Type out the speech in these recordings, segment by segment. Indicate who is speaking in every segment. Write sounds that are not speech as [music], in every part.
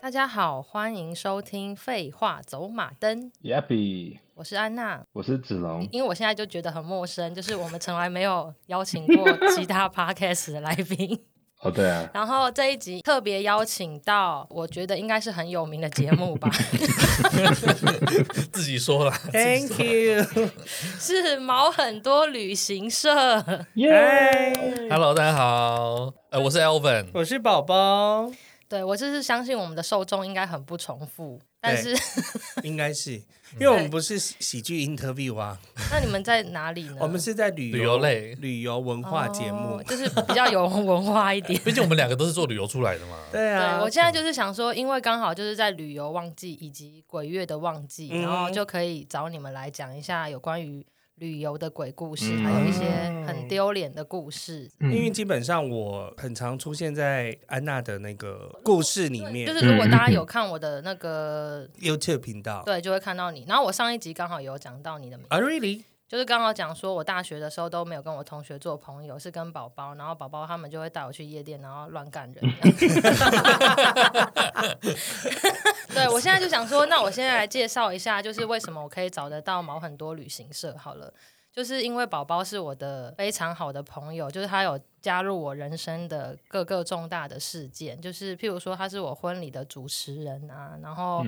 Speaker 1: 大家好，欢迎收听《废话走马灯》，
Speaker 2: Yappy，
Speaker 1: 我是安娜。
Speaker 2: 我是子龙。
Speaker 1: 因为我现在就觉得很陌生，就是我们从来没有邀请过其
Speaker 3: [laughs]
Speaker 1: 他 podcast 的来宾。
Speaker 2: 哦，对啊，
Speaker 1: 然后这一集特别邀请到，我觉得应该是很有名的节目
Speaker 3: [laughs]
Speaker 1: 吧，
Speaker 4: 自己说了，
Speaker 3: Thank you，
Speaker 1: 是毛很多旅行社。
Speaker 3: 哎嗨，
Speaker 4: Hello，大家好，呃，我是 Elvin，
Speaker 3: 我是宝宝，
Speaker 1: 对我就是相信我们的受众应该很不重复，但是
Speaker 3: 对应该是因为我们不是喜喜剧 interview 啊，
Speaker 1: [laughs] 那你们在哪里呢？
Speaker 3: 我们是在旅游
Speaker 4: 旅游类
Speaker 3: 旅游文化节目
Speaker 1: 嗯哦，就是比较有文化一点。
Speaker 4: 毕竟我们两个都是做旅游出来的嘛。
Speaker 3: 对
Speaker 1: 对，
Speaker 3: 啊
Speaker 1: 我，现在就是想说，因为刚好就是在旅游旺季以及鬼月的旺季，
Speaker 3: 嗯
Speaker 1: 然后就可以找你们来讲一下有关于旅游的鬼故事，
Speaker 2: 嗯
Speaker 1: 还有一些很丢脸的故事。
Speaker 3: 因为基本上我很常出现在安娜的那个故事里面，
Speaker 1: 就是如果大家
Speaker 3: 嗯
Speaker 1: 有看我的那个，
Speaker 3: YouTube 频道。
Speaker 1: 对，就会看到你。然后我上一集刚好有讲到你的名字，
Speaker 3: 啊，really？
Speaker 1: 就是刚好讲说我大学的时候都没有跟我同学做朋友，是跟宝宝，然后宝宝他们就会带我去夜店，然后乱干人这样。 [laughs] 对，我现在就想说，那我现在来介绍一下，就是为什么我可以找得到毛很多旅行社好了。就是因为宝宝是我的非常好的朋友，就是他有加入我人生的各个重大的事件，就是譬如说他是我婚礼的主持人啊，然后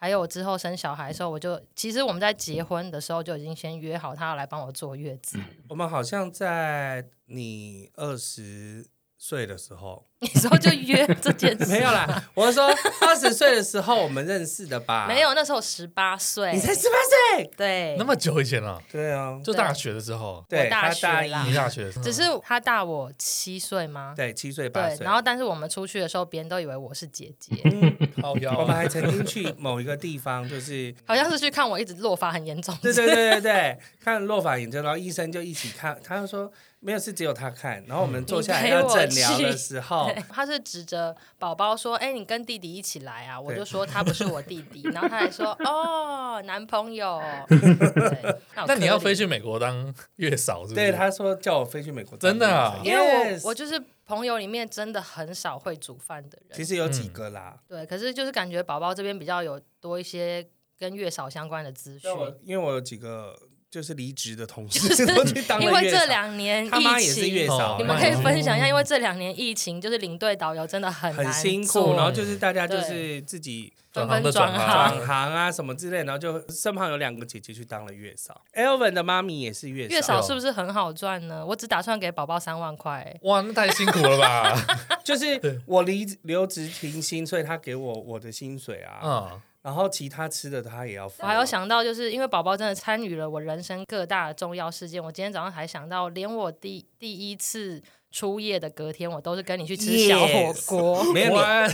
Speaker 1: 还有我之后生小孩的时候，我就其实我们在结婚的时候就已经先约好他要来帮我坐月子，
Speaker 3: 我们好像在你二十岁的时
Speaker 1: [laughs]
Speaker 3: 候，
Speaker 1: [laughs] 你说就
Speaker 3: [laughs]
Speaker 1: 约这件事
Speaker 3: 没有啦，我是说二十岁的时候我们认识的吧？
Speaker 1: 没，有，那时候十八岁，
Speaker 3: 你才十八岁。
Speaker 1: 对，
Speaker 4: 那么久以前了、
Speaker 3: 对啊，
Speaker 4: 就大学的时候，
Speaker 3: 对，
Speaker 1: 我大
Speaker 3: 他
Speaker 1: 学
Speaker 3: 大
Speaker 1: 啦
Speaker 3: 一，
Speaker 4: 你大学的时候
Speaker 1: 只是他大我七岁吗？
Speaker 3: 对，七岁八
Speaker 1: 对，
Speaker 3: 岁。嗯
Speaker 1: 然后但是我们出去的时候，别人都以为我是姐姐，
Speaker 3: [laughs]
Speaker 4: 靠腰
Speaker 3: 哦啊我们还曾经去某一个地方，就是
Speaker 1: [laughs]
Speaker 3: [laughs]
Speaker 1: 好像是去看我一直落发很严重
Speaker 3: 对对对对对，看落法眼症，然后医生就一起看，他就说没有是只有他看，然后我们坐下来要诊疗的时
Speaker 1: [laughs]
Speaker 3: 候，
Speaker 1: 对他是指着宝宝说：“哎、你跟弟弟一起来啊！”我就说他不是我弟弟，然后他还说：“哦，男朋友。
Speaker 3: [laughs]
Speaker 1: 对”
Speaker 4: 那你要
Speaker 1: 飞
Speaker 4: 飞去美国当月嫂是不是？
Speaker 3: 对他说叫我飞去美国当
Speaker 4: 真的啊
Speaker 3: 医
Speaker 1: 因
Speaker 3: 生
Speaker 1: 为我
Speaker 3: Yes
Speaker 1: 我就是朋友里面真的很少会煮饭的
Speaker 3: 其
Speaker 1: 人，
Speaker 3: 实有几个啦，
Speaker 1: 对，可是就是感觉宝宝这边比较有多一些跟月嫂相关的资讯
Speaker 3: 但，我因为我有几个就是离职的同事
Speaker 1: [laughs]
Speaker 3: 都去当
Speaker 1: 因
Speaker 3: 了
Speaker 1: 为
Speaker 3: 月嫂
Speaker 1: 这，两年
Speaker 3: 他妈
Speaker 1: 疫
Speaker 3: 也是月
Speaker 1: 情。
Speaker 3: 嫂，
Speaker 4: 哦
Speaker 3: 啊嗯
Speaker 1: 你们可以分享一下，因为这两年疫情，就是领队导游真的很
Speaker 3: 很
Speaker 1: 难
Speaker 3: 辛苦，
Speaker 1: 做
Speaker 3: 然后就是大家就是自己
Speaker 1: 纷
Speaker 4: 转
Speaker 1: 纷
Speaker 4: 行的
Speaker 1: 转
Speaker 4: 转
Speaker 3: 转
Speaker 4: 行
Speaker 1: 行。
Speaker 3: 行啊什么之类，然后就身旁有两个姐姐去当了月嫂，Elvin 的妈咪也是月
Speaker 1: 月
Speaker 3: 嫂
Speaker 1: 嫂，是不是很好赚呢？我只打算给宝宝三万块、欸
Speaker 4: 哇，那太辛苦了
Speaker 3: [laughs]
Speaker 4: 吧？
Speaker 3: 就是我离留职停薪，所以他给我我的薪水啊，
Speaker 4: 嗯，
Speaker 3: 然后其他吃的他也要付。啊
Speaker 1: 我还有想到，就是因为宝宝真的参与了我人生各大重要事件。我今天早上还想到，连我第第一次出夜的隔天，我都是跟你去吃小火锅。
Speaker 3: [laughs] 没有你，
Speaker 4: 哇，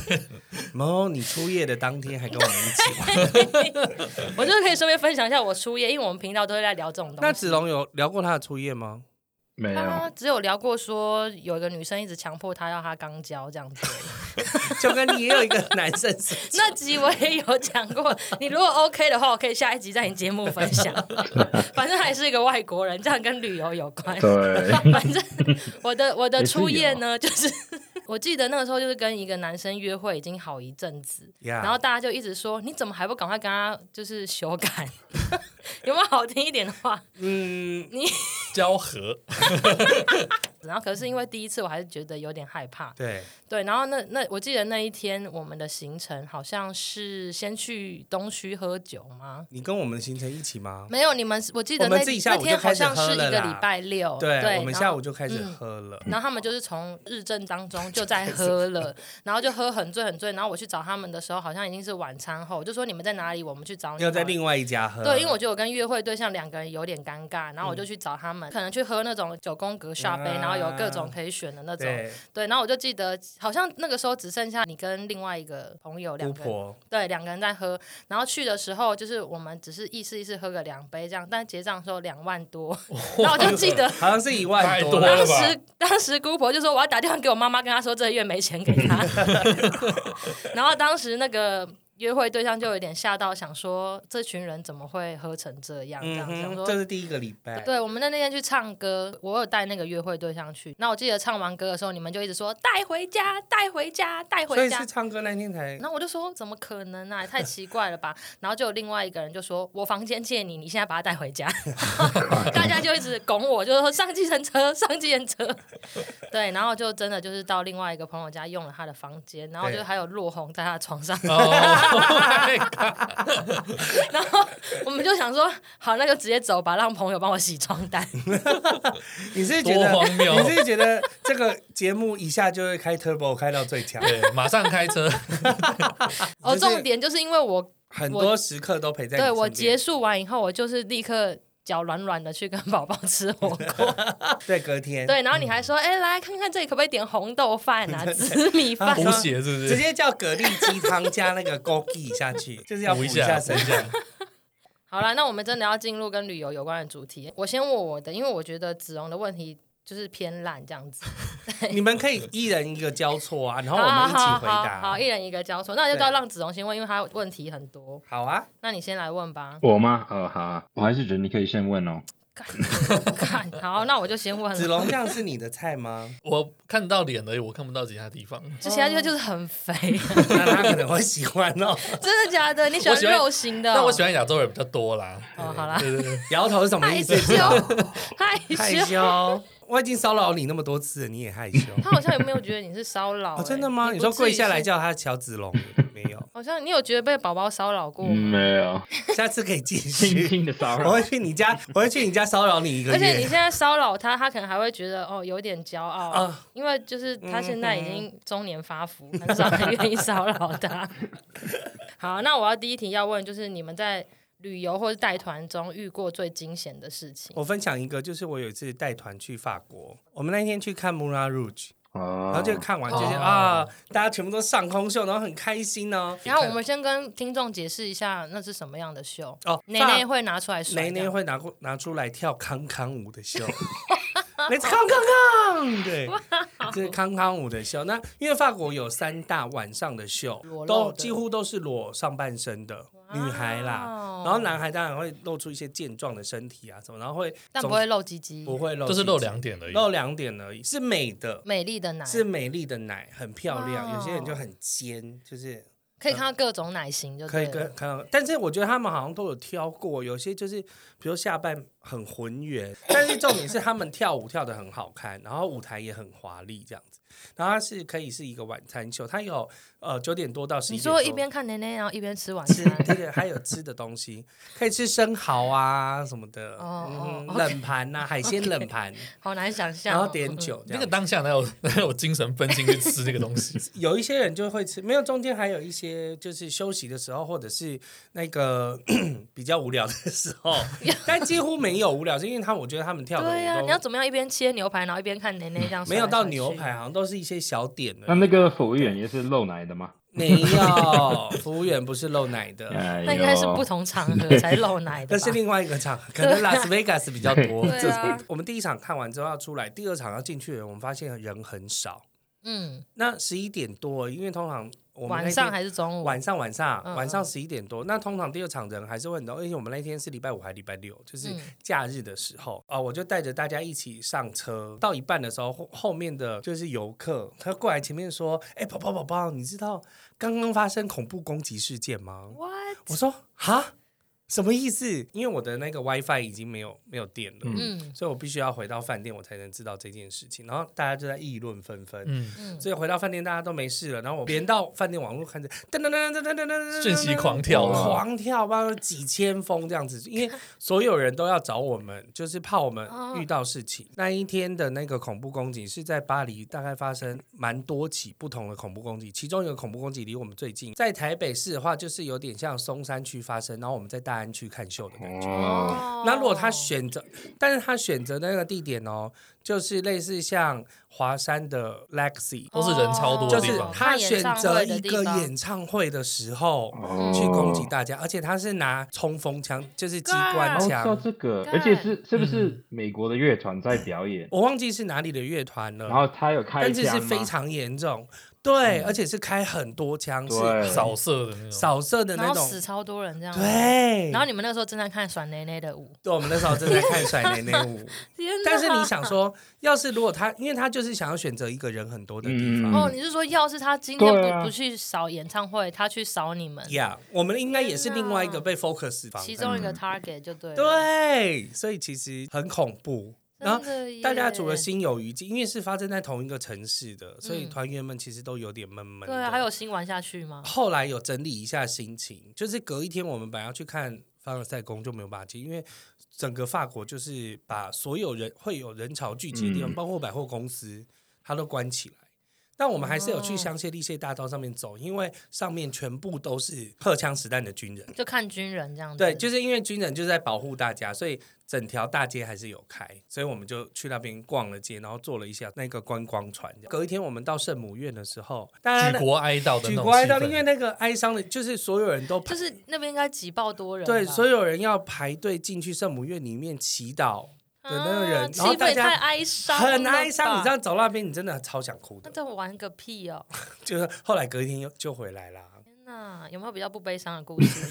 Speaker 3: 猫，你出夜的当天还跟我们一起玩。
Speaker 1: 我就是可以顺便分享一下我出夜，因为我们频道都会在聊这种东西。
Speaker 3: [laughs] 那子龙有聊过他的出夜吗？
Speaker 2: 没
Speaker 1: 他
Speaker 2: 有，
Speaker 1: 只有聊过说，有一个女生一直强迫他要他肛交这样
Speaker 3: [laughs]
Speaker 1: 子。
Speaker 3: 就跟你也有一个男生是，
Speaker 1: 那集我也有讲过，你如果 OK 的话，我可以下一集在你节目分享。 [laughs] 反正还是一个外国人，这样跟旅游有关。
Speaker 3: [laughs]
Speaker 2: 对， [laughs]
Speaker 1: 反正我的我的
Speaker 2: 也是
Speaker 1: 初夜呢，就是
Speaker 3: 啊
Speaker 1: [laughs] 我记得那个时候就是跟一个男生约会已经好一阵子，
Speaker 3: 然
Speaker 1: 然后大家就一直说你怎么还不赶快跟他就是修改， [laughs] 有没有好听一点的话？
Speaker 3: 嗯，
Speaker 4: 交
Speaker 3: [laughs]
Speaker 4: 合
Speaker 1: 然后可是因为第一次我还是觉得有点害怕，
Speaker 3: 对，
Speaker 1: 对，然后那那我记得那一天我们的行程好像是先去东区喝酒吗？
Speaker 3: 你跟我们的行程一起吗？
Speaker 1: 没有，你们我记得
Speaker 3: 我们
Speaker 1: 那
Speaker 3: 自己下
Speaker 1: 那
Speaker 3: 午就
Speaker 1: 天好
Speaker 3: 开始
Speaker 1: 像
Speaker 3: 喝
Speaker 1: 是一
Speaker 3: 了
Speaker 1: 个
Speaker 3: 啦
Speaker 1: 礼拜六，
Speaker 3: 对，我们
Speaker 1: 然
Speaker 3: 下
Speaker 1: 后
Speaker 3: 午就开始
Speaker 1: 嗯
Speaker 3: 喝了。
Speaker 1: 然后他们就是从日正当中就
Speaker 3: [laughs]
Speaker 1: 在喝了，然后就喝很醉很醉。然后我去找他们的时候，好像已经是晚餐后，我就说你们在哪里，我们去找你
Speaker 3: 又
Speaker 1: 们。
Speaker 3: 在另外一呃家喝，
Speaker 1: 对，因为我觉得我跟约会对象两个人有点尴尬，然后我就去找他们，可能去喝那种九宫格下杯，
Speaker 3: 嗯啊
Speaker 1: 然后有各种可以选的那种。
Speaker 3: 对
Speaker 1: 对，然后我就记得好像那个时候只剩下你跟另外一个朋友两
Speaker 3: 姑
Speaker 1: 个人，
Speaker 3: 婆
Speaker 1: 对，两个人在喝。然后去的时候就是我们只是意思意思喝个两杯这样，但结账的时候两万多，
Speaker 3: 哦
Speaker 1: 然后我就记得
Speaker 3: 好像是一万
Speaker 4: 太多
Speaker 3: 啦
Speaker 4: 了
Speaker 1: 当
Speaker 4: 吧
Speaker 1: 时当时姑婆就说我
Speaker 3: [laughs]
Speaker 1: 要打电话给我妈妈，跟她说这个月没钱给她。然后当时那个。约会对象就有点吓到，想说这群人怎么会喝成这样？这
Speaker 3: 嗯
Speaker 1: 样、想
Speaker 3: 哼，
Speaker 1: 说
Speaker 3: 这是第一个礼拜，
Speaker 1: 对，我们在那天去唱歌，我有带那个约会对象去。那我记得唱完歌的时候，你们就一直说带回家，带回家，带
Speaker 3: 所
Speaker 1: 回
Speaker 3: 以
Speaker 1: 家
Speaker 3: 是。唱歌那天才
Speaker 1: 然后我就说怎么可能啊，也太奇怪了吧。然后就有另外一个人就说，我房间借你，你现在把它带回
Speaker 3: [laughs]
Speaker 1: 家。大家就一直拱我，就是说上计程车，上计程车。 [laughs] 对，然后就真的就是到另外一个朋友家用了他的房间，然后就
Speaker 3: 对
Speaker 1: 还有落红在他的床上。
Speaker 4: Oh 哦，
Speaker 1: 然后 [laughs] 我们就想说，好，那就直接走吧，让朋友帮我洗床
Speaker 3: [laughs]
Speaker 1: 单。
Speaker 3: 你是觉
Speaker 4: 多
Speaker 3: 得
Speaker 4: 荒谬！
Speaker 3: 你是觉得这个节目一下就会开 turbo 开到最强，
Speaker 4: 对，马上开车，
Speaker 1: 哦，
Speaker 3: 就是
Speaker 1: 重点就是因为我
Speaker 3: 很多时刻都陪在你
Speaker 1: 对我
Speaker 3: 身边
Speaker 1: 结束完以后，我就是立刻脚软软的去跟宝宝吃火锅。
Speaker 3: 对隔天
Speaker 1: 对，然后你还说，哎、来看看这里可不可以点红豆饭啊、紫米饭、
Speaker 4: 补血是不
Speaker 3: 直
Speaker 4: 是？
Speaker 3: 接叫蛤蜊鸡汤加那个枸杞下去，就是要补
Speaker 4: 补一
Speaker 3: 一
Speaker 4: 下？
Speaker 3: 下身价。
Speaker 1: 好了，那我们真的要进入跟旅游有关的主题。我先问我的，因为我觉得子荣的问题就是偏烂这样子。
Speaker 3: 你们可以一人一个交错啊，然后
Speaker 1: 好
Speaker 3: 我们一起
Speaker 1: 好
Speaker 3: 回
Speaker 1: 好好好，
Speaker 3: 答。
Speaker 1: 一人一个交错，那就
Speaker 3: 对
Speaker 1: 到让子荣先问，因为他问题很多。
Speaker 3: 好啊，
Speaker 1: 那你先来问吧。
Speaker 2: 我吗？哦，好啊，我还是觉得你可以先问哦。
Speaker 1: 干干好，那我就先问
Speaker 3: 子
Speaker 1: 了。
Speaker 3: 龙这样是你的菜吗
Speaker 4: 我看到脸而已，我看不到其他地方。
Speaker 1: 就其他就就是很肥，
Speaker 3: 那他可能会喜欢哦。
Speaker 1: 真的假的？你喜
Speaker 4: 我
Speaker 1: 欢
Speaker 4: 喜欢
Speaker 1: 肉型的哦？
Speaker 4: 但我喜欢亚洲人比较多啦。
Speaker 1: 哦，好啦，
Speaker 4: 对对对，
Speaker 3: 摇头是什么
Speaker 1: 害
Speaker 3: 意
Speaker 1: 羞
Speaker 3: 思？子龙
Speaker 1: 害
Speaker 3: 害
Speaker 1: 羞。
Speaker 3: 羞，我已经骚扰你那么多次了，你也害羞。
Speaker 1: 他好像也没有觉得你是骚扰、
Speaker 3: 哦，
Speaker 1: 欸
Speaker 3: 真的吗？
Speaker 1: 你
Speaker 3: 你
Speaker 1: 不
Speaker 3: 说
Speaker 1: 至
Speaker 3: 跪
Speaker 1: 于
Speaker 3: 下来
Speaker 1: 是
Speaker 3: 叫他小子龙没有？
Speaker 1: 好像你有觉得被宝宝骚扰过
Speaker 2: 嗯
Speaker 1: 吗？
Speaker 2: 没
Speaker 3: [laughs]
Speaker 2: 有，
Speaker 3: 下次可以
Speaker 2: [laughs]
Speaker 3: 继
Speaker 2: 轻
Speaker 3: 续。
Speaker 2: 轻的骚
Speaker 3: 我
Speaker 2: 扰
Speaker 3: 会。去你家，我会去你家骚扰你一个
Speaker 1: 而且你
Speaker 3: 月
Speaker 1: 现。在骚扰他，他可能还会觉得哦有点骄傲，
Speaker 3: 啊
Speaker 1: 因为就是他现在已经中年发福，很少人愿意骚扰
Speaker 3: [laughs]
Speaker 1: 他。好，那我要第一题要问就是你们在旅游或是带团中遇过最惊险的事情？
Speaker 3: 我分享一个，就是我有一次带团去法国，我们那天去看 Moulin Rouge，
Speaker 2: 哦，
Speaker 3: 然后就看完就是
Speaker 4: 哦
Speaker 3: 啊，大家全部都上空秀，然后很开心哦。
Speaker 1: 然后我们先跟听众解释一下那是什么样的
Speaker 3: [laughs]
Speaker 1: 秀，
Speaker 3: 哦，
Speaker 1: 奶
Speaker 3: 法
Speaker 1: 奶会拿出来甩
Speaker 3: 奶
Speaker 1: 这
Speaker 3: 奶
Speaker 1: 样，
Speaker 3: 会拿过拿出来跳康康舞
Speaker 1: [laughs]
Speaker 3: 的秀。Let's 康康康，对，这是康康舞的秀。那因为法国有三大晚上的秀
Speaker 1: 裸，露
Speaker 3: 都
Speaker 1: 的
Speaker 3: 几乎都是裸上半身的女孩啦，
Speaker 1: 哇哦
Speaker 3: 然后男孩当然会露出一些健壮的身体啊什么，然后会
Speaker 1: 但
Speaker 3: 总
Speaker 1: 不会露鸡鸡，
Speaker 3: 不会露，
Speaker 4: 就是露两，点而已。
Speaker 3: 露两点而已，是美的，
Speaker 1: 美丽的奶
Speaker 3: 是嗯美丽的奶，很漂亮。
Speaker 1: 哇哦
Speaker 3: 有些人就很尖，就是
Speaker 1: 可以看到各种奶型就
Speaker 3: 可
Speaker 1: 对
Speaker 3: 以
Speaker 1: 了，
Speaker 3: 跟看到，但是我觉得他们好像都有挑过，有些就是比如下半很浑圆，但是重点是他们跳舞跳的很好看，然后舞台也很华丽这样子，然后它是可以是一个晚餐秀，它有呃九点多到十一
Speaker 1: 你
Speaker 3: 点多，
Speaker 1: 说一边看奶奶，然后一边吃晚
Speaker 3: 吃
Speaker 1: 餐，
Speaker 3: 对对，还有吃的东西，可以吃生蚝啊什么的，
Speaker 1: 哦
Speaker 3: 嗯
Speaker 1: 哦
Speaker 3: 哼冷盘呐、海鲜冷盘，
Speaker 1: 好难想象、
Speaker 3: 然
Speaker 1: 哦。
Speaker 3: 后点酒
Speaker 4: 那
Speaker 3: 这样
Speaker 4: 个。当下哪有哪有精神分心去吃这个东
Speaker 3: [laughs]
Speaker 4: 西？
Speaker 3: 有一些人就会吃，没有中间还有一些就是休息的时候，或者是那个 [coughs] 比较无聊的时
Speaker 1: [laughs]
Speaker 3: 候，但几乎没有无聊，是因为他们我觉得他们跳的
Speaker 1: 对呀、
Speaker 3: 舞
Speaker 1: 你要
Speaker 3: 都嗯
Speaker 1: 怎么样一边切牛排，然后一边看奶奶这样甩来甩去？
Speaker 3: 没有到牛排，好像都是一些小点的
Speaker 2: 那。那个服务员也是露奶的吗？
Speaker 3: 没有，服务员不是露奶的，
Speaker 2: [laughs] 哎呦
Speaker 1: 那应该是不同场
Speaker 3: [laughs]
Speaker 1: 合才露奶的
Speaker 3: 那
Speaker 1: 吧
Speaker 3: 是？另外一个场，可能拉斯维加斯比较多。
Speaker 1: 对啊
Speaker 3: 我们第一场看完之后要出来，第二场要进去的人，我们发现人很少。
Speaker 1: 嗯，
Speaker 3: 那十一点多，因为通常我们那
Speaker 1: 晚
Speaker 3: 天
Speaker 1: 上还是中午？
Speaker 3: 晚上晚上
Speaker 1: 嗯
Speaker 3: 晚上十一点多，那通常第二场人还是会很多，而且我们那天是礼拜五还礼拜六，就是
Speaker 1: 嗯
Speaker 3: 假日的时候啊、我就带着大家一起上车，到一半的时候，后后面的就是游客，他过来前面说：“哎、宝宝宝宝，你知道刚刚发生恐怖攻击事件吗？”
Speaker 1: What？
Speaker 3: 我说：“哈，什么意思？”因为我的那个 WiFi 已经没有没有电了。
Speaker 1: 嗯
Speaker 3: 所以我必须要回到饭店，我才能知道这件事情。然后大家就在议论纷纷，
Speaker 4: 嗯，
Speaker 1: 嗯，
Speaker 3: 所以回到饭店大家都没事了，然后我连到饭店网络看着噔噔噔噔噔噔
Speaker 4: [laughs]
Speaker 3: 噔，
Speaker 4: 瞬息狂跳啊
Speaker 2: 哇
Speaker 3: 狂跳，包括几千封这样子，因为所有人都要找我们，就是怕我们遇到事情。那一天的那个恐怖攻击是在巴黎，大概发生蛮多起不同的恐怖攻击，其中一个恐怖攻击离我们最近，在台北市的话，就是有点像松山区发生，然后我们在大安区看秀的感
Speaker 1: 嗯
Speaker 3: 觉。
Speaker 2: 哦，
Speaker 3: 那如果他选择，但是他选择那个地点哦，就是类似像华山的 Lexi，
Speaker 4: 都是人超多
Speaker 3: 就
Speaker 1: 哦
Speaker 4: 的地
Speaker 3: 是
Speaker 4: 方，
Speaker 3: 他选择一
Speaker 1: 看演唱会的地
Speaker 3: 个
Speaker 1: 方
Speaker 3: 演唱会的时候
Speaker 2: 哦
Speaker 3: 嗯去攻击大家，而且他是拿冲锋枪，就是机关
Speaker 2: 哦，叫
Speaker 3: 枪，
Speaker 2: 这个，
Speaker 1: 干
Speaker 2: 而且是是不
Speaker 3: 嗯
Speaker 2: 是美国的乐团在表演？
Speaker 3: 我忘记是哪里的乐团
Speaker 2: 然
Speaker 3: 了，
Speaker 2: 后他有开
Speaker 3: 嗯但是
Speaker 2: 枪
Speaker 3: 是
Speaker 2: 吗嗯
Speaker 3: 非常严重。对，而且是开很多枪，是
Speaker 2: 对
Speaker 4: 扫射的那种，
Speaker 3: 扫射的
Speaker 1: 然后
Speaker 3: 那种，
Speaker 1: 死超多人这样。。
Speaker 3: 对。
Speaker 1: 然后你们那时候正在看爽奶奶的舞，
Speaker 3: 对，我们那时候正在看甩奶
Speaker 1: [laughs]
Speaker 3: 奶舞，
Speaker 1: 天哪
Speaker 3: 但是你想说，要是如果他，因为他就是想要选择一个人很多的地
Speaker 2: 嗯
Speaker 3: 方，
Speaker 1: 哦，你是说要是他今天
Speaker 2: 对啊
Speaker 1: 不不去扫演唱会，他去扫你们，
Speaker 3: 呀我们应该也是另外一个被 focus 方
Speaker 1: 其
Speaker 3: 向。
Speaker 1: 中一个 target 就对了。
Speaker 3: 对，所以其实很恐怖。然后
Speaker 1: 真的耶
Speaker 3: 大家除了心有余悸，因为是发生在同一个城市的，所以
Speaker 1: 嗯
Speaker 3: 团员们其实都有点闷闷的。
Speaker 1: 对啊，还有心玩下去吗？
Speaker 3: 后来有整理一下心情，就是隔一天我们本来要去看凡尔赛宫，就没有办法去，因为整个法国就是把所有人会有人潮聚集的地方，
Speaker 2: 嗯
Speaker 3: 包括百货公司，它都关起来。但我们还是有去
Speaker 1: 哦
Speaker 3: 香榭丽榭大道上面走，因为上面全部都是荷枪实弹的军人。
Speaker 1: 就看军人这样子。
Speaker 3: 对，就是因为军人就在保护大家，所以整条大街还是有开，所以我们就去那边逛了街，然后坐了一下那个观光船。隔一天我们到圣母院的时候，大家
Speaker 4: [laughs] 举国哀悼的那
Speaker 3: 举
Speaker 4: 种
Speaker 3: 国哀悼，
Speaker 4: 气氛
Speaker 3: 因为那个哀伤的，就是所有人都排
Speaker 1: 就是那边应该挤爆多人吧，
Speaker 3: 对，所
Speaker 1: 以
Speaker 3: 有人要排队进去圣母院里面祈祷，的那个人
Speaker 1: 啊气
Speaker 3: 然后大
Speaker 1: 氛也
Speaker 3: 家
Speaker 1: 太哀伤，
Speaker 3: 很哀伤。你知道，走到那边，你真的超想哭
Speaker 1: 那 [laughs]
Speaker 3: 的。
Speaker 1: 这玩个屁哦！
Speaker 3: 就是后来隔一天又就回来啦。
Speaker 1: 天哪，有没有比较不悲伤的故事？
Speaker 3: [laughs]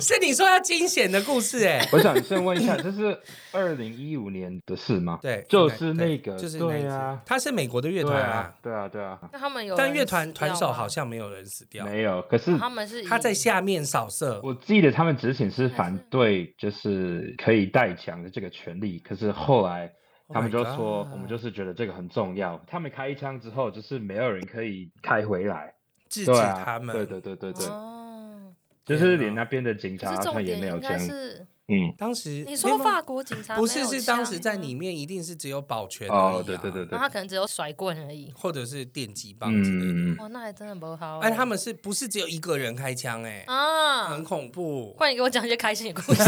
Speaker 3: 是你说要惊险的故事哎、
Speaker 2: [laughs] 我想先问一下，这是二零一五年的事吗？
Speaker 3: 对，
Speaker 2: 就是那
Speaker 3: 对
Speaker 2: 个，
Speaker 3: 就是那
Speaker 2: 对
Speaker 3: 一只
Speaker 2: 啊，
Speaker 3: 他是美国的乐
Speaker 2: 对
Speaker 3: 团
Speaker 2: 啊
Speaker 3: 啊，，
Speaker 2: 对啊，对啊，
Speaker 1: 那他们有
Speaker 3: 但
Speaker 1: 人
Speaker 3: 乐团
Speaker 1: 死
Speaker 3: 团
Speaker 1: 掉
Speaker 3: 手
Speaker 1: 吗
Speaker 3: 好像没有人死掉，
Speaker 2: 没有。可是
Speaker 1: 他们是
Speaker 3: 他在
Speaker 1: 以
Speaker 3: 下面扫射。，Oh
Speaker 2: 我记得他们之前是反对，就是可以带枪的这个权利，可是后来
Speaker 3: Oh
Speaker 2: 他们
Speaker 3: my
Speaker 2: 就说，
Speaker 3: God
Speaker 2: 我们就是觉得这个很重要。他们开一枪之后，就是没有人可以开回来，
Speaker 3: 制止
Speaker 2: 对啊，
Speaker 3: 他们。
Speaker 2: 对对对对对，
Speaker 1: 哦，
Speaker 2: 就是连那边的警
Speaker 1: 可
Speaker 2: 察
Speaker 1: 是
Speaker 2: 好像
Speaker 1: 重
Speaker 2: 也
Speaker 1: 点
Speaker 2: 没有
Speaker 1: 应
Speaker 2: 枪
Speaker 1: 该，是
Speaker 2: 嗯，
Speaker 3: 当时
Speaker 1: 你
Speaker 3: 没
Speaker 1: 说
Speaker 3: 有
Speaker 1: 法国警察
Speaker 3: 不是
Speaker 1: 没有
Speaker 3: 是当时
Speaker 1: 枪
Speaker 3: 在
Speaker 1: 吗
Speaker 3: 里，面一定是只有保全而已
Speaker 2: 哦
Speaker 3: 啊，
Speaker 2: 对对对对
Speaker 1: 然后，他可能只有甩棍而已。哦
Speaker 3: 或者是电击棒之类的。
Speaker 2: 嗯，
Speaker 1: 哇，那还真的不好欸。
Speaker 3: 哎，他们是不是只有一个人开枪？哎，
Speaker 1: 啊
Speaker 3: 很，恐怖。
Speaker 1: 快点给我讲一些开心的故
Speaker 3: [laughs]
Speaker 1: 事，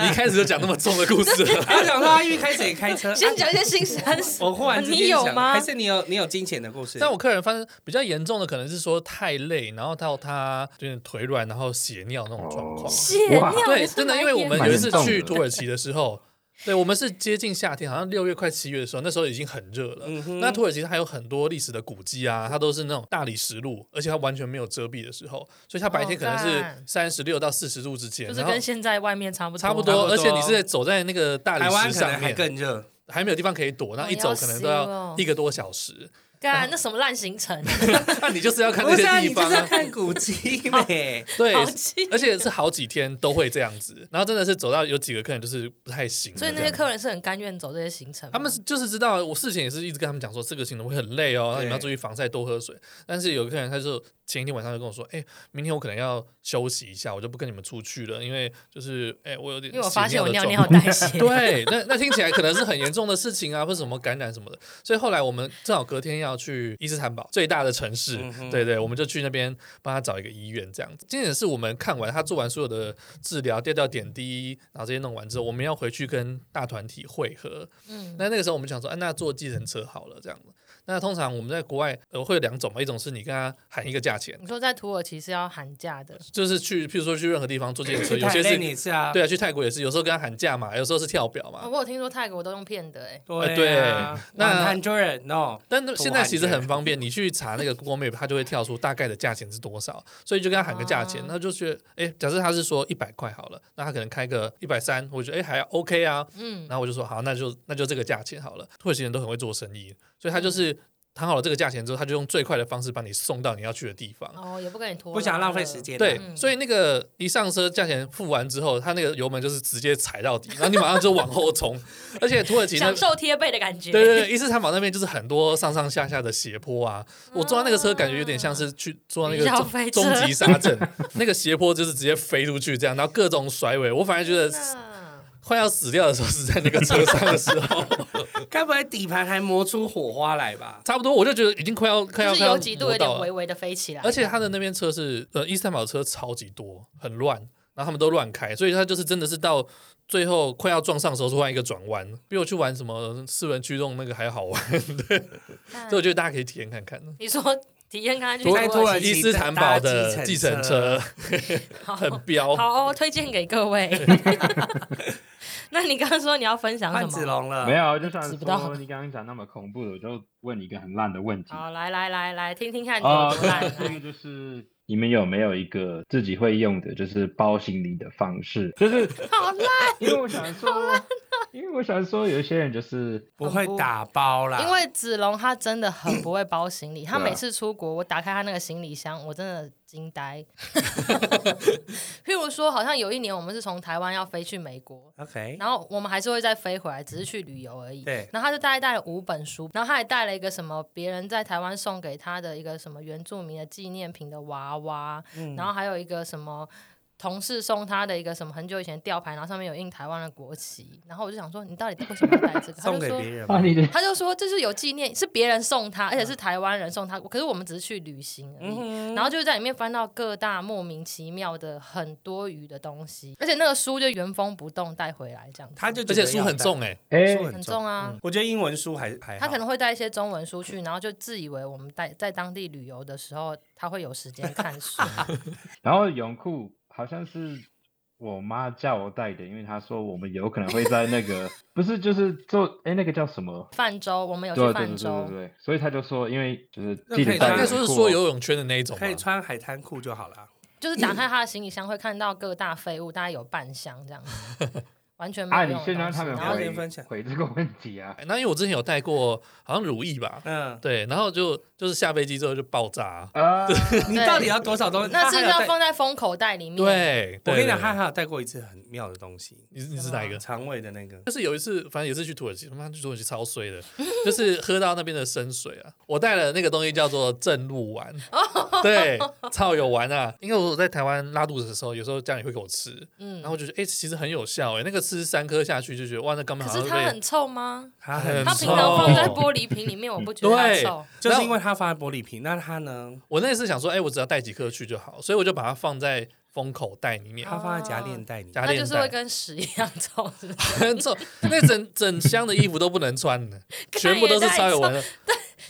Speaker 4: 你一开始就讲那么重的故事了，
Speaker 3: 他想说他一开始也开车，
Speaker 1: 先
Speaker 3: 啊
Speaker 1: 讲一些新三死。
Speaker 3: 我忽然之间
Speaker 1: 你有
Speaker 3: 想
Speaker 1: 吗
Speaker 3: 还是你有你有金钱的故事？
Speaker 4: 但我客人发现比较严重的可能是说太累，然后到他有点腿软，然后血尿那种状况。
Speaker 3: 哦
Speaker 1: 谢
Speaker 2: 哇
Speaker 1: 尿，
Speaker 4: 对，
Speaker 1: 你是
Speaker 4: 真的，
Speaker 1: 白
Speaker 4: 因为我
Speaker 1: 眼
Speaker 4: 们
Speaker 2: 蛮
Speaker 4: 有一
Speaker 2: 严
Speaker 4: 次
Speaker 2: 重
Speaker 4: 去
Speaker 2: 的
Speaker 4: 土耳其的时候，对我们是接近夏天，好像六月快七月的时候，那时候已经很热了。那土耳其它还有很多历史的古迹啊，它都是那种大理石路，而且它完全没有遮蔽的时候，所以它白天可能
Speaker 1: 哦
Speaker 4: 是
Speaker 1: 干
Speaker 4: 三十六到四十度之间，
Speaker 1: 就是
Speaker 4: 然后
Speaker 1: 跟现在外面差不多，
Speaker 4: 差不
Speaker 3: 差不
Speaker 4: 多，
Speaker 3: 多
Speaker 4: 而且你是走在那个大理
Speaker 3: 台湾
Speaker 4: 石
Speaker 3: 可能
Speaker 4: 上
Speaker 3: 还
Speaker 4: 面，
Speaker 3: 更热，
Speaker 4: 还没有地方可以躲，那一走可能都
Speaker 1: 我要死
Speaker 4: 要
Speaker 1: 哦
Speaker 4: 一个多小时。 [laughs]
Speaker 1: 干那什么烂行程，啊
Speaker 4: 那你就是要看那
Speaker 3: 不是啊，
Speaker 4: 些地
Speaker 3: 你就
Speaker 4: 方
Speaker 3: 是要
Speaker 4: 啊，
Speaker 3: 看古迹 [laughs] 呗。
Speaker 4: [laughs] 对
Speaker 1: 好气，
Speaker 4: 而且是好几天都会这样子。然后真的是走到有几个客人就是不太行，
Speaker 1: 所以那些客人是很甘愿走这些行程吗。
Speaker 4: 他们是就是知道，我事前也是一直跟他们讲说，这个行程会很累哦，然后你们要注意防晒，多喝水。但是有个客人他就前一天晚上就跟我说，哎、明天我可能要休息一下，我就不跟你们出去了，因为就是哎、我有点
Speaker 1: 因为我发现我
Speaker 4: 血
Speaker 1: 尿
Speaker 4: 的
Speaker 1: 尿
Speaker 4: 状况。
Speaker 1: 代
Speaker 4: [laughs]
Speaker 3: [laughs]
Speaker 1: 谢，
Speaker 4: 对，啊那那听起来可能是很严重的事情啊，或者什么感染什么的，所以后来我们正好隔天要去伊斯坦堡最大的城市，
Speaker 3: 嗯哼
Speaker 4: 对对，我们就去那边帮他找一个医院这样子。今天也是我们看完他做完所有的治疗，吊吊点滴，然后这些弄完之后，我们要回去跟大团体会合，
Speaker 1: 嗯，
Speaker 4: 那那个时候我们想说，啊，那坐计程车好了，这样子。那通常我们在国外呃会有两种嘛，一种是你跟他喊一个价钱，
Speaker 1: 你说在土耳其是要寒假的，
Speaker 4: 就是去譬如说去任何地方坐计程
Speaker 3: [laughs]
Speaker 4: 车，
Speaker 3: 去
Speaker 4: 有
Speaker 3: 台
Speaker 4: 些
Speaker 3: 累
Speaker 4: 是
Speaker 3: 你是啊，
Speaker 4: 对啊，去泰国也是，有时候跟他喊价嘛，有时候是跳表
Speaker 1: 哦
Speaker 4: 嘛。
Speaker 1: 我有听说泰国都用骗的，哎，
Speaker 3: 对啊
Speaker 4: 呃对那
Speaker 3: One hundred no，
Speaker 4: 但那现在其实很方便，你去查那个 Google Map，它就会跳出大概的价钱是多少，所以就跟他喊个价钱
Speaker 1: 啊，
Speaker 4: 那就觉得，哎，假设他是说一百块好了，那他可能开个一百三，我觉得哎还 OK 啊，
Speaker 1: 嗯，
Speaker 4: 然后我就说好，那就那就这个价钱好了。土耳其人都很会做生意，所以
Speaker 1: 嗯
Speaker 4: 他就是谈好了这个价钱之后，他就用最快的方式把你送到你要去的地方。
Speaker 1: 哦，也不跟你拖，
Speaker 3: 不想浪费时，间。啊
Speaker 4: 对，
Speaker 1: 嗯
Speaker 4: 所以那个一上车，价钱付完之后，他那个油门就是直接踩到底，然后你马上就往后冲。而且土耳其那
Speaker 1: 享受贴背的感觉，
Speaker 4: 对对对，伊斯坦堡那边就是很多上上下下的斜坡啊，我坐到那个车感觉有点像是去坐到那个
Speaker 1: 消费
Speaker 4: 终
Speaker 1: 者
Speaker 4: 终极沙阵， [laughs] 那个斜坡就是直接飞出去这样，然后各种甩尾，我反而觉得
Speaker 1: 那
Speaker 4: 快要死掉的时候是在那个车上的时
Speaker 1: [laughs]
Speaker 4: 候。
Speaker 3: 该不会底盘还磨出火花来吧？
Speaker 4: 差不多，我就觉得已经快要快要
Speaker 1: 就是
Speaker 4: 快要
Speaker 1: 有几度有
Speaker 4: 磨到
Speaker 1: 点微
Speaker 4: 了，
Speaker 1: 微的飞起来，
Speaker 4: 而且他的那边车是呃伊斯坦堡车超级多，很乱，然后他们都乱开，所以他就是真的是到最后快要撞上的时候突然一个转弯，比我去玩
Speaker 1: 嗯
Speaker 4: 什么四轮驱动那个还好玩，所以我觉得大家可以体验看看。
Speaker 1: 你说。体验看看去
Speaker 3: 多
Speaker 1: 土
Speaker 3: 多
Speaker 1: 耳
Speaker 3: 人
Speaker 1: 其
Speaker 4: 伊斯坦堡的计程车 [laughs]
Speaker 1: 好
Speaker 4: 很彪，
Speaker 1: 好、哦，推荐给各位。 [laughs] 那你刚刚说你要分享
Speaker 3: 炭
Speaker 1: 什
Speaker 3: 子
Speaker 1: 么？
Speaker 3: 龙了，
Speaker 2: 没有，啊就算
Speaker 1: 哦指不到
Speaker 2: 说你刚刚讲那么恐怖的，我就问你一个很烂的问题。
Speaker 1: 好，来来来来，听听看啊 [laughs] 你
Speaker 2: 哦
Speaker 1: 有多烂。
Speaker 2: 这个
Speaker 1: 来
Speaker 2: 就是你们有没有一个自己会用的，就是包行李的方式？就是
Speaker 1: 好烂，
Speaker 2: [laughs] 因为我想说，
Speaker 1: 啊
Speaker 2: 因为我想说，有一些人就是
Speaker 3: 不会打包啦，
Speaker 1: 因为子龙他真的很不会包行李，他
Speaker 2: 对啊
Speaker 1: 每次出国，我打开他那个行李箱，我真的惊呆。 [laughs] 譬如说，好像有一年我们是从台湾要飞去美国，
Speaker 3: OK，
Speaker 1: 然后我们还是会再飞回来，只是去旅游而已。
Speaker 3: 对
Speaker 1: 然后他就大概带了五本书，然后他还带了一个什么别人在台湾送给他的一个什么原住民的纪念品的娃娃，
Speaker 3: 嗯
Speaker 1: 然后还有一个什么。同事送他的一个什么很久以前的吊牌，然后上面有印台湾的国旗，然后我就想说，你到底为什么要带这个？他
Speaker 3: 送
Speaker 1: 就
Speaker 3: 给
Speaker 1: 说
Speaker 3: 别，人
Speaker 2: 啊，
Speaker 3: 嘛，
Speaker 2: 你的
Speaker 1: 他就说这是有纪念，是别人送他，而且
Speaker 3: 嗯
Speaker 1: 是台湾人送他，可是我们只是去旅行而已。然后就在里面翻到各大莫名其妙的很多余的东西，而且那个书就原封不动带回来这样子。
Speaker 3: 他就
Speaker 4: 而
Speaker 3: 觉得
Speaker 4: 且书
Speaker 3: 要
Speaker 4: 很
Speaker 3: 带
Speaker 4: 重哎、
Speaker 2: 哎
Speaker 3: 书，
Speaker 1: 很重啊
Speaker 3: 嗯我觉得英文书还还好
Speaker 1: 他可能会带一些中文书去，然后就自以为我们带在当地旅游的时候，他会有时间看书。
Speaker 3: [laughs]
Speaker 2: 然后泳裤好像是我妈叫我带的，因为她说我们有可能会在那
Speaker 3: [laughs]
Speaker 2: 个不是就是做哎那个叫什么？
Speaker 1: 泛舟，我们有
Speaker 2: 对
Speaker 1: 去
Speaker 2: 对对
Speaker 1: 泛
Speaker 2: 对对
Speaker 1: 舟，
Speaker 2: 对，所以她就说，因为就是
Speaker 3: 那
Speaker 2: 记
Speaker 3: 可
Speaker 2: 得
Speaker 3: 以
Speaker 2: 带
Speaker 3: 穿
Speaker 2: 泳
Speaker 4: 应该
Speaker 2: 裤
Speaker 4: 说是说
Speaker 2: 哦
Speaker 4: 游泳圈的那一种吧
Speaker 3: 可以。穿海滩裤就好啦。
Speaker 1: 就是打开他的行李箱会看到各大废物，大概有半箱这样子，
Speaker 2: [laughs]
Speaker 1: 完全没
Speaker 2: 啊，
Speaker 1: 有
Speaker 2: 你
Speaker 1: 用的
Speaker 2: 先
Speaker 1: 东
Speaker 2: 让
Speaker 1: 西。
Speaker 2: 他们
Speaker 1: 然后
Speaker 3: 回
Speaker 2: 回
Speaker 3: 分享
Speaker 2: 回这个问题啊。
Speaker 4: 哎那因为我之前有带过，好像如意吧，
Speaker 3: 嗯，
Speaker 4: 对，然后就就是下飞机之后就爆炸啊、
Speaker 2: 啊，
Speaker 3: 你到底要多少东西？
Speaker 1: 那
Speaker 3: 他
Speaker 1: 是
Speaker 3: 还有
Speaker 1: 要
Speaker 3: 带
Speaker 1: 放在封口袋里面。，
Speaker 4: 对，
Speaker 3: 嗯我
Speaker 4: 对
Speaker 3: 跟你讲，
Speaker 4: 对
Speaker 3: 他还有带过一次很妙的东西，
Speaker 4: 你你是哪一个？
Speaker 3: 肠胃的那个。
Speaker 4: 就是有一次，反正也是去土耳其，他妈去土耳其超衰的， [laughs] 就是喝到那边的生水啊。我带了那个东西叫做正露丸，
Speaker 1: 哦
Speaker 4: 对，超有玩啊。因为我在台湾拉肚子的时候，有时候家里会给我吃，
Speaker 1: 嗯
Speaker 4: 然后。我就觉得哎、其实很有效哎、那个吃三颗下去就觉得哇，那肛门
Speaker 1: 可
Speaker 4: 好像
Speaker 1: 是
Speaker 4: 被
Speaker 1: 它很臭吗？
Speaker 3: 他
Speaker 4: 很
Speaker 3: 很
Speaker 1: 它平
Speaker 4: 臭
Speaker 1: 常放在玻璃瓶里面，我不觉得它
Speaker 4: 对
Speaker 1: 臭。，
Speaker 3: 就是因
Speaker 4: 为
Speaker 3: 为他放在玻璃瓶，那他呢？
Speaker 4: 我那次想说，哎、我只要带几颗去就好，所以我就把它放在封口袋里面。
Speaker 3: 他放在夹链袋里。
Speaker 4: 夹
Speaker 1: 那就
Speaker 4: 链
Speaker 1: 是会
Speaker 4: 袋，
Speaker 1: 跟屎一样臭，是不
Speaker 3: [laughs]
Speaker 1: 是
Speaker 4: 很 [laughs] 臭，那整整箱的衣服都不能穿
Speaker 1: [laughs]
Speaker 4: 的，全部都是超有闻的。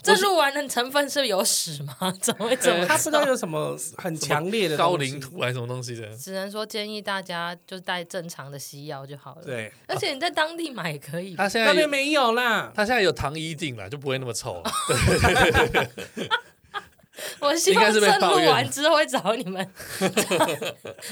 Speaker 1: 这入丸的成分是有屎吗？ [laughs] 怎么会这么
Speaker 3: 他不知道有 [laughs] 什么很强烈的
Speaker 4: 高
Speaker 3: 东西
Speaker 4: 岭，土还啊是什么东西的，
Speaker 1: 只能说建议大家就带正常的西药就好了。，
Speaker 3: 对，啊
Speaker 1: 而且你在当地买也可以。
Speaker 4: 他现在
Speaker 3: 那边没有啦。
Speaker 4: 他现在有糖衣定了，就不会那么臭。
Speaker 3: [laughs]
Speaker 1: 我希
Speaker 4: 应该
Speaker 1: 望
Speaker 4: 是被
Speaker 1: 正
Speaker 4: 抱
Speaker 1: 录
Speaker 4: 怨
Speaker 1: 完之后会找你
Speaker 3: [laughs]
Speaker 1: 们，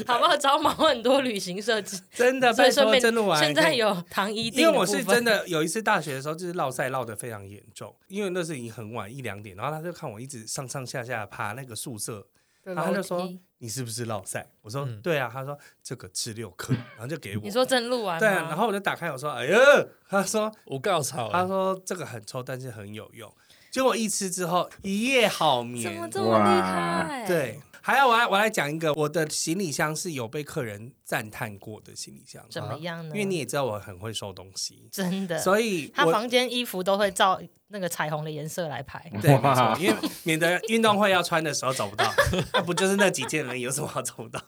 Speaker 1: 好不好？找某很多旅行设计，
Speaker 3: 真的，
Speaker 1: 所以
Speaker 3: 啊拜
Speaker 1: 顺
Speaker 3: 托
Speaker 1: 便
Speaker 3: 真的玩。
Speaker 1: 现在，有糖衣定，
Speaker 3: 因为我是真。的有一次大学的时候，就是落赛落的非常严重，因为那是已经很晚一两点，然后他就看我一直上上下下爬那个宿舍，
Speaker 1: 对
Speaker 3: 然后他就
Speaker 1: 楼
Speaker 3: 说
Speaker 1: 梯
Speaker 3: 你是不是落赛？我说
Speaker 4: 嗯
Speaker 3: 对啊，他说这个吃六颗，然后就给我
Speaker 1: 你。说正录完吗
Speaker 3: 对啊，然后我就打开我说，哎呀， [laughs] 他说
Speaker 4: 我告草
Speaker 3: 他
Speaker 4: 了，
Speaker 3: 说这个很臭，但是很有用。结果一吃之后一夜好
Speaker 1: 怎么
Speaker 3: 眠。
Speaker 1: 这么厉害？，
Speaker 3: 对，还有我啊来我来讲一个，我的行李箱是有被客人赞叹过的行李箱，
Speaker 1: 怎么样呢？
Speaker 3: 因为你也知道我很会收东西，
Speaker 1: 真的，
Speaker 3: 所以
Speaker 1: 他
Speaker 3: 我
Speaker 1: 房间衣服都会照那个彩虹的颜色来排。
Speaker 3: [laughs] 对，没
Speaker 2: 哇
Speaker 3: 错，因为免得运动会要穿的时候找
Speaker 1: [laughs]
Speaker 3: 不到，那不就是那几件而已，有什么好找不到？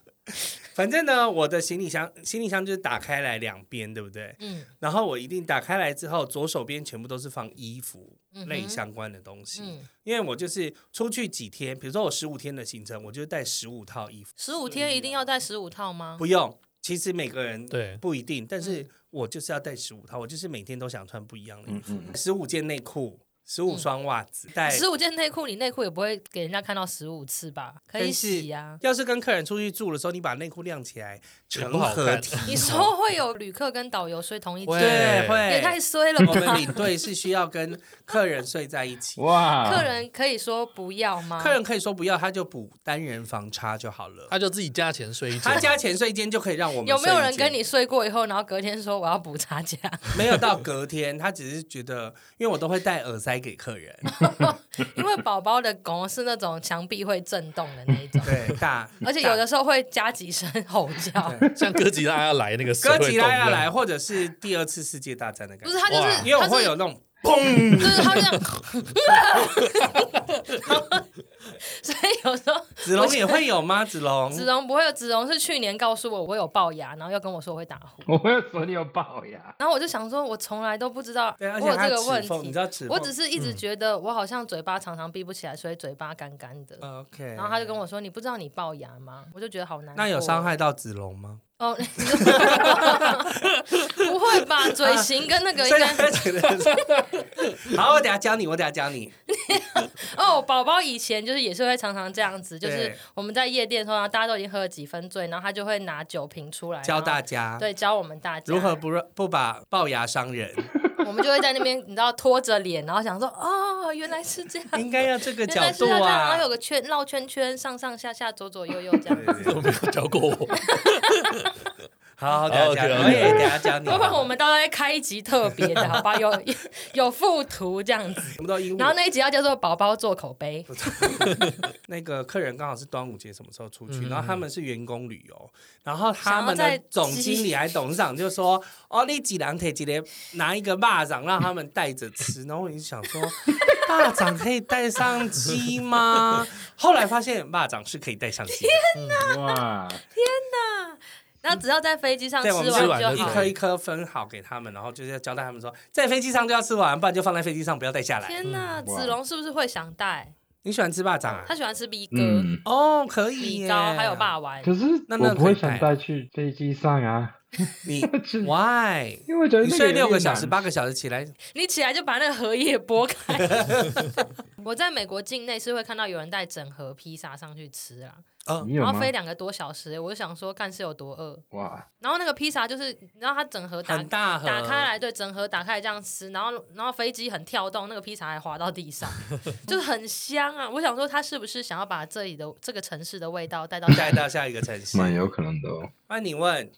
Speaker 3: 反正呢，我的行李箱行李箱就是打开来两边，对不对？
Speaker 1: 嗯
Speaker 3: 然后我一定打开来之后，左手边全部都是放衣服
Speaker 1: 嗯哼
Speaker 3: 类相关的东西，
Speaker 1: 嗯，
Speaker 3: 因为我就是出去几天，比如说我十五天的行程，我就带十五套衣服，
Speaker 1: 十五天一定要带十五套吗？
Speaker 3: 啊不用。其实每个人
Speaker 4: 对
Speaker 3: 不一定，但
Speaker 1: 嗯
Speaker 3: 是我就是要带十五套，我就是每天都想穿不一样的衣
Speaker 2: 嗯
Speaker 3: 服
Speaker 2: 嗯，嗯
Speaker 3: 十五件内裤，十五双袜子，带
Speaker 1: 嗯十五件内裤，你内裤也不会给人家看到十五次吧？可以
Speaker 3: 但是
Speaker 1: 洗
Speaker 3: [laughs]
Speaker 1: 呀、
Speaker 3: 要是跟客人出去住的时候，你把内裤晾起来，成
Speaker 4: 不好
Speaker 3: 合
Speaker 4: 看
Speaker 3: 体。
Speaker 1: 你说会有旅客跟导游睡同一间，
Speaker 3: 对，
Speaker 4: 对
Speaker 1: 也太
Speaker 3: 会。
Speaker 1: 衰了
Speaker 3: 我们 [laughs]
Speaker 1: 吧？
Speaker 3: 领队是需要跟客人睡在一
Speaker 1: [laughs]
Speaker 3: 起，
Speaker 2: 哇，
Speaker 1: 客人可以说不要吗？
Speaker 3: 客人可以说不要，他就补单人房差就好了。
Speaker 4: 他就自己加钱睡一觉。
Speaker 3: 他加钱睡一间就可以让我们
Speaker 1: 啊有没有
Speaker 3: 睡一
Speaker 1: 人
Speaker 3: 间
Speaker 1: 跟你睡过以后，然后隔天说我要补差价？ [laughs]
Speaker 3: 没有到隔天？他只是觉得，因为我都会戴耳塞给
Speaker 1: [laughs]
Speaker 3: 客人，
Speaker 1: 因为宝宝的拱是那种墙壁会震动的那一种，
Speaker 3: 对大，
Speaker 1: 而且有的时候会加几声吼叫。
Speaker 4: 像哥吉拉要来那个
Speaker 3: [laughs] 哥吉拉
Speaker 4: 要
Speaker 3: 要来，，或者是第二次世界大战的感
Speaker 1: 不
Speaker 3: 觉
Speaker 1: 是，，他就是
Speaker 4: 哇
Speaker 3: 因为我
Speaker 1: 他
Speaker 3: 会
Speaker 1: 是
Speaker 3: 有那种
Speaker 1: [laughs]
Speaker 3: [laughs]
Speaker 1: 就是他这样，所以有时候
Speaker 3: 子龙也会有吗？子龙，
Speaker 1: 子龙不会有，子龙是去年告诉我我有龅牙，然后要跟我说我会打呼，
Speaker 2: 我会说你有龅牙，
Speaker 1: 然后我就想说，我从来都不知道
Speaker 3: 对，而
Speaker 1: 我
Speaker 3: 且
Speaker 1: 有
Speaker 3: 他
Speaker 1: 这
Speaker 3: 的
Speaker 1: 个问
Speaker 3: 齿缝，你
Speaker 1: 题
Speaker 3: 知，道齿缝，嗯
Speaker 1: 我只是一直觉得我好像嘴巴常常闭不起来，所以嘴巴干干的。
Speaker 3: 哦 OK。
Speaker 1: 然后他就跟我说：“你不知道你龅牙吗？”我就觉得好难。
Speaker 3: 那有伤？害到子龙吗？
Speaker 1: 哦， [laughs] 你知道不会吧？嘴型跟那个应
Speaker 3: 啊所以
Speaker 1: 该……
Speaker 3: 他觉得 [laughs] 好，我等下教你，我等下教你。
Speaker 1: 哦，宝宝以前就是也是会常常这样子，就是
Speaker 3: 对
Speaker 1: 我们在夜店的时候，然后大家都已经喝了几分醉，然后他就会拿酒瓶出 [laughs] 来
Speaker 3: 教大
Speaker 1: 然
Speaker 3: 家
Speaker 1: 后对教我们大家
Speaker 3: 如何不让不把龅牙伤
Speaker 1: [laughs]
Speaker 3: 人，
Speaker 1: 我们就会在那边，你知道拖着脸，然后想说：“哦，原来是这样。”
Speaker 3: 应该要这个
Speaker 1: 原
Speaker 3: 角
Speaker 1: 来是
Speaker 3: 度
Speaker 1: 要这样，然后
Speaker 3: 啊
Speaker 1: 有。个圈绕圈圈，上上下下，左左右右这样。
Speaker 4: 怎么没有 [laughs] 教过我？
Speaker 3: 好，好等下教你，
Speaker 4: OK，OK
Speaker 3: 我也等下教你。
Speaker 1: 要不 [laughs] 然我们到时候再开一集特别的，好吧？有 [laughs] 有附图这样子，
Speaker 3: 全部都鹦
Speaker 1: 然后
Speaker 3: 鹉。
Speaker 1: 那一集要叫做“宝宝做口碑
Speaker 3: 那个客人刚好是端午节什么时候出去，
Speaker 4: 嗯
Speaker 3: 然后他们是员工旅游，然后他
Speaker 1: 想要
Speaker 3: 们
Speaker 1: 在
Speaker 3: 的总经理还董事长就说：“哦，你几两腿几连拿一个蚂蚱让他们带着吃。”然后我就想说， [laughs] 蚂蚱可以带上鸡吗？后来发现蚂蚱是可以带上鸡的。
Speaker 1: 嗯 [laughs]
Speaker 2: 哇，”。
Speaker 1: 那只要在飞机上
Speaker 3: 对，
Speaker 1: 啊吃
Speaker 3: 我们
Speaker 4: 吃完
Speaker 1: 就
Speaker 4: 就
Speaker 3: 一
Speaker 1: 好
Speaker 4: 可
Speaker 3: 颗。一颗分好给他们，然后就是要交代他们说，在飞机上就要吃完，不然就放在飞机上，不要带下来。
Speaker 1: 天哪，
Speaker 2: 嗯哇
Speaker 1: 子龙是不是会想带？
Speaker 3: 你喜欢吃霸掌啊
Speaker 1: 他？喜欢吃米哥、
Speaker 2: 嗯，
Speaker 3: 哦，可以
Speaker 1: 米
Speaker 3: 耶
Speaker 1: 糕，还有霸丸。
Speaker 2: 可是
Speaker 3: 那那
Speaker 2: 我不会
Speaker 3: 可以啊带
Speaker 2: 想带去飞机上啊，
Speaker 3: 你
Speaker 2: [laughs] 是
Speaker 3: why？
Speaker 2: 因为我觉得呃
Speaker 3: 你
Speaker 2: 那
Speaker 3: 睡
Speaker 2: 有
Speaker 3: 六个
Speaker 2: 点
Speaker 3: 小
Speaker 2: 难
Speaker 3: 时、八个小时起来，
Speaker 1: 你起来就把那个荷叶剥开。 [laughs] 我在美国境内是会看到有人带整盒披萨上去吃啦，
Speaker 3: 嗯，
Speaker 2: 你有
Speaker 1: 然后
Speaker 2: 吗？
Speaker 1: 飞两个多小时，我就想说干是有多饿。
Speaker 2: 哇，
Speaker 1: 然后那个披萨就是，你知道它整盒打
Speaker 3: 很大盒，
Speaker 1: 打开来，对，整盒打开来这样吃，然后然后飞机很跳动，那个披萨还滑到地
Speaker 4: [laughs]
Speaker 1: 上，就是很香啊！我想说，他是不是想要把这里的这个城市的味道带到
Speaker 3: 带到下一个城市。
Speaker 2: 蛮有可能的哦。
Speaker 3: 那你问，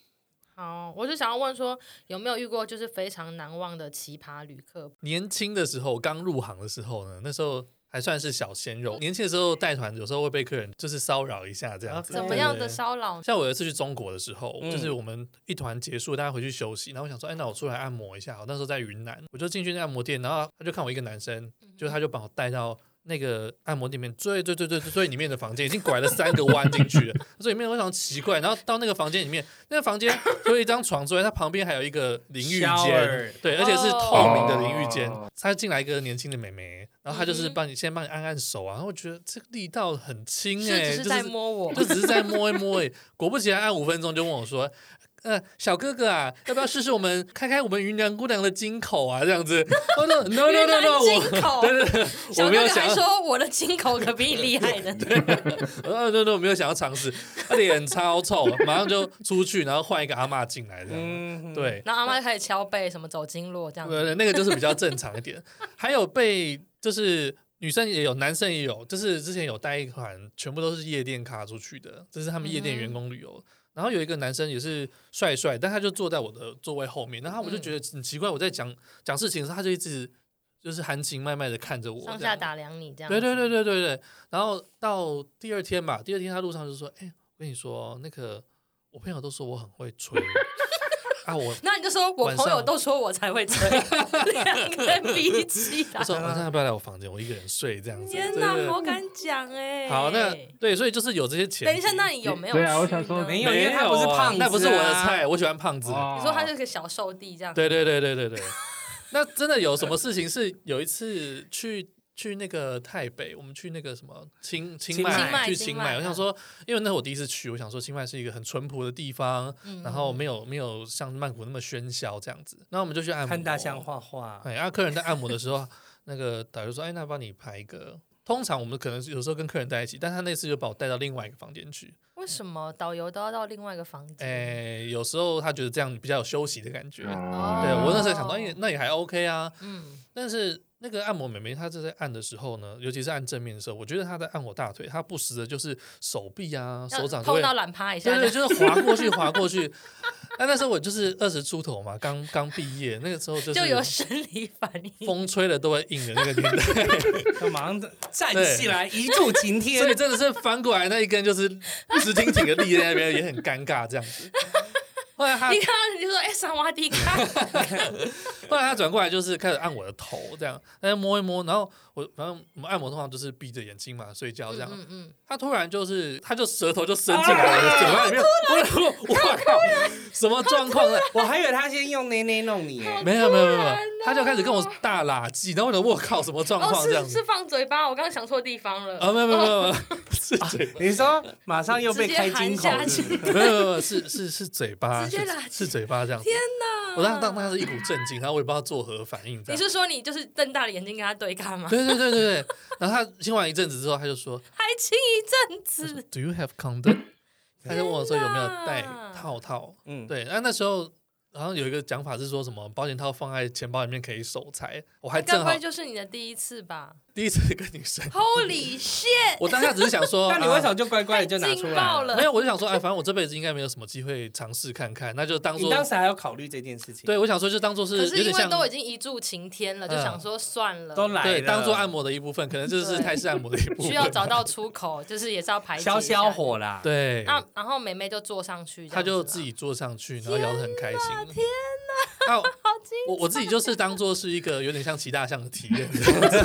Speaker 1: 好，哦我就想要问说，有没有遇过就是非常难忘的奇葩旅客？
Speaker 4: 年轻的时候，刚入行的时候呢，那时候还算是小鲜肉。年轻的时候带团，有时候会被客人就是骚扰一下这样子。
Speaker 3: 啊
Speaker 1: 怎么样的
Speaker 4: 对
Speaker 1: 骚扰？
Speaker 4: 像我有一次去中国的时候，
Speaker 3: 嗯
Speaker 4: 就是我们一团结束，大家回去休息，然后我想说，哎，那我出来按摩一下。我那时候在云南，我就进去那按摩店，然后他就看我一个男生，
Speaker 1: 嗯
Speaker 4: 就他就把我带到。那个按摩店面最最最最最最里面的房间，已经拐了三个弯进去了。 [laughs] 所以里面非常奇怪，然后到那个房间里面，那个房间除了一张床之外，它旁边还有一个淋浴间，
Speaker 3: Shower
Speaker 4: 对，而且是透明的淋浴间
Speaker 2: 哦。
Speaker 4: 他进来一个年轻的妹妹，然后她就是
Speaker 1: 嗯哼
Speaker 4: 帮你先帮你按按手啊，然后我觉得这个力道很轻
Speaker 1: 是
Speaker 4: 哎、
Speaker 1: 只
Speaker 4: 就是
Speaker 1: 在摸我？
Speaker 4: 就只是在摸一摸哎、 [laughs] 果不其然按五分钟就问我说。呃，小哥哥啊，要不要试试我们开开我们云南姑娘的金口啊？这样子，哦、no no no
Speaker 1: 云 [laughs]
Speaker 4: no
Speaker 1: 南
Speaker 4: no，我
Speaker 1: 金口，
Speaker 4: [laughs] 对对对，
Speaker 1: 小
Speaker 4: 我没
Speaker 1: 哥
Speaker 4: 有
Speaker 1: 哥
Speaker 4: 想
Speaker 1: 还
Speaker 4: 要
Speaker 1: 说我的金口可比你厉害
Speaker 4: [laughs]
Speaker 1: 的，
Speaker 4: 呃，对对，我没有想要尝试，他脸超臭，马上就出去，然后换一个阿嬷进
Speaker 2: 啊
Speaker 4: 来，这样、
Speaker 3: 嗯，
Speaker 4: 对。
Speaker 1: 然后阿妈就开始敲背，什么走经络这样子。
Speaker 4: 呃，那个就是比较正常一点。还有被就是女生也有，男生也有，就是之前有带一款全部都是夜店咖出去的，这是他们夜店
Speaker 1: 嗯
Speaker 4: 员工旅游。然后有一个男生也是帅帅，但他就坐在我的座位后面，然后我就觉
Speaker 1: 嗯
Speaker 4: 得很奇怪，我在讲讲事情的时候，他就一直就是含情脉脉的看着我，
Speaker 1: 上
Speaker 4: 这
Speaker 1: 下
Speaker 4: 样
Speaker 1: 打量你这样，
Speaker 4: 对对对对对对。然后到第二天吧，第二天他路上就说：“哎、我跟你说，那个我朋友都说我很会吹 [laughs] 啊，我
Speaker 1: 那你就说我
Speaker 4: 晚
Speaker 1: 朋友
Speaker 4: 上
Speaker 1: 都说我才会吹， [laughs] 两个人比起来
Speaker 3: 啊
Speaker 4: 他，说晚上要不要来我房间，我一个人睡这样
Speaker 1: [laughs]
Speaker 4: 子。”
Speaker 1: 天
Speaker 4: 对对
Speaker 1: 哪，
Speaker 4: 对
Speaker 1: 好敢讲哎！
Speaker 4: 好，那对，所以就是有这些钱。
Speaker 1: 等一下，那你有没有去
Speaker 2: 对
Speaker 1: 呢？
Speaker 2: 啊我想说啊
Speaker 3: 没
Speaker 1: 你
Speaker 3: 有，哦因为他
Speaker 4: 有
Speaker 3: 不是
Speaker 4: 啊
Speaker 3: 胖子，
Speaker 4: 那不是我的。菜，我喜欢胖子。
Speaker 2: 你
Speaker 1: 说他就是个小瘦弟这样，
Speaker 4: 对对对对对对。那真的有什么事情是有一次去去那个泰北，我们去那个什么清清
Speaker 3: 清
Speaker 4: 迈
Speaker 1: 迈
Speaker 4: 去
Speaker 1: 清
Speaker 4: 清
Speaker 1: 迈
Speaker 4: 迈，我想说，因为那是我第一次去，我想说清迈是一个很淳朴的地方，
Speaker 1: 嗯
Speaker 4: 然后没有没有像曼谷那么喧嚣这样子。然后我们就去按摩，
Speaker 3: 看大象画画，
Speaker 4: 哎，啊，客人在按摩的时候，那个导游说：“哎，那帮你拍一个。”通常我们可能有时候跟客人在一起，但他那次就把我带到另外一个房间去。
Speaker 1: 为什么导游都要到另外一个房间？
Speaker 4: 哎，有时候他觉得这样比较有休息的感觉。
Speaker 2: 哦
Speaker 4: 对
Speaker 1: [laughs]
Speaker 4: 我那时候
Speaker 1: 哦
Speaker 4: 想到，哎，那也还 OK 啊。
Speaker 1: 嗯，
Speaker 4: 但是那个按摩美眉，她就在按的时候呢，尤其是按正面的时候，我觉得她在按我大腿，她不时的就是手臂啊、手掌就
Speaker 1: 碰
Speaker 4: 会
Speaker 1: 到懒趴一下
Speaker 4: 对
Speaker 1: 这
Speaker 4: 对，
Speaker 1: 样，
Speaker 4: 就是滑过去，滑过去。 [laughs] 但那时候我就是二十出头嘛，刚刚毕业，那个时候就
Speaker 1: 就是有生理反应。
Speaker 4: 风吹了都会硬的那个年代，
Speaker 3: 就马上站起来，一柱擎
Speaker 4: 所以
Speaker 3: 天。
Speaker 4: 真的是翻过来那一根就是直挺挺的立在那边，也很尴尬这样子。后来他
Speaker 1: 你看到你就说哎，萨瓦迪卡，
Speaker 4: 后来他转过来就是开始按我的头，这样，哎摸一摸，然后我反正我们按摩通常就是闭着眼睛嘛睡觉 [laughs] 这样，
Speaker 1: 嗯嗯，
Speaker 4: 他突然就是他就舌头就伸进来我的嘴巴里面，我我我靠，什么状况呢？
Speaker 3: 我还以为他先用捏捏弄你
Speaker 1: [laughs]
Speaker 3: 耶，
Speaker 4: 没有没有没有没有，他就开始跟我大拉鸡，然后我就我靠什么状
Speaker 1: 哦
Speaker 4: 况这样
Speaker 1: 是
Speaker 4: 子
Speaker 1: 是？放嘴巴，我刚刚想错地方了，
Speaker 4: 啊没有没有没有没有，是嘴
Speaker 3: 你说马上又被
Speaker 1: 直接
Speaker 3: 开金
Speaker 1: 含
Speaker 3: 口
Speaker 1: 下
Speaker 3: 是不是
Speaker 1: 去，
Speaker 4: [laughs] 没有没有没有是是是嘴巴，
Speaker 1: 直接
Speaker 4: 是
Speaker 1: 拉鸡
Speaker 4: 是嘴巴这样子。
Speaker 1: 天哪！
Speaker 4: 我当当当时一股震惊，然后我也不知道作何反应这
Speaker 1: 你
Speaker 4: 样。
Speaker 1: 是说你就是瞪大了眼睛跟他对看吗？
Speaker 4: 对对对对对，然后他亲完一阵子之后，他就
Speaker 1: [laughs]
Speaker 4: 说
Speaker 1: 还亲一阵子，
Speaker 4: Do you have condom？他就问我说有没有带
Speaker 1: 天哪
Speaker 4: 套套？
Speaker 3: 嗯，
Speaker 4: 对，那那时候好像有一个讲法是说什么保险套放在钱包里面可以守财，我还
Speaker 1: 该
Speaker 4: 正
Speaker 1: 不
Speaker 4: 好
Speaker 1: 会就是你的第一次吧
Speaker 4: 第一次跟女生，
Speaker 1: ？Holy shit！
Speaker 4: 我当下只是想说，
Speaker 3: [laughs] 那你为什
Speaker 4: 啊
Speaker 3: 么就乖乖的就拿出
Speaker 1: 劲
Speaker 3: 来
Speaker 1: 爆
Speaker 3: 了？
Speaker 1: 了
Speaker 4: 没！有？我就想说，哎，反正我这辈子应该没有什么机会尝试看看，那就当
Speaker 3: 你
Speaker 4: 做
Speaker 3: 当时还要考虑这件事情，
Speaker 4: 对，我想说就当做 [laughs] 是
Speaker 1: 可
Speaker 4: 有
Speaker 1: 是因
Speaker 4: 点
Speaker 1: 为
Speaker 4: 像
Speaker 1: 都已经一柱擎天了，就
Speaker 4: 嗯
Speaker 1: 想说算了，
Speaker 3: 都来了，
Speaker 4: 对，当做按摩的一部分，可能这是泰式按摩的一部分，
Speaker 1: 需要找到啊出口，就是也是要排解一下
Speaker 3: 消消。火啦。，
Speaker 4: 对。
Speaker 1: 那然后梅梅就坐上去，
Speaker 4: 他
Speaker 1: 这样
Speaker 4: 就
Speaker 1: 子吗
Speaker 4: 自己坐上去，然后摇得很开心。
Speaker 1: 天
Speaker 4: 啊，我我自己就是当做是一个有点像骑大象的体验，
Speaker 1: [laughs]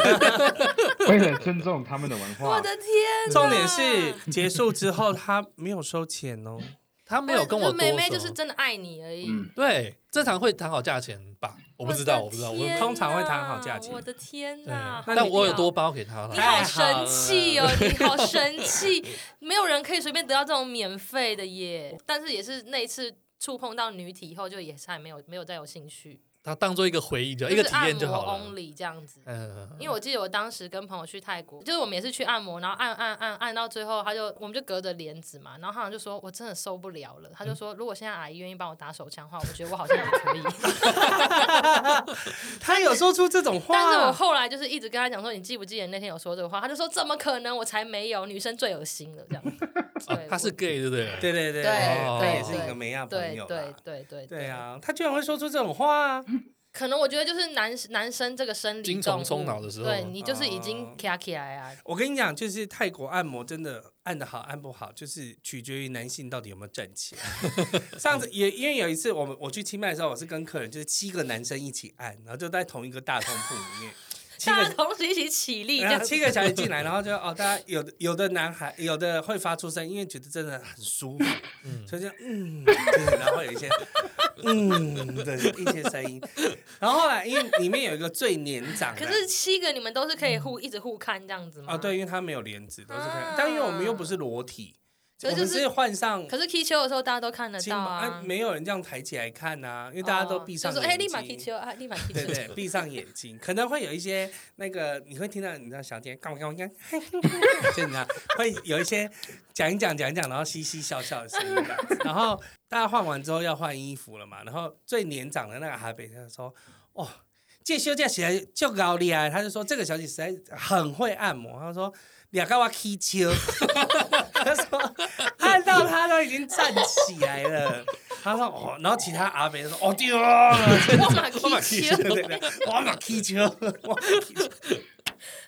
Speaker 2: 为了尊重他们的文化
Speaker 1: 我，的天啊哪！
Speaker 3: 重点是结束之后他没有收钱哦，
Speaker 4: 他没有跟我多
Speaker 1: 梅梅
Speaker 4: 说
Speaker 1: 就是真的爱你而已。
Speaker 2: 嗯，
Speaker 4: 对，正常会谈好价钱吧？我不知道，我不知道，
Speaker 1: 的天
Speaker 4: 我
Speaker 1: 哪
Speaker 3: 通常会谈好价钱
Speaker 1: 我的天啊
Speaker 4: 对
Speaker 1: 哪！，
Speaker 3: 那
Speaker 4: 但
Speaker 3: 你
Speaker 4: 我有多包给他
Speaker 1: 你
Speaker 4: 了。
Speaker 1: 好神气哦！你好神气，没有人可以随便得到这种免费的耶。但是也是那一次触碰到女体以后，就也是还没有没有再有兴趣，
Speaker 4: 他当做一个回忆就好一
Speaker 1: 就
Speaker 4: 个
Speaker 1: 是
Speaker 4: 体
Speaker 1: 按
Speaker 4: 验
Speaker 1: 摩
Speaker 4: 就好了。
Speaker 1: only 这样子。 [laughs]
Speaker 4: 嗯，
Speaker 1: 因为我记得我当时跟朋友去泰国，就是我们也是去按摩，然后按按按按到最后，他就我们就隔着帘子嘛，然后他好像就说我真的受不了了，他就说如果现在阿姨愿意帮我打手枪的话，我觉得我好像也可以。
Speaker 3: 他有说出这种话，
Speaker 1: 但是我后来就是一直跟他讲说，你记不记得那天有说这个话？他就说怎么可能，我才没有，女生最有心了这样。
Speaker 3: 啊
Speaker 1: 对，
Speaker 4: 他是
Speaker 1: 我
Speaker 4: gay 对不对？ [laughs]
Speaker 3: 对对对，
Speaker 1: 对
Speaker 3: 他
Speaker 4: 对
Speaker 3: 也是一个美亚朋
Speaker 1: 对
Speaker 3: 友
Speaker 1: 对
Speaker 3: 啦。
Speaker 1: 对对
Speaker 3: 对，啊，他居然会说出这种话啊，
Speaker 1: 可能我觉得就是男男生这个生理
Speaker 4: 精
Speaker 1: 动
Speaker 4: 虫
Speaker 1: 物
Speaker 4: 充脑的时候，
Speaker 1: 对你就是已
Speaker 3: 哦
Speaker 1: 经卡起来啊，
Speaker 3: 我跟你讲，就是泰国按摩真的按的好按不好，就是取决于男性到底有没有
Speaker 1: [laughs]
Speaker 3: 赚钱。上次也因为有一次我们我去清迈的时候，我是跟客人就是七个男生一起按，然后就在同一个大通铺里
Speaker 1: [laughs]
Speaker 3: 面，七
Speaker 1: 大家
Speaker 3: 个。
Speaker 1: 同时一起起立这
Speaker 3: 然
Speaker 1: 样
Speaker 3: 后
Speaker 1: 子。
Speaker 3: 七个小姐进来，然后就哦，大家有的有的男孩有的会发出声，音，因为觉得真的很舒服，所以就嗯， [laughs] 就是然后有一些嗯的一些声音。然后后来因为里面有一个最年长的，
Speaker 1: 可是七个你们都是可以互一直互看这样子吗？
Speaker 3: 嗯啊，对，。因为它没有帘子，都是可以。
Speaker 1: 啊
Speaker 3: 但因为我们又不是裸体，
Speaker 1: 所以
Speaker 3: 我们
Speaker 1: 就是
Speaker 3: 是换上
Speaker 1: 可是踢球的时候大家都看得
Speaker 3: 轻
Speaker 1: 到
Speaker 3: 薄，
Speaker 1: 啊，
Speaker 3: 没有人这样抬起来看呐、因为大家都闭上
Speaker 1: 就说
Speaker 3: 眼睛。
Speaker 1: 哎，立马踢球啊，立马踢球
Speaker 3: 对。对， [laughs] 闭上眼睛，可能会有一些那个，你会听到，你知道小姐干嘛干嘛干嘛， [laughs] 就你知道会有一些讲一讲讲一讲，然后嘻嘻笑笑的声音这样子。然后大家换完之后要换衣服了嘛，然后最年长的那个阿北他就说：“哦，这休假起来就高厉害。”他就说：“这个小姐实在很会按摩。”他说：“两个我踢球。” [laughs] 他说：“按到他都已经站起来了。”他说：“哦。”然后其他阿北就说：“哦，丢了。”
Speaker 1: 我马踢球，
Speaker 3: 对对，我马踢球，我踢球，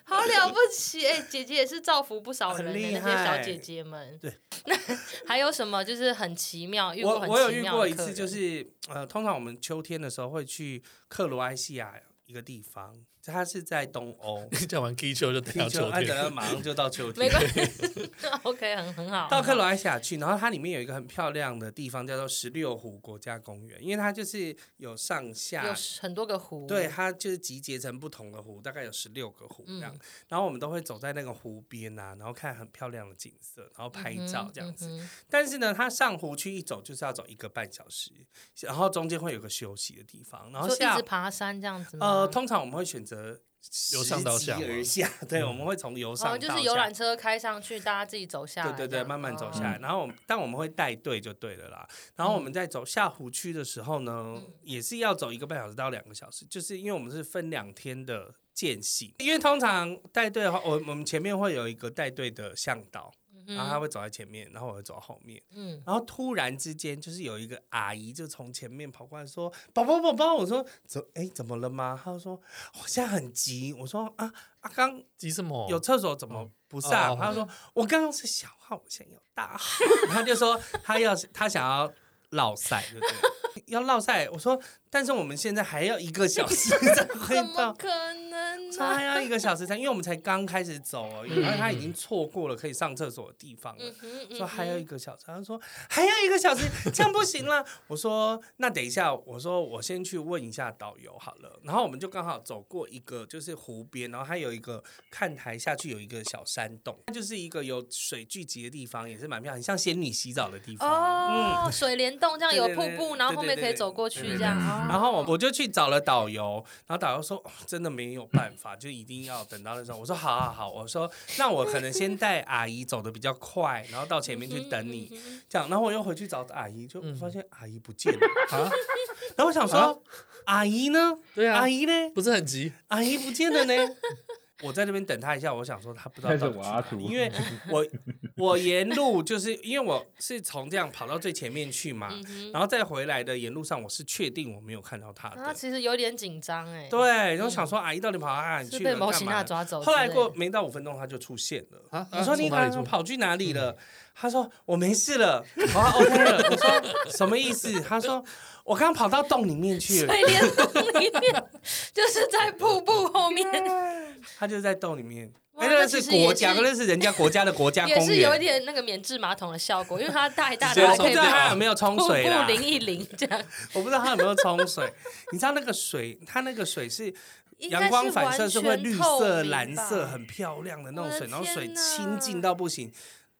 Speaker 1: 好了不起！哎，姐姐也是造福不少人
Speaker 3: 很厉
Speaker 1: 的那
Speaker 3: 害
Speaker 1: 些小姐姐们。
Speaker 3: 对，
Speaker 1: 那还有什么就是很奇 [laughs] 妙？遇过
Speaker 3: 我
Speaker 1: 很
Speaker 3: 我有
Speaker 1: 奇
Speaker 3: 遇
Speaker 1: 妙
Speaker 3: 过
Speaker 1: 的
Speaker 3: 一
Speaker 1: 客
Speaker 3: 次，
Speaker 1: 人
Speaker 3: 就是呃，通常我们秋天的时候会去克罗埃西亚一个地方，它是在东欧
Speaker 1: [laughs]
Speaker 4: 你讲完 K 球就
Speaker 3: 踢
Speaker 4: 等到
Speaker 3: 球，
Speaker 4: 秋
Speaker 3: 它等
Speaker 4: 天，
Speaker 3: 到马上就到秋
Speaker 1: 没
Speaker 3: 天。
Speaker 1: 关系，OK，很 [laughs] 很好。
Speaker 3: 到克罗埃西亚去，然后它里面有一个很漂亮的地方，叫做十六湖国家公园，因为它就是有上
Speaker 1: 有
Speaker 3: 下
Speaker 1: 很多个湖，
Speaker 3: 对，，它就是集结成不同的湖，大概有十六个湖这
Speaker 1: 嗯
Speaker 3: 样。然后我们都会走在那个湖边啊，然后看很漂亮的景色，然后拍照这样子。
Speaker 1: 嗯哼
Speaker 3: 但是呢，它上湖区一走就是要走一个半小时，然后中间会有个休息的地方，然后
Speaker 1: 就一
Speaker 3: 下
Speaker 1: 直爬山这样子吗？
Speaker 3: 呃，通常我们会选择
Speaker 4: 由上到下
Speaker 3: 拾
Speaker 4: 吗
Speaker 3: 级而下，对，我们会从由上
Speaker 1: 哦，
Speaker 3: 到
Speaker 1: 就是
Speaker 3: 下
Speaker 1: 游览车开上去，大家自己走下来这样，
Speaker 3: 对对对，慢慢走下
Speaker 1: 哦。
Speaker 3: 来。然后我们，但我们会带队就对了啦。然后我们在走下湖区的时候呢，
Speaker 1: 嗯
Speaker 3: 也是要走一个半小时到两个小时，就是因为我们是分两天的间隙。因为通常带队的话，我我们前面会有一个带队的向导，然后他会走在前面，然后我会走后面。
Speaker 1: 嗯，
Speaker 3: 然后突然之间，就是有一个阿姨就从前面跑过来说：“宝宝，宝宝！”我说：“怎哎怎么了吗？”她就说：“我现在很急。”我说：“啊啊，刚
Speaker 4: 急什么？
Speaker 3: 有厕所怎么不
Speaker 4: 哦
Speaker 3: 上？他
Speaker 4: 嗯
Speaker 3: [laughs] 说我刚刚是小号，我现在有大号。他就说他要是他想要落赛，对不对？ [laughs] 要落赛，我说，但是我们现在还要一个小时
Speaker 4: [laughs]
Speaker 3: 才会
Speaker 1: 嗯怎么
Speaker 3: 到。
Speaker 1: 可能
Speaker 3: 说
Speaker 1: 呢、
Speaker 3: 还要一个小时才，因为我们才刚开始走而
Speaker 4: 嗯
Speaker 3: 已，然后他已经错过了可以上厕所的地方了
Speaker 1: 嗯。哼嗯
Speaker 3: 说还有一
Speaker 1: 哼，
Speaker 3: 个小时，他说还有一个小时，这样不行了。我说那等一下，我说我先去问一下导游好了。然后我们就刚好走过一个就是湖边，然后它有一个看台下去有一个小山洞，它就是一个有水聚集的地方，也是蛮漂亮，很像仙女洗澡的地方。嗯，
Speaker 1: 哦，水帘洞这样有
Speaker 3: 对对
Speaker 1: 瀑
Speaker 3: 对
Speaker 1: 布，
Speaker 3: 对
Speaker 1: 然后后
Speaker 3: 对
Speaker 1: 面
Speaker 3: 对
Speaker 1: 可以
Speaker 3: 对
Speaker 1: 走过
Speaker 3: 对
Speaker 1: 去
Speaker 3: 对
Speaker 1: 这样。
Speaker 3: 对
Speaker 1: 哦
Speaker 3: 嗯然后我我就去找了导游，然后导游说、哦真的没有办法，就一定要等到那时候。我说好好好，我说那我可能先带阿姨走的比较快，然后到前面
Speaker 1: 嗯
Speaker 3: 去等你，这样。然后我又回去找阿姨，就
Speaker 4: 嗯
Speaker 3: 发现阿姨不
Speaker 4: [laughs]
Speaker 3: 见了、 [laughs] 啊。然后我想说、
Speaker 4: 啊
Speaker 3: 阿姨呢？
Speaker 4: 对啊
Speaker 3: 阿姨呢？
Speaker 4: 不是很急，
Speaker 3: 阿姨不见了呢。 [laughs] 我在那边等她一下，我想说她不知道
Speaker 2: 开始
Speaker 3: 到底去
Speaker 2: 挖
Speaker 3: 哪
Speaker 2: 土
Speaker 3: 里，因为
Speaker 2: [laughs]
Speaker 3: 我我沿路就是因为我是从这样跑到最前面去嘛，
Speaker 4: 嗯
Speaker 3: 然后再回来的沿路上，我是确定我没有看到她
Speaker 1: 然后
Speaker 4: 啊
Speaker 3: 的。
Speaker 1: 其实有点紧张哎，，
Speaker 3: 对，然后想说阿姨到底跑到哪里
Speaker 1: 是
Speaker 3: 去
Speaker 1: 被
Speaker 3: 了？
Speaker 1: 毛
Speaker 3: 干
Speaker 1: 奇
Speaker 3: 嘛
Speaker 1: 娜？抓走之
Speaker 3: 后
Speaker 1: 类的。
Speaker 3: 来过没到五分钟，她就出现了。
Speaker 4: 啊
Speaker 3: 我说
Speaker 4: 啊
Speaker 3: 你
Speaker 4: 从
Speaker 3: 刚
Speaker 4: 哪里
Speaker 3: 刚
Speaker 4: 出
Speaker 3: 跑去哪里
Speaker 1: 嗯
Speaker 3: 了？他说我没事了，我说哦 OK 了。我说什么意思？他说我刚跑到洞里
Speaker 1: [laughs]
Speaker 3: 面去了，
Speaker 1: 水帘洞里面， [laughs] 就是在瀑布后面，
Speaker 3: 啊他就在洞里面。
Speaker 1: 哇
Speaker 3: 哎，那
Speaker 1: 那
Speaker 3: 是
Speaker 1: 其实也
Speaker 3: 国家，
Speaker 1: 是
Speaker 3: 那是人家国家的国家
Speaker 1: [laughs] 也
Speaker 3: 公
Speaker 1: 是有一
Speaker 3: 园。
Speaker 1: 点那个免治马桶的效果，因为它大一大
Speaker 4: 直接
Speaker 1: 的，还
Speaker 3: 我
Speaker 1: 可以
Speaker 3: 不
Speaker 4: 冲
Speaker 3: 知道
Speaker 4: 掉
Speaker 1: 把
Speaker 3: 他有没有冲
Speaker 1: 瀑布
Speaker 3: 水啦，
Speaker 1: 淋一淋这样。
Speaker 3: 我不知道他有没有冲水。你知道那个水，它那个水是
Speaker 1: 应该
Speaker 3: 阳光反射，是会
Speaker 1: 完全
Speaker 3: 绿
Speaker 1: 透
Speaker 3: 色、
Speaker 1: 明
Speaker 3: 蓝
Speaker 1: 吧
Speaker 3: 色，很漂亮的那
Speaker 1: 我
Speaker 3: 种
Speaker 1: 的
Speaker 3: 水，然后
Speaker 1: 天
Speaker 3: 水
Speaker 1: 哪
Speaker 3: 清净到不行。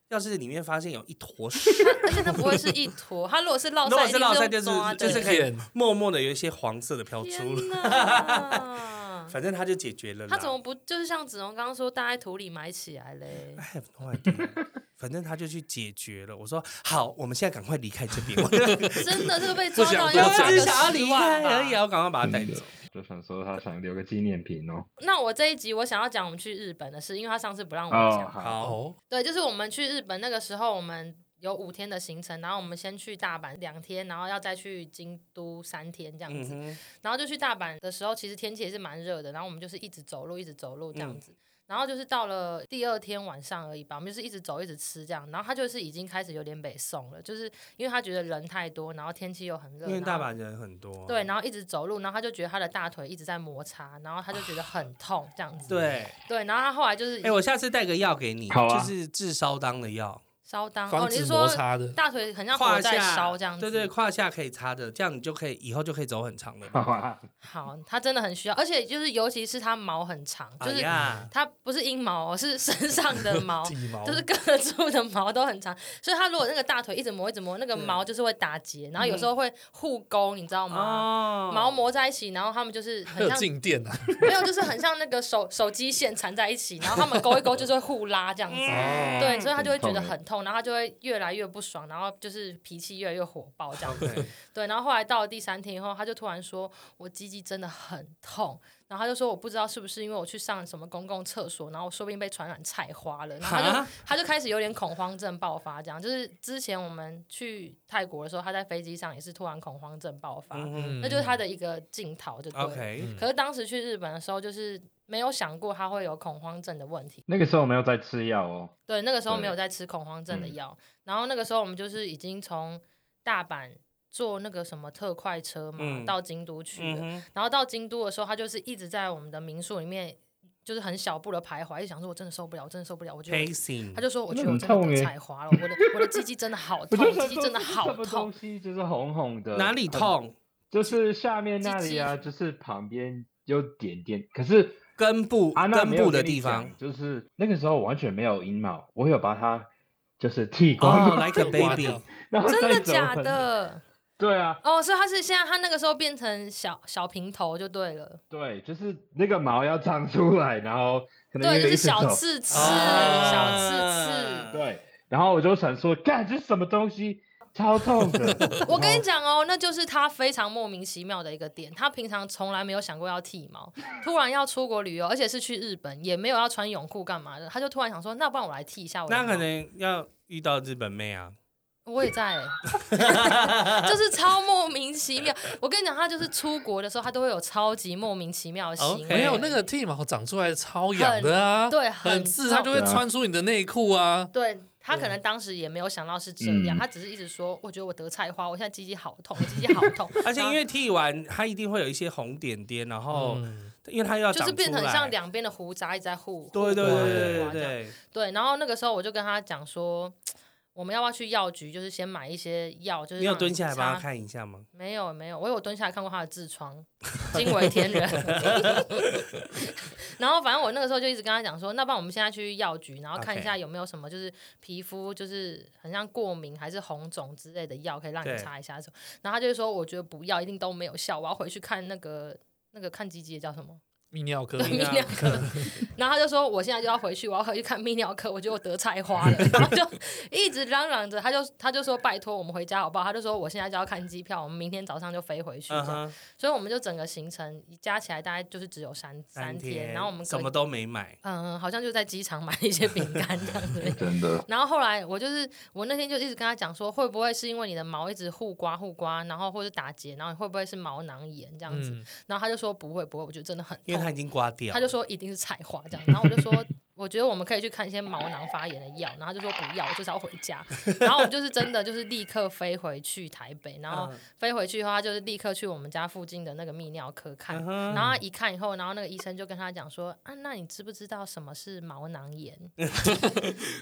Speaker 3: 要是里面发现有一坨屎，
Speaker 1: 而且它不会是一坨，它如果是落
Speaker 3: 如果
Speaker 1: 塞，
Speaker 3: 是
Speaker 1: 一定
Speaker 3: 落塞
Speaker 1: 用
Speaker 3: 就是
Speaker 1: 抓的
Speaker 3: 就是
Speaker 4: 一
Speaker 3: 可以
Speaker 4: 片
Speaker 3: [laughs]
Speaker 4: 哦
Speaker 3: 默默的有一些黄色的飘出
Speaker 1: 天
Speaker 3: 了，！
Speaker 1: 哪 [laughs]
Speaker 3: 反正他就解决了啦。
Speaker 1: 它怎么不就是像子龙刚刚说，搭在土里埋起来嘞
Speaker 3: [laughs] I？have no idea 反正他就去解决了。我说好，我们现在赶快离开这
Speaker 1: [laughs]
Speaker 3: 边。我就
Speaker 1: 真的，这个被抓
Speaker 4: 想
Speaker 1: 到
Speaker 4: 多
Speaker 1: 要
Speaker 4: 讲
Speaker 1: 罚
Speaker 3: 只
Speaker 1: 个
Speaker 3: 是想要
Speaker 1: 十
Speaker 3: 离
Speaker 1: 万
Speaker 3: 开
Speaker 1: 吧
Speaker 3: 而已啊，我赶快把他带走。
Speaker 2: 就想说他想留个纪念品哦。
Speaker 1: 那我这一集我想要讲我们去日本的事，因为他上次不让我们
Speaker 2: 哦，
Speaker 1: 讲。
Speaker 2: 好，
Speaker 3: 好，
Speaker 4: 哦，
Speaker 1: 对，就是我们去日本那个时候，我们有五天的行程，然后我们先去大阪两天，然后要再去京都三天这样
Speaker 3: 嗯
Speaker 1: 子。
Speaker 3: 哼，
Speaker 1: 然后就去大阪的时候，其实天气也是蛮热的，然后我们就是一直走路，一直走路这
Speaker 3: 嗯
Speaker 1: 样子。然后就是到了第二天晚上而已吧，我们就是一直走，一直吃这样。然后他就是已经开始有点北宋了，就是因为他觉得人太多，然后天气又很热，
Speaker 3: 因为
Speaker 1: 然
Speaker 3: 大
Speaker 1: 后
Speaker 3: 阪人很多。
Speaker 1: 对，然后一直走路，然后他就觉得他的大腿一直在摩擦，然后他就觉得很痛这样子。
Speaker 3: 对，
Speaker 1: 对，然后他后来就是
Speaker 3: 哎，我下次带个药给你，
Speaker 2: 好啊
Speaker 3: 就是治烧裆的药，
Speaker 1: 烧当哦，
Speaker 4: 防
Speaker 1: 你
Speaker 4: 止
Speaker 1: 是说
Speaker 4: 摩擦的。
Speaker 1: 大腿很像
Speaker 3: 胯
Speaker 1: 火在
Speaker 3: 下
Speaker 1: 烧这样子？
Speaker 3: 对对，胯下可以擦的，这样你就可以以后就可以走很长的路。
Speaker 2: 好啊，
Speaker 1: 好，他真的很需要，而且就是尤其是他毛很长，就
Speaker 3: 哎
Speaker 1: 是
Speaker 3: 呀，
Speaker 1: 它不是阴毛哦，是
Speaker 3: [laughs]
Speaker 1: 身上的毛。
Speaker 4: [laughs] 体毛
Speaker 1: 就是各 [laughs] 处的毛都很长，所以他如果那个大腿一直磨一直磨，那个
Speaker 3: 对嗯
Speaker 1: 毛就是会打结，然后有时候会互勾，你知道吗？
Speaker 3: 哦
Speaker 1: 毛磨在一起，然后他们就是
Speaker 4: 还
Speaker 1: 很
Speaker 4: 有
Speaker 1: 像
Speaker 4: 静电啊，
Speaker 1: 没有，就是很像那个手手机线缠在一起，然后
Speaker 3: [laughs]
Speaker 1: 他们勾一勾就是会互拉这样子。
Speaker 3: 嗯哎
Speaker 4: 哦
Speaker 1: 对，所以他就会觉得
Speaker 2: 很痛欸
Speaker 1: 很痛，然后他就会越来越不爽，然后就是脾气越来越火爆这样子。
Speaker 3: 对
Speaker 1: [laughs] 对，然后后来到了第三天以后，他就突然说我鸡鸡真的很痛，然后他就说我不知道是不是因为我去上什么公共厕所，然后我说不定被传染菜花了，然后他就
Speaker 3: 哈
Speaker 1: 他就开始有点恐慌症爆发，这样就是之前我们去泰国的时候，他在飞机上也是突然恐慌症爆发，
Speaker 3: 嗯
Speaker 1: 那就是他的一个镜头 [laughs] 就对嗯了。
Speaker 3: ，OK，嗯
Speaker 1: 可是当时去日本的时候，就是没有想过他会有恐慌症的问题，
Speaker 2: 那个时候没有在吃药哦。
Speaker 1: 对，那个时候没有
Speaker 2: 对
Speaker 1: 在吃恐慌症的
Speaker 2: 嗯
Speaker 1: 药，然后那个时候我们就是已经从大阪坐那个什么特快车嘛、
Speaker 3: 嗯
Speaker 1: 到京都去
Speaker 3: 嗯
Speaker 1: 了，
Speaker 3: 哼，
Speaker 1: 然后到京都的时候，他就是一直在我们的民宿里面，就是很小步的徘徊，一直想说我真的受不了，我真的受不了，我觉得。
Speaker 3: pacing，
Speaker 1: 他就说：“我觉
Speaker 2: 那
Speaker 1: 得我
Speaker 2: 很
Speaker 1: 真的
Speaker 2: 痛
Speaker 1: 得
Speaker 2: 欸
Speaker 1: 菜花了，我的我的鸡鸡真的
Speaker 2: [laughs]
Speaker 1: 好痛，鸡鸡真的好
Speaker 2: 什么
Speaker 1: 痛
Speaker 2: 东。西就是红红的，
Speaker 3: 哪里
Speaker 2: 很？
Speaker 3: 痛？
Speaker 2: 就是下面那里啊，就是旁边有点点，可是
Speaker 3: 根部
Speaker 2: 阿娜
Speaker 3: 根
Speaker 2: 啊没有
Speaker 3: 部的
Speaker 2: 跟你
Speaker 3: 地方
Speaker 2: 讲，。就是那个时候完全没有阴毛，我有把它就是剃光， [laughs]
Speaker 3: 哦、l i k e a
Speaker 4: 刮
Speaker 3: baby，
Speaker 4: 掉
Speaker 2: 然后
Speaker 1: 真
Speaker 2: 再
Speaker 1: 的
Speaker 2: 走
Speaker 1: 假
Speaker 2: 很？
Speaker 1: 的？
Speaker 2: 对啊，
Speaker 1: 哦，所以他是现在他那个时候变成小小平头就对了，
Speaker 2: 对，就是那个毛要长出来，然后可能
Speaker 1: 对，就
Speaker 2: 有一
Speaker 1: 是
Speaker 2: 只
Speaker 1: 小
Speaker 2: 手
Speaker 1: 刺刺，
Speaker 3: 啊
Speaker 1: 小刺刺。。
Speaker 2: 对，然后我就想说，干这是什么东西，超痛的
Speaker 1: [laughs] 我跟你讲哦，那就是他非常莫名其妙的一个点。他平常从来没有想过要剃毛，突然要出国旅游，而且是去日本，也没有要穿泳裤干嘛的，他就突然想说，那不然我来剃一下我的毛。
Speaker 3: 那可能要遇到日本妹啊，，
Speaker 1: 我也在、欸 [laughs] 就是超莫名其妙。我跟你讲，他就是出国的时候，他都会有超级莫名其妙的行为。
Speaker 4: 哦没有那个剃毛长出来超痒的啊，
Speaker 1: 对很
Speaker 4: 很刺，它就会
Speaker 2: 痛
Speaker 4: 穿出你的内裤啊。
Speaker 1: 对他可能当时也没有想到是这样，
Speaker 2: 嗯。
Speaker 1: 他只是一直说，我觉得我得菜花，我现在鸡鸡好痛，鸡鸡好痛
Speaker 3: 而且因
Speaker 1: 然
Speaker 3: 为剃完，它一定会有一些红点点，然后
Speaker 4: 嗯
Speaker 3: 因为它要
Speaker 1: 后就是
Speaker 3: 长
Speaker 1: 变
Speaker 3: 出
Speaker 1: 成
Speaker 3: 来
Speaker 1: 像两边的胡渣一直在互，
Speaker 3: 对对对对
Speaker 1: 互刮这
Speaker 3: 对
Speaker 1: 样
Speaker 3: 对，
Speaker 1: 对，然后那个时候我就跟他讲说，我们要不要去药局，就是先买一些药，就是
Speaker 3: 你有
Speaker 1: 让
Speaker 3: 蹲下来帮
Speaker 1: 擦
Speaker 3: 它看一下吗？
Speaker 1: 没有没有，我有蹲下来看过他的痔疮，惊为天人。 [laughs] 然后反正我那个时候就一直跟他讲说，那不然我们现在去药局，然后看一下有没有什么就是皮肤就是很像过敏还是红肿之类的药可以让你
Speaker 3: 对
Speaker 1: 擦一下什么。然后他就说，我觉得不要，一定都没有效，我要回去看那个那个看鸡鸡的叫什么
Speaker 4: 泌尿科，
Speaker 3: [laughs]
Speaker 1: 泌
Speaker 3: 尿
Speaker 1: 尿科。 [laughs] 然后他就说，我现在就要回去，我要回去看泌尿科，我觉得我得菜花了。 [laughs] 然后就一直嚷嚷着，他就他就说拜托我们回家好不好？他就说我现在就要看机票，我们明天早上就飞回去这
Speaker 3: 嗯
Speaker 1: 样。
Speaker 3: 哼，
Speaker 1: 所以我们就整个行程加起来大概就是只有三三天，然后我们
Speaker 3: 什
Speaker 1: 隔
Speaker 3: 么都没买，
Speaker 1: 嗯，好像就在机场买了一些饼干这样子
Speaker 2: 真的，
Speaker 1: [laughs] 然后后来我就是我那天就一直跟他讲说，会不会是因为你的毛一直互刮互刮，然后或者打结，然后你会不会是毛囊炎这样子？
Speaker 4: 嗯，
Speaker 1: 然后他就说不会不会，我觉得真的很
Speaker 3: 因为
Speaker 1: 痛。
Speaker 3: 它已经刮掉了，
Speaker 1: 他哦就说一定是菜花这样，然后我就说 [laughs] 我觉得我们可以去看一些毛囊发炎的药，然后他就说不要，我就是要回家。然后我们就是真的就是立刻飞回去台北，然后
Speaker 3: 嗯
Speaker 1: 飞回去的话就是立刻去我们家附近的那个泌尿科看，
Speaker 3: 嗯
Speaker 1: 然
Speaker 3: 哼
Speaker 1: 后他一看以后，然后那个医生就跟他讲说啊，那你知不知道什么是毛囊炎？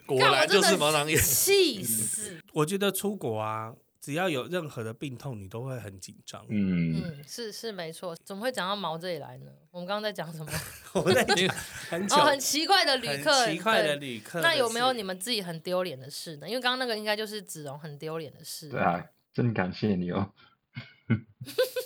Speaker 4: 果
Speaker 1: 干我
Speaker 4: 然就
Speaker 1: 真的。
Speaker 4: 是毛囊炎
Speaker 1: 气死！
Speaker 3: 我觉得出国啊，只要有任何的病痛，你都会很紧张。
Speaker 2: 嗯，
Speaker 1: 嗯，是是没错，怎么会讲到毛这里来呢？我们刚刚在讲
Speaker 3: [laughs]
Speaker 1: 什么？
Speaker 3: 我
Speaker 1: [laughs]
Speaker 3: 们在讲很久
Speaker 1: 哦，，很奇怪的旅客，
Speaker 3: 很奇怪的
Speaker 1: 对。
Speaker 3: 旅客的事，
Speaker 1: 那有没有你们自己很丢脸的事呢？因为刚刚那个应该就是子荣很丢脸的事。
Speaker 2: 对啊，真感谢你哦。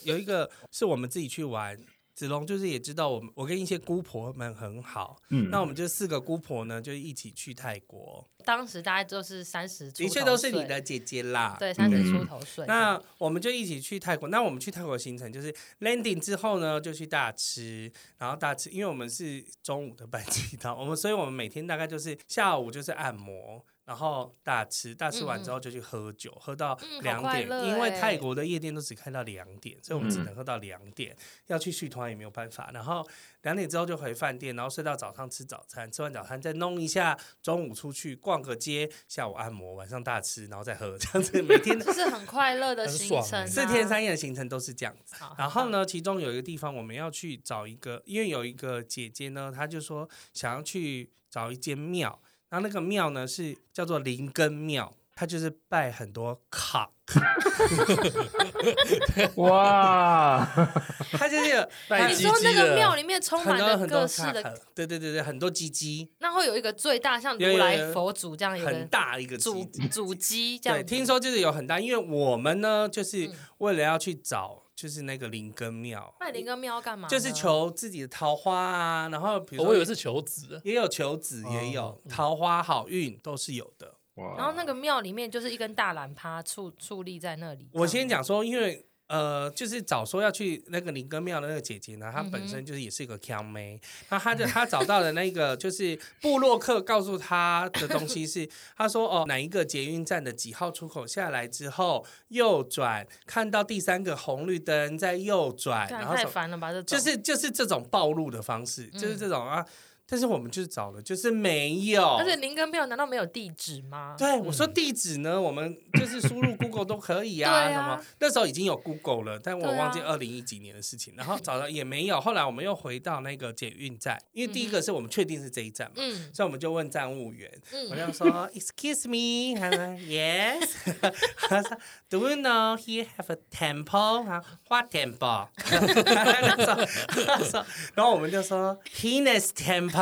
Speaker 3: 有一个是我们自己去玩？子龙就是也知道我们，我跟一些姑婆们很好，
Speaker 2: 嗯，
Speaker 3: 那我们就四个姑婆呢，就一起去泰国，
Speaker 1: 当时大概就是三十，
Speaker 3: 的确都是你的，姐姐啦。
Speaker 1: 对，三十
Speaker 2: 嗯
Speaker 1: 出头岁。
Speaker 3: 那我们就一起去泰国。那我们去泰国的行程就是 landing 之后呢，就去大吃，然后大吃，因为我们是中午的班机到，我们所以我们每天大概就是下午就是按摩。然后大吃，大吃完之后就去喝酒，喝到
Speaker 1: 嗯
Speaker 3: 两
Speaker 1: 好快
Speaker 3: 点，
Speaker 1: 乐
Speaker 3: 因为
Speaker 1: 欸
Speaker 3: 泰国的夜店都只开到两点，所以我们只
Speaker 2: 嗯
Speaker 3: 能喝到两点。要去续团也没有办法。然后两点之后就回饭店，然后睡到早上吃早餐，吃完早餐再弄一下，中午出去逛个街，下午按摩，晚上大吃，然后再喝， [laughs] 这样子每天
Speaker 1: 就是很快乐的
Speaker 4: 很
Speaker 1: 行
Speaker 4: 爽
Speaker 1: 程啊，
Speaker 4: 欸
Speaker 3: 四天三夜的行程都是这样子。
Speaker 1: 好。
Speaker 4: 哦
Speaker 3: 然后
Speaker 1: 呢？
Speaker 3: 呢，其中有一个地方我们要去找一个，因为有一个姐姐呢，她就说想要去找一间庙，然后那个庙呢是叫做灵根庙，它就是拜很多
Speaker 4: [laughs]
Speaker 3: 卡，
Speaker 1: [laughs]
Speaker 2: 哇，
Speaker 3: 它就是
Speaker 4: 拜
Speaker 3: 拜
Speaker 1: 哎你
Speaker 4: 鸡
Speaker 1: 说那
Speaker 4: 鸡的
Speaker 1: 个庙里面充
Speaker 3: 很
Speaker 1: 满
Speaker 3: 多
Speaker 1: 了
Speaker 3: 很
Speaker 1: 各
Speaker 3: 多
Speaker 1: 式
Speaker 3: 卡
Speaker 1: 的，，
Speaker 3: 对对对对，很多鸡鸡，
Speaker 1: 那会有一个最大像
Speaker 3: 有
Speaker 1: 如
Speaker 3: 有
Speaker 1: 来
Speaker 3: 有
Speaker 1: 佛祖这样有
Speaker 3: 很
Speaker 1: 个
Speaker 3: 大一个
Speaker 1: 主
Speaker 3: 鸡鸡。
Speaker 1: 主机这
Speaker 3: 对，
Speaker 1: 样。
Speaker 3: 听说就是有很大，因为我们呢，就是
Speaker 1: 嗯
Speaker 3: 为了要去找，就是那个灵根庙，
Speaker 1: 拜灵跟庙干嘛呢？
Speaker 3: 就是求自己的桃花啊，然后比如
Speaker 4: 哦
Speaker 3: 说
Speaker 4: 我以为是求子，
Speaker 3: 也有求子，
Speaker 4: 哦
Speaker 3: 也有
Speaker 1: 嗯
Speaker 3: 桃花好运，都是有的。
Speaker 2: 哇
Speaker 1: 然后那个庙里面就是一根大懒趴矗矗立在那里。
Speaker 3: 我先
Speaker 1: 这样
Speaker 3: 讲说，因为呃，就是早说要去那个林根庙的那个姐姐呢，她
Speaker 1: 嗯哼
Speaker 3: 本身就是也是一个 Q 妹，那她就她找到的那个就是布洛克告诉她的东西是，她说哦，哪一个捷运站的几号出口下来之后右转，看到第三个红绿灯再右转，
Speaker 1: 子，干
Speaker 3: 然后
Speaker 1: 太
Speaker 3: 什么
Speaker 1: 烦了吧？这种
Speaker 3: 就是就是这种暴露的方式，就是
Speaker 1: 嗯
Speaker 3: 这种啊。但是我们就是找了，就是没有，
Speaker 1: 而且灵跟庙难道没有地址吗？
Speaker 3: 对，啊我说地址呢，我们就是输入 Google 都可以啊，
Speaker 1: 嗯 [laughs] 对
Speaker 3: 什
Speaker 1: 啊
Speaker 3: 么那时候已经有 Google 了，但我
Speaker 1: 对啊
Speaker 3: 忘记二零一几年的事情，然后找到也没有，后来我们又回到那个捷运站，因为第一个是我们确定是这一站嘛，
Speaker 1: 嗯
Speaker 3: 所以我们就问站务员，我
Speaker 1: 嗯，
Speaker 3: 就说 Excuse me，他说 Yes，他 [laughs] 说 Do you know here have a temple？他说 What temple？他说他说，然后我们就说 Penis [laughs] temple，have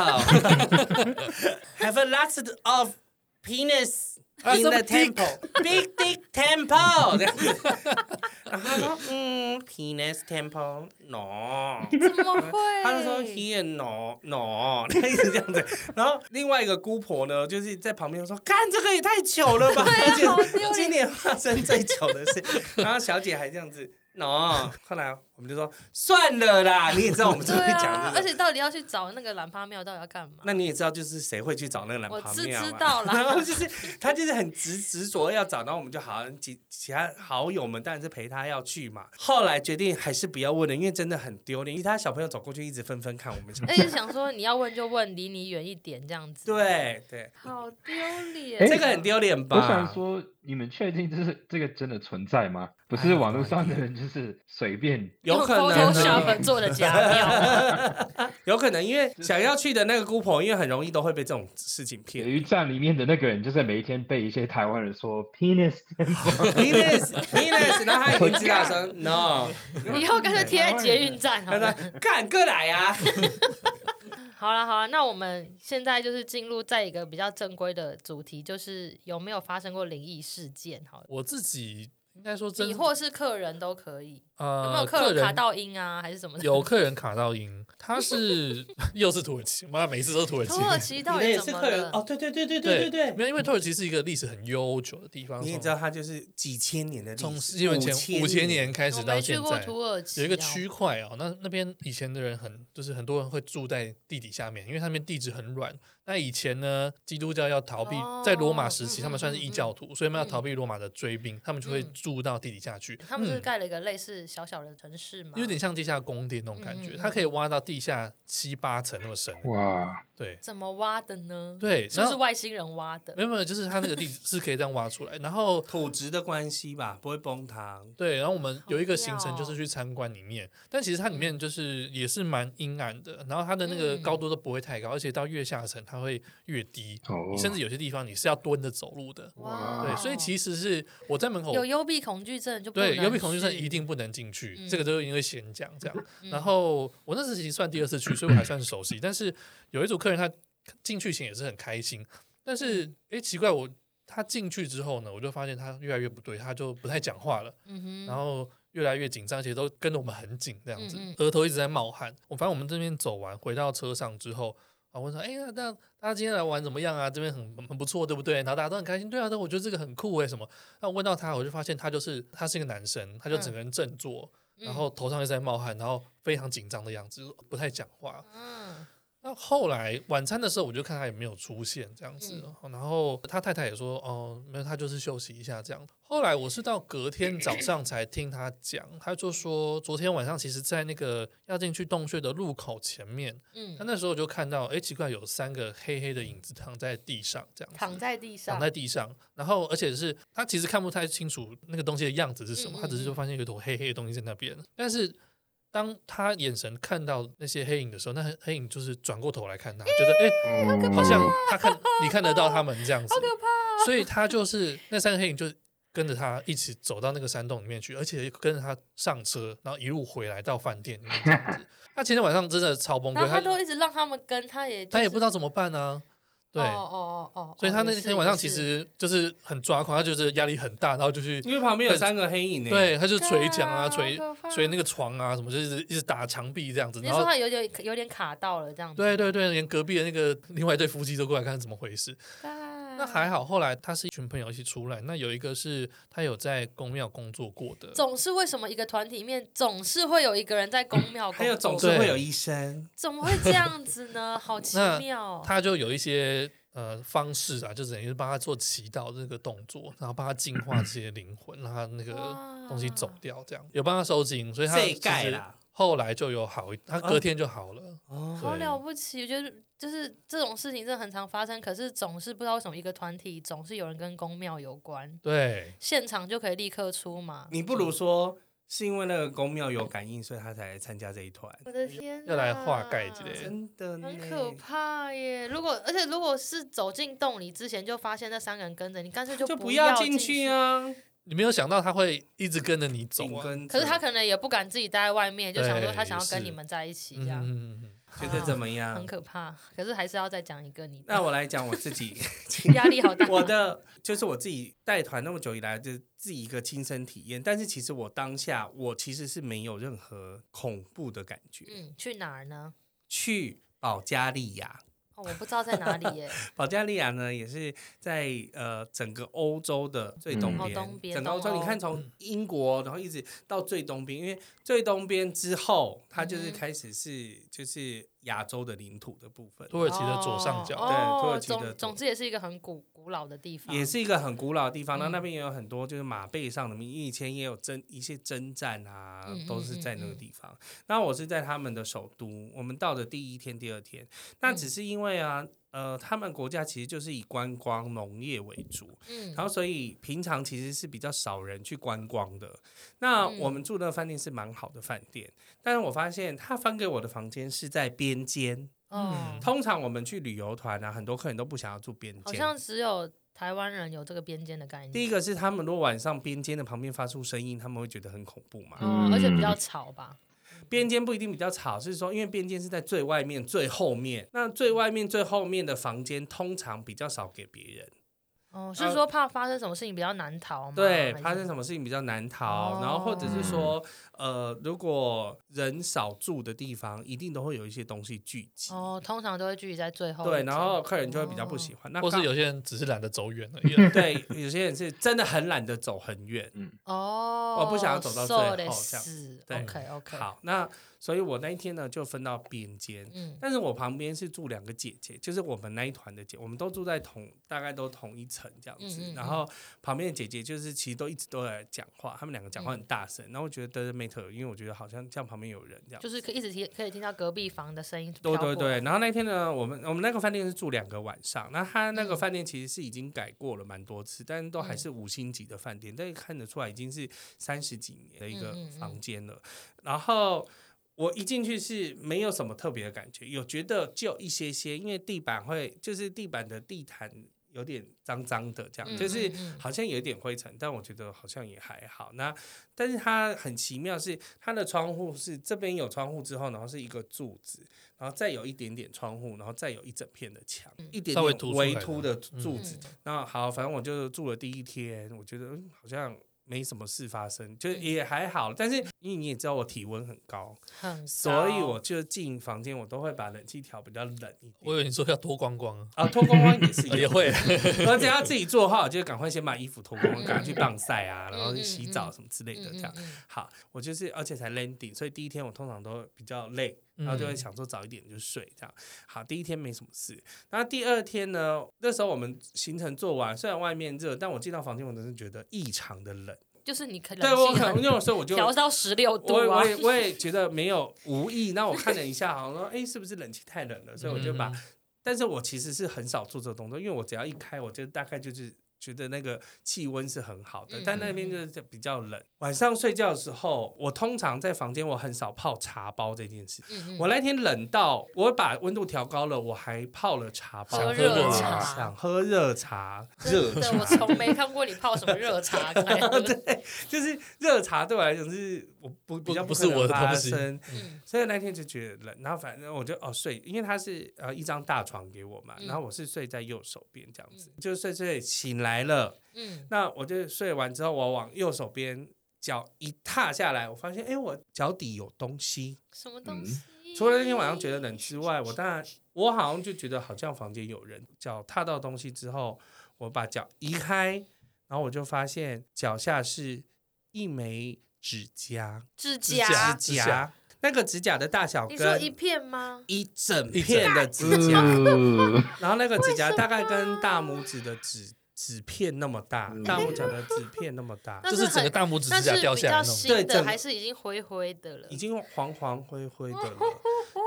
Speaker 3: a lots of penis。In the temple, big dick temple [laughs] 这样子。然后他说，嗯，penis temple no。
Speaker 1: 怎么会？
Speaker 3: 他就说 here no no，他一直这样子。 [laughs] 然后另外一个姑婆呢，就是在旁边说：“看这个也太糗了吧！”
Speaker 1: 对啊好
Speaker 3: 而
Speaker 1: 丢脸
Speaker 3: 且
Speaker 1: [laughs]
Speaker 3: 今年发生最糗的事。然后小姐还这样子 no。后来我们就说算了啦，你也知道我们
Speaker 1: 对
Speaker 3: 怎么会
Speaker 1: 啊
Speaker 3: 讲，
Speaker 1: 而
Speaker 3: 这个。
Speaker 1: 且到底要去找那个兰花庙，到底要干嘛？
Speaker 3: 那你也知道，就是谁会去找那个男
Speaker 1: 我
Speaker 3: 旁
Speaker 1: 自
Speaker 3: 边
Speaker 1: 知道啦
Speaker 3: 然后就是他就是很执执着要找，然后我们就好像其其他好友们当然是陪他要去嘛。后来决定还是不要问了，因为真的很丢脸，因为他小朋友走过去一直纷纷看我们。
Speaker 1: 而且想说你要问就问，离你远一点这样子。，
Speaker 3: 对对，
Speaker 1: 好丢脸
Speaker 2: 哎
Speaker 1: 哦。
Speaker 3: 这个很丢脸吧？
Speaker 2: 我想说，你们确定这是这个真的存在吗？不是网络上的人就是随便
Speaker 3: 有可能啊
Speaker 1: 用
Speaker 3: 呢
Speaker 1: Photoshop 做的假庙，
Speaker 3: 有可能，因为想要去的那个姑婆，因为很容易都会被这种事情
Speaker 2: 铁
Speaker 3: 骗。
Speaker 2: 鱼站里面的那个人，就是每一天被一些台湾人说 penis，
Speaker 3: Venus Venus，然后他已经知道说 no， [laughs]
Speaker 1: 以后干脆贴在捷运站好
Speaker 3: 他
Speaker 1: 了。
Speaker 3: 说干过来呀、啊，
Speaker 1: 好了好了，那我们现在就是进入在一个比较正规的主题，就是有没有发生过灵异事件？好了，
Speaker 4: 我自己应该说真
Speaker 1: 你或是客人都可以，有没
Speaker 4: 呃
Speaker 1: 有客人
Speaker 4: 人
Speaker 1: 卡到音啊，还是什么的？
Speaker 4: 有客人卡到音，他是 [laughs] 又是土耳其，妈每次都是土耳其。
Speaker 1: 土耳其到
Speaker 3: 你的
Speaker 1: 底
Speaker 3: 也
Speaker 1: 怎
Speaker 3: 是
Speaker 1: 么
Speaker 3: 客人
Speaker 1: 了？
Speaker 3: 哦，对对对对对
Speaker 4: 没
Speaker 3: 对对。
Speaker 4: 有，因为土耳其是一个历史很悠久的地方，
Speaker 3: 你也知道，它就是几千年的历史，
Speaker 4: 从西元前
Speaker 3: 五
Speaker 4: 五千，年开始
Speaker 1: 我
Speaker 4: 到
Speaker 1: 没去
Speaker 4: 现
Speaker 1: 过
Speaker 4: 在，
Speaker 1: 土耳其、
Speaker 4: 有一个，区块哦，那那边以前的人很，就是很多人会住在地底下面，因为他们地质很软。那以前呢，基督教要逃避，
Speaker 1: 哦
Speaker 4: 在罗马时
Speaker 1: 嗯
Speaker 4: 期，他们算是异教徒，所以他们要
Speaker 1: 嗯
Speaker 4: 逃避罗马的追兵，他们就会
Speaker 1: 嗯
Speaker 4: 住到地底下去。
Speaker 1: 他们是
Speaker 4: 嗯
Speaker 1: 盖了一个类似小小的城市嘛，
Speaker 4: 有点像地下宫殿那种感
Speaker 1: 嗯
Speaker 4: 觉，
Speaker 1: 嗯嗯
Speaker 4: 它可以挖到地下七八层那么深。
Speaker 2: 哇，
Speaker 4: 对
Speaker 1: 怎么挖的呢？，
Speaker 4: 对，
Speaker 1: 是
Speaker 4: 然
Speaker 1: 不是
Speaker 4: 后
Speaker 1: 外星人挖的
Speaker 4: 没？有没有，就是它那个地址是可以这样挖出来。然后
Speaker 3: 土质的关系吧，不会崩塌。
Speaker 4: 对，然后我们有一个
Speaker 1: 妙
Speaker 4: 行程就是
Speaker 1: 哦
Speaker 4: 去参观里面，但其实它里面就是也是蛮阴暗的，然后它的那个
Speaker 1: 嗯
Speaker 4: 高度都不会太高，而且到越下层它会越低，
Speaker 2: 哦，
Speaker 4: 甚至有些地方你是要蹲着走路的。
Speaker 1: 哇，
Speaker 4: 对，所以其实是我在门口
Speaker 1: 有哦幽闭恐惧症就不
Speaker 4: 对，
Speaker 1: 能
Speaker 4: 幽闭恐惧症
Speaker 1: 去
Speaker 4: 一定不能进去，
Speaker 1: 嗯
Speaker 4: 这个都因为先讲这样。
Speaker 1: 嗯
Speaker 4: 然后我那次其实算第二次去，所以我还算熟悉。但是有一组客人他进去前也是很开心，但
Speaker 1: 嗯
Speaker 4: 是诶奇怪，我他进去之后呢，我就发现他越来越不对，他就不太讲话了，
Speaker 1: 嗯哼，
Speaker 4: 然后越来越紧张，而且都跟着我们很紧这样子
Speaker 1: 嗯嗯，
Speaker 4: 额头一直在冒汗。我反正我们这边走完回到车上之后。啊，问说，哎、那那大家今天来玩怎么样啊？这边很很不错，对不对？然后大家都很开心，对啊，对，我觉得这个很酷哎、什么？那我问到他，我就发现他就是他是一个男生，
Speaker 1: 嗯
Speaker 4: 他就整个人振作，然后头上又在冒汗，然后非常紧张的样子，就是不太讲话。
Speaker 1: 嗯
Speaker 4: 那后来晚餐的时候，我就看他也没有出现这样子，
Speaker 1: 嗯
Speaker 4: 哦然后他太太也说，哦，没有，他就是休息一下这样。后来我是到隔天早上才听他讲，他就说昨天晚上其实，在那个要进去洞穴的入口前面，
Speaker 1: 嗯
Speaker 4: 他那时候就看到，哎，奇怪，有三个黑黑的影子躺在地上这样子，
Speaker 1: 躺在地上
Speaker 4: 躺，在地上，然后而且是他其实看不太清楚那个东西的样子是什
Speaker 1: 嗯
Speaker 4: 么，
Speaker 1: 嗯
Speaker 4: 他只是就发现有一坨黑黑的东西在那边。但是当他眼神看到那些黑影的时候，那黑黑影就是转过头来看他，觉得哎、诶
Speaker 2: 哦
Speaker 4: 好像他看你看得到他们这样子，好可
Speaker 1: 哦
Speaker 4: 怕。所以他就是那三个黑影就跟着他一起走到那个山洞里面去，而且跟着他上车，然后一路回来到饭店里面这样子。他前天晚上真的超崩
Speaker 1: 然
Speaker 4: 溃，
Speaker 1: 后他
Speaker 4: 他
Speaker 1: 都一直让他们跟，他也
Speaker 4: 他也不知
Speaker 1: 道，
Speaker 4: 道怎么办啊。对，
Speaker 1: 哦哦哦哦，
Speaker 4: 所以他
Speaker 1: 哦
Speaker 4: 那
Speaker 1: 也是
Speaker 4: 天晚上
Speaker 1: 也
Speaker 4: 其
Speaker 1: 是
Speaker 4: 实就是很抓狂，他就是压力很大，然后就去
Speaker 3: 因为旁边有三个黑影呢，，
Speaker 4: 对，他就捶墙啊，
Speaker 1: 干
Speaker 4: 捶
Speaker 1: 好可怕
Speaker 4: 捶那个床啊，什么就一直一直打墙壁这样子，
Speaker 1: 你
Speaker 4: 然
Speaker 1: 是说
Speaker 4: 后
Speaker 1: 他有点有点卡到了这样子，
Speaker 4: 对对对，连隔壁的那个另外一对夫妻都过来看怎么回事。
Speaker 1: 干，
Speaker 4: 那还好，后来他是一群朋友一起出来，那有一个是他有在公庙工作过的，
Speaker 1: 总是为什么一个团体里面总是会有一个人在宫庙工作，
Speaker 3: 还有总是会有医生，
Speaker 1: 怎么会这样子呢？好奇
Speaker 4: 那
Speaker 1: 妙哦，
Speaker 4: 他就有一些呃方式啊，就等于是帮他做祈祷这个动作，然后帮他净化这些灵魂，让他那个
Speaker 1: 哇
Speaker 4: 东西走掉，这样有帮他收紧，所以他
Speaker 3: 这一
Speaker 4: 其
Speaker 3: 盖
Speaker 4: 实
Speaker 3: 啦
Speaker 4: 后来就有好一，他隔天就好了。
Speaker 3: 哦，
Speaker 1: 好
Speaker 4: 对
Speaker 1: 了不起，我觉得就是这种事情真的很常发生，可是总是不知道为什么一个团体总是有人跟宫庙有关，
Speaker 4: 对，
Speaker 1: 现场就可以立刻出马。
Speaker 3: 你不如说是因为那个公庙有感应，所以他才来参加这一团，
Speaker 1: 我的天哪，
Speaker 4: 要来化盖之类
Speaker 3: 真的呢
Speaker 1: 嗯很可怕耶！如果而且如果是走进洞里之前就发现那三个人跟着你，干脆
Speaker 3: 就
Speaker 1: 不
Speaker 3: 不要
Speaker 1: 进
Speaker 3: 进去！啊，
Speaker 4: 你没有想到他会一直跟着你走
Speaker 3: 紧
Speaker 4: 啊。
Speaker 3: 跟着。
Speaker 1: 可是他可能也不敢自己待在外面，就想说他
Speaker 4: 对
Speaker 1: 想要跟
Speaker 4: 是
Speaker 1: 你们在一起
Speaker 4: 嗯
Speaker 1: 这样，
Speaker 4: 嗯嗯嗯
Speaker 3: 觉得
Speaker 1: [laughs]
Speaker 3: 怎么
Speaker 1: 啊很
Speaker 3: 样？
Speaker 1: 可怕。可是还是要再讲一个你的，
Speaker 3: 那我来讲我自己。
Speaker 1: 压力好大。
Speaker 3: 我的就是我自己带团那么久以来，就是自己一个亲身体验。但是其实我当下，我其实是没有
Speaker 1: 嗯
Speaker 3: 任何恐怖的感觉。
Speaker 1: 嗯，去哪儿呢？
Speaker 3: 去保加利亚，
Speaker 1: 哦，我不知道在哪里耶。
Speaker 3: 保加利亚呢，也是在呃整个欧洲的最东
Speaker 2: 嗯
Speaker 1: 哦
Speaker 3: 边，
Speaker 1: 东边
Speaker 3: 整个欧洲
Speaker 1: 东欧
Speaker 3: 你看从英国，然后一直到最东边，因为最东边之后，它就是
Speaker 1: 嗯哼
Speaker 3: 开始是就是亚洲的领土的部分，
Speaker 4: 土耳其的左上角，
Speaker 1: 哦
Speaker 3: 对土耳
Speaker 1: 哦
Speaker 3: 其的左
Speaker 1: 总总之也是一个很古古老的地方，
Speaker 3: 也是一个很古老的地方。那
Speaker 1: 啊嗯
Speaker 3: 那边也有很多就是马背上的民，以前也有征一些征战啊
Speaker 1: 嗯嗯，
Speaker 3: 都是在那个地方。那我是在他们的首都，我们到的第一天、第二天，那
Speaker 1: 嗯
Speaker 3: 只是因为啊，呃，他们国家其实就是以观光、农业为主，
Speaker 1: 嗯
Speaker 3: 然后所以平常其实是比较少人去观光的。那
Speaker 1: 嗯
Speaker 3: 我们住的饭店是蛮好的饭店，但是我发现他翻给我的房间是在边间。
Speaker 4: 嗯
Speaker 1: 哦，
Speaker 3: 通常我们去旅游团啊，很多客人都不想要住边
Speaker 1: 好
Speaker 3: 间。
Speaker 1: 像只有台湾人有这个边间的概念。
Speaker 3: 第一个是他们如果晚上边间的旁边发出声音，他们会觉得很恐怖嘛。
Speaker 1: 哦，
Speaker 2: 嗯
Speaker 1: 而且比较吵吧。
Speaker 3: 边间不一定比较吵，是说因为边间是在最外面最后面，那最外面最后面的房间通常比较少给别人，
Speaker 1: 哦，是说怕发生什么事情比较难逃吗？
Speaker 3: 呃对，
Speaker 1: 还是
Speaker 3: 发生什么事情比较难逃，
Speaker 1: 哦
Speaker 3: 然后或者是说，呃，如果人少住的地方，一定都会有一些东西聚集，
Speaker 1: 哦，通常都会聚集在最后一天。
Speaker 3: 对，然后客人就会比较不喜欢，那
Speaker 4: 或是
Speaker 3: 刚。
Speaker 4: 有些人只是懒得走远而已啦
Speaker 3: 对有些人是真的很懒得走
Speaker 1: [laughs]
Speaker 3: 很远，
Speaker 1: 哦，
Speaker 3: 我不想要走到最后这样对
Speaker 1: OK OK，，
Speaker 3: 好，那所以我那一天呢就分到边间，
Speaker 1: 嗯
Speaker 3: 但是我旁边是住两个姐姐，就是我们那一团的姐，我们都住在同大概都同一层这样
Speaker 1: 嗯
Speaker 3: 子。
Speaker 1: 嗯嗯
Speaker 3: 然后旁边的姐姐就是其实都一直都在讲话，她们两个讲
Speaker 1: 嗯
Speaker 3: 话很大声，然后我觉得 matter，因为我觉得好像像旁边有人这样。
Speaker 1: 就是可以一直听可以听到隔壁房的声音。
Speaker 3: 对对对，，然后那天呢，我们我们那个饭店是住两个晚上，那他那
Speaker 1: 嗯
Speaker 3: 个饭店其实是已经改过了蛮多次，但是都还是五星级的饭店，但是看得出来已经是三十几年的一个
Speaker 1: 嗯嗯嗯
Speaker 3: 房间了。然后我一进去是没有什么特别的感觉，有觉得就一些些，因为地板会就是地板的地毯有点脏脏的，这样、
Speaker 1: 嗯
Speaker 3: 就是
Speaker 1: 嗯嗯
Speaker 3: 好像有点灰尘，但我觉得好像也还好。那但是它很奇妙是，它的窗户是这边有窗户之后，然后是一个柱子，然后再有一点点窗户，然后再有一整片的墙，一点
Speaker 4: 嗯稍微
Speaker 3: 点
Speaker 4: 凸出来
Speaker 3: 微
Speaker 4: 的
Speaker 3: 凸的柱子
Speaker 1: 嗯。
Speaker 3: 那好，反正我就住了第一天，我觉得、嗯、好像。没什么事发生，就也还好，但是因为你也知道我体温很高，
Speaker 1: 嗯很高，
Speaker 3: 所以我就进房间，我都会把冷气调比较冷一
Speaker 4: 我
Speaker 3: 点。
Speaker 4: 以为你说要多光光啊，
Speaker 3: 啊，脱光光也是
Speaker 4: [laughs]
Speaker 3: 有
Speaker 4: 也会，
Speaker 3: [laughs] 而且要自己做的话，我就赶快先把衣服脱光，赶快去棒晒啊，然后去洗
Speaker 1: 嗯嗯
Speaker 3: 澡
Speaker 1: 嗯
Speaker 3: 什么之类
Speaker 1: 嗯
Speaker 3: 的，
Speaker 1: 嗯
Speaker 3: 这样。
Speaker 1: 嗯
Speaker 3: 好，我就是而且才 landing，所以第一天我通常都比较累，然后就会想说早一点就睡这样。好，第一天没什么事，然后第二天呢，那时候我们行程做完，虽然外面热，但我进到房间我真是觉得异常的冷。
Speaker 1: 就是你可能
Speaker 3: 对我可能因为我所以我
Speaker 1: [laughs]
Speaker 3: 就
Speaker 1: 调到十六度
Speaker 3: 我也
Speaker 1: 啊
Speaker 3: 我，也我也觉得没有无意。那我看了一下，好像说，哎、是不是冷气太冷了？所以我就把，但是我其实是很少做这个动作，因为我只要一开，我就大概就是觉得那个气温是很好的，
Speaker 1: 嗯
Speaker 3: 但那边就是比较冷。晚上睡觉的时候，我通常在房间，我很少泡茶包这件事。
Speaker 1: 嗯嗯
Speaker 3: 我那天冷到，我把温度调高了，我还泡了茶包，
Speaker 1: 喝
Speaker 4: 热
Speaker 1: 茶
Speaker 3: 想喝热茶， [laughs] 热
Speaker 1: 对我从没看过你泡什么热
Speaker 3: [laughs]
Speaker 1: 茶，看
Speaker 3: 对，就是热茶对我来讲是我不比较
Speaker 4: 不
Speaker 3: 可
Speaker 4: 是我的
Speaker 3: 能发
Speaker 4: 东西
Speaker 3: 生
Speaker 1: 嗯
Speaker 3: 所以那天就觉得冷，然后反正我就哦睡，因为他是呃一张大床给我嘛，
Speaker 1: 嗯
Speaker 3: 然后我是睡在右手边这样子，就睡睡醒来了，
Speaker 1: 嗯，
Speaker 3: 那我就睡完之后，我往右手边脚一踏下来，我发现哎、诶我脚底有东西。
Speaker 1: 什么东西？
Speaker 3: 嗯除了那天晚上觉得冷之外，我当然我好像就觉得好像房间有人，脚踏到东西之后，我把脚移开，然后我就发现脚下是一枚指甲，
Speaker 1: 指
Speaker 4: 甲
Speaker 1: 甲，
Speaker 3: 指甲那个指甲的大小
Speaker 1: 你说
Speaker 3: 跟
Speaker 1: 一片吗？
Speaker 3: 一整片嗯的指甲，
Speaker 2: 呃
Speaker 3: 然后那个指甲大概跟大拇指的指指片那么大，大拇指的指片那么
Speaker 1: [laughs]
Speaker 3: 大，
Speaker 1: 那
Speaker 4: 就是是整个
Speaker 1: 很
Speaker 4: 大拇指
Speaker 1: 那
Speaker 4: 指甲
Speaker 1: 是
Speaker 4: 掉
Speaker 1: 比
Speaker 4: 下来
Speaker 1: 较
Speaker 4: 那种。
Speaker 3: 对
Speaker 1: 新
Speaker 3: 整
Speaker 1: 的，
Speaker 3: 个
Speaker 1: 还是已经灰灰的了
Speaker 3: 已？经黄黄灰灰的了。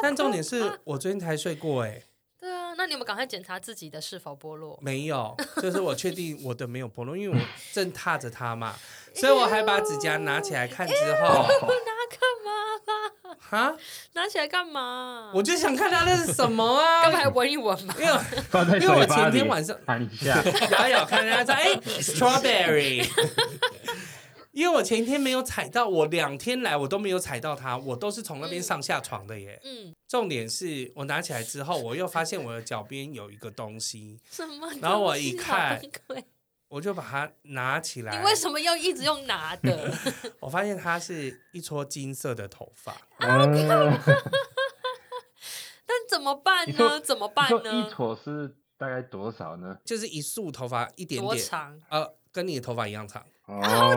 Speaker 3: 但重点是我昨天才睡过、哎，
Speaker 1: 对啊，那你们赶快检查自己的是否剥落。
Speaker 3: 没有，就是我确定我的没有剥落，因为我正踏着它嘛，所以我还把指甲拿起来看之
Speaker 1: [laughs]
Speaker 3: 后，哈，
Speaker 1: 拿起来干嘛？
Speaker 3: 我就想看它那是什么啊
Speaker 1: 干，嘛还闻一闻
Speaker 3: [laughs]
Speaker 1: 嘛？
Speaker 3: 因为
Speaker 2: 放在
Speaker 3: 因为我
Speaker 2: 嘴巴
Speaker 3: 前天
Speaker 2: 里
Speaker 3: 晚上 [laughs]
Speaker 2: 弹一下，
Speaker 3: 摇一摇看人家说，哎、s t r a w b e r r y 因为我前一天没有踩到，我两天来我都没有踩到它，我都是从那边上下床的耶。
Speaker 1: 嗯，
Speaker 3: 重点是我拿起来之后，我又发现我的脚边有一个东西，
Speaker 1: 什么？啊
Speaker 3: 然后我一看，
Speaker 1: 崩溃
Speaker 3: 我就把它拿起来。
Speaker 1: 你为什么要一直用拿
Speaker 3: [laughs]
Speaker 1: 的？
Speaker 3: 我发现啊
Speaker 2: 嗯
Speaker 3: 它是一撮金色的头发，
Speaker 2: 呃
Speaker 1: 怎么办
Speaker 2: 你说
Speaker 1: 呢？怎么
Speaker 2: 你
Speaker 1: 办
Speaker 2: [laughs] 说一
Speaker 1: 呢？
Speaker 2: 坨是大概多少呢？
Speaker 3: 就是一束头发一点
Speaker 1: 多
Speaker 3: 点，
Speaker 1: 长？
Speaker 3: 呃，跟你的头发一样长，
Speaker 2: [laughs] 哦，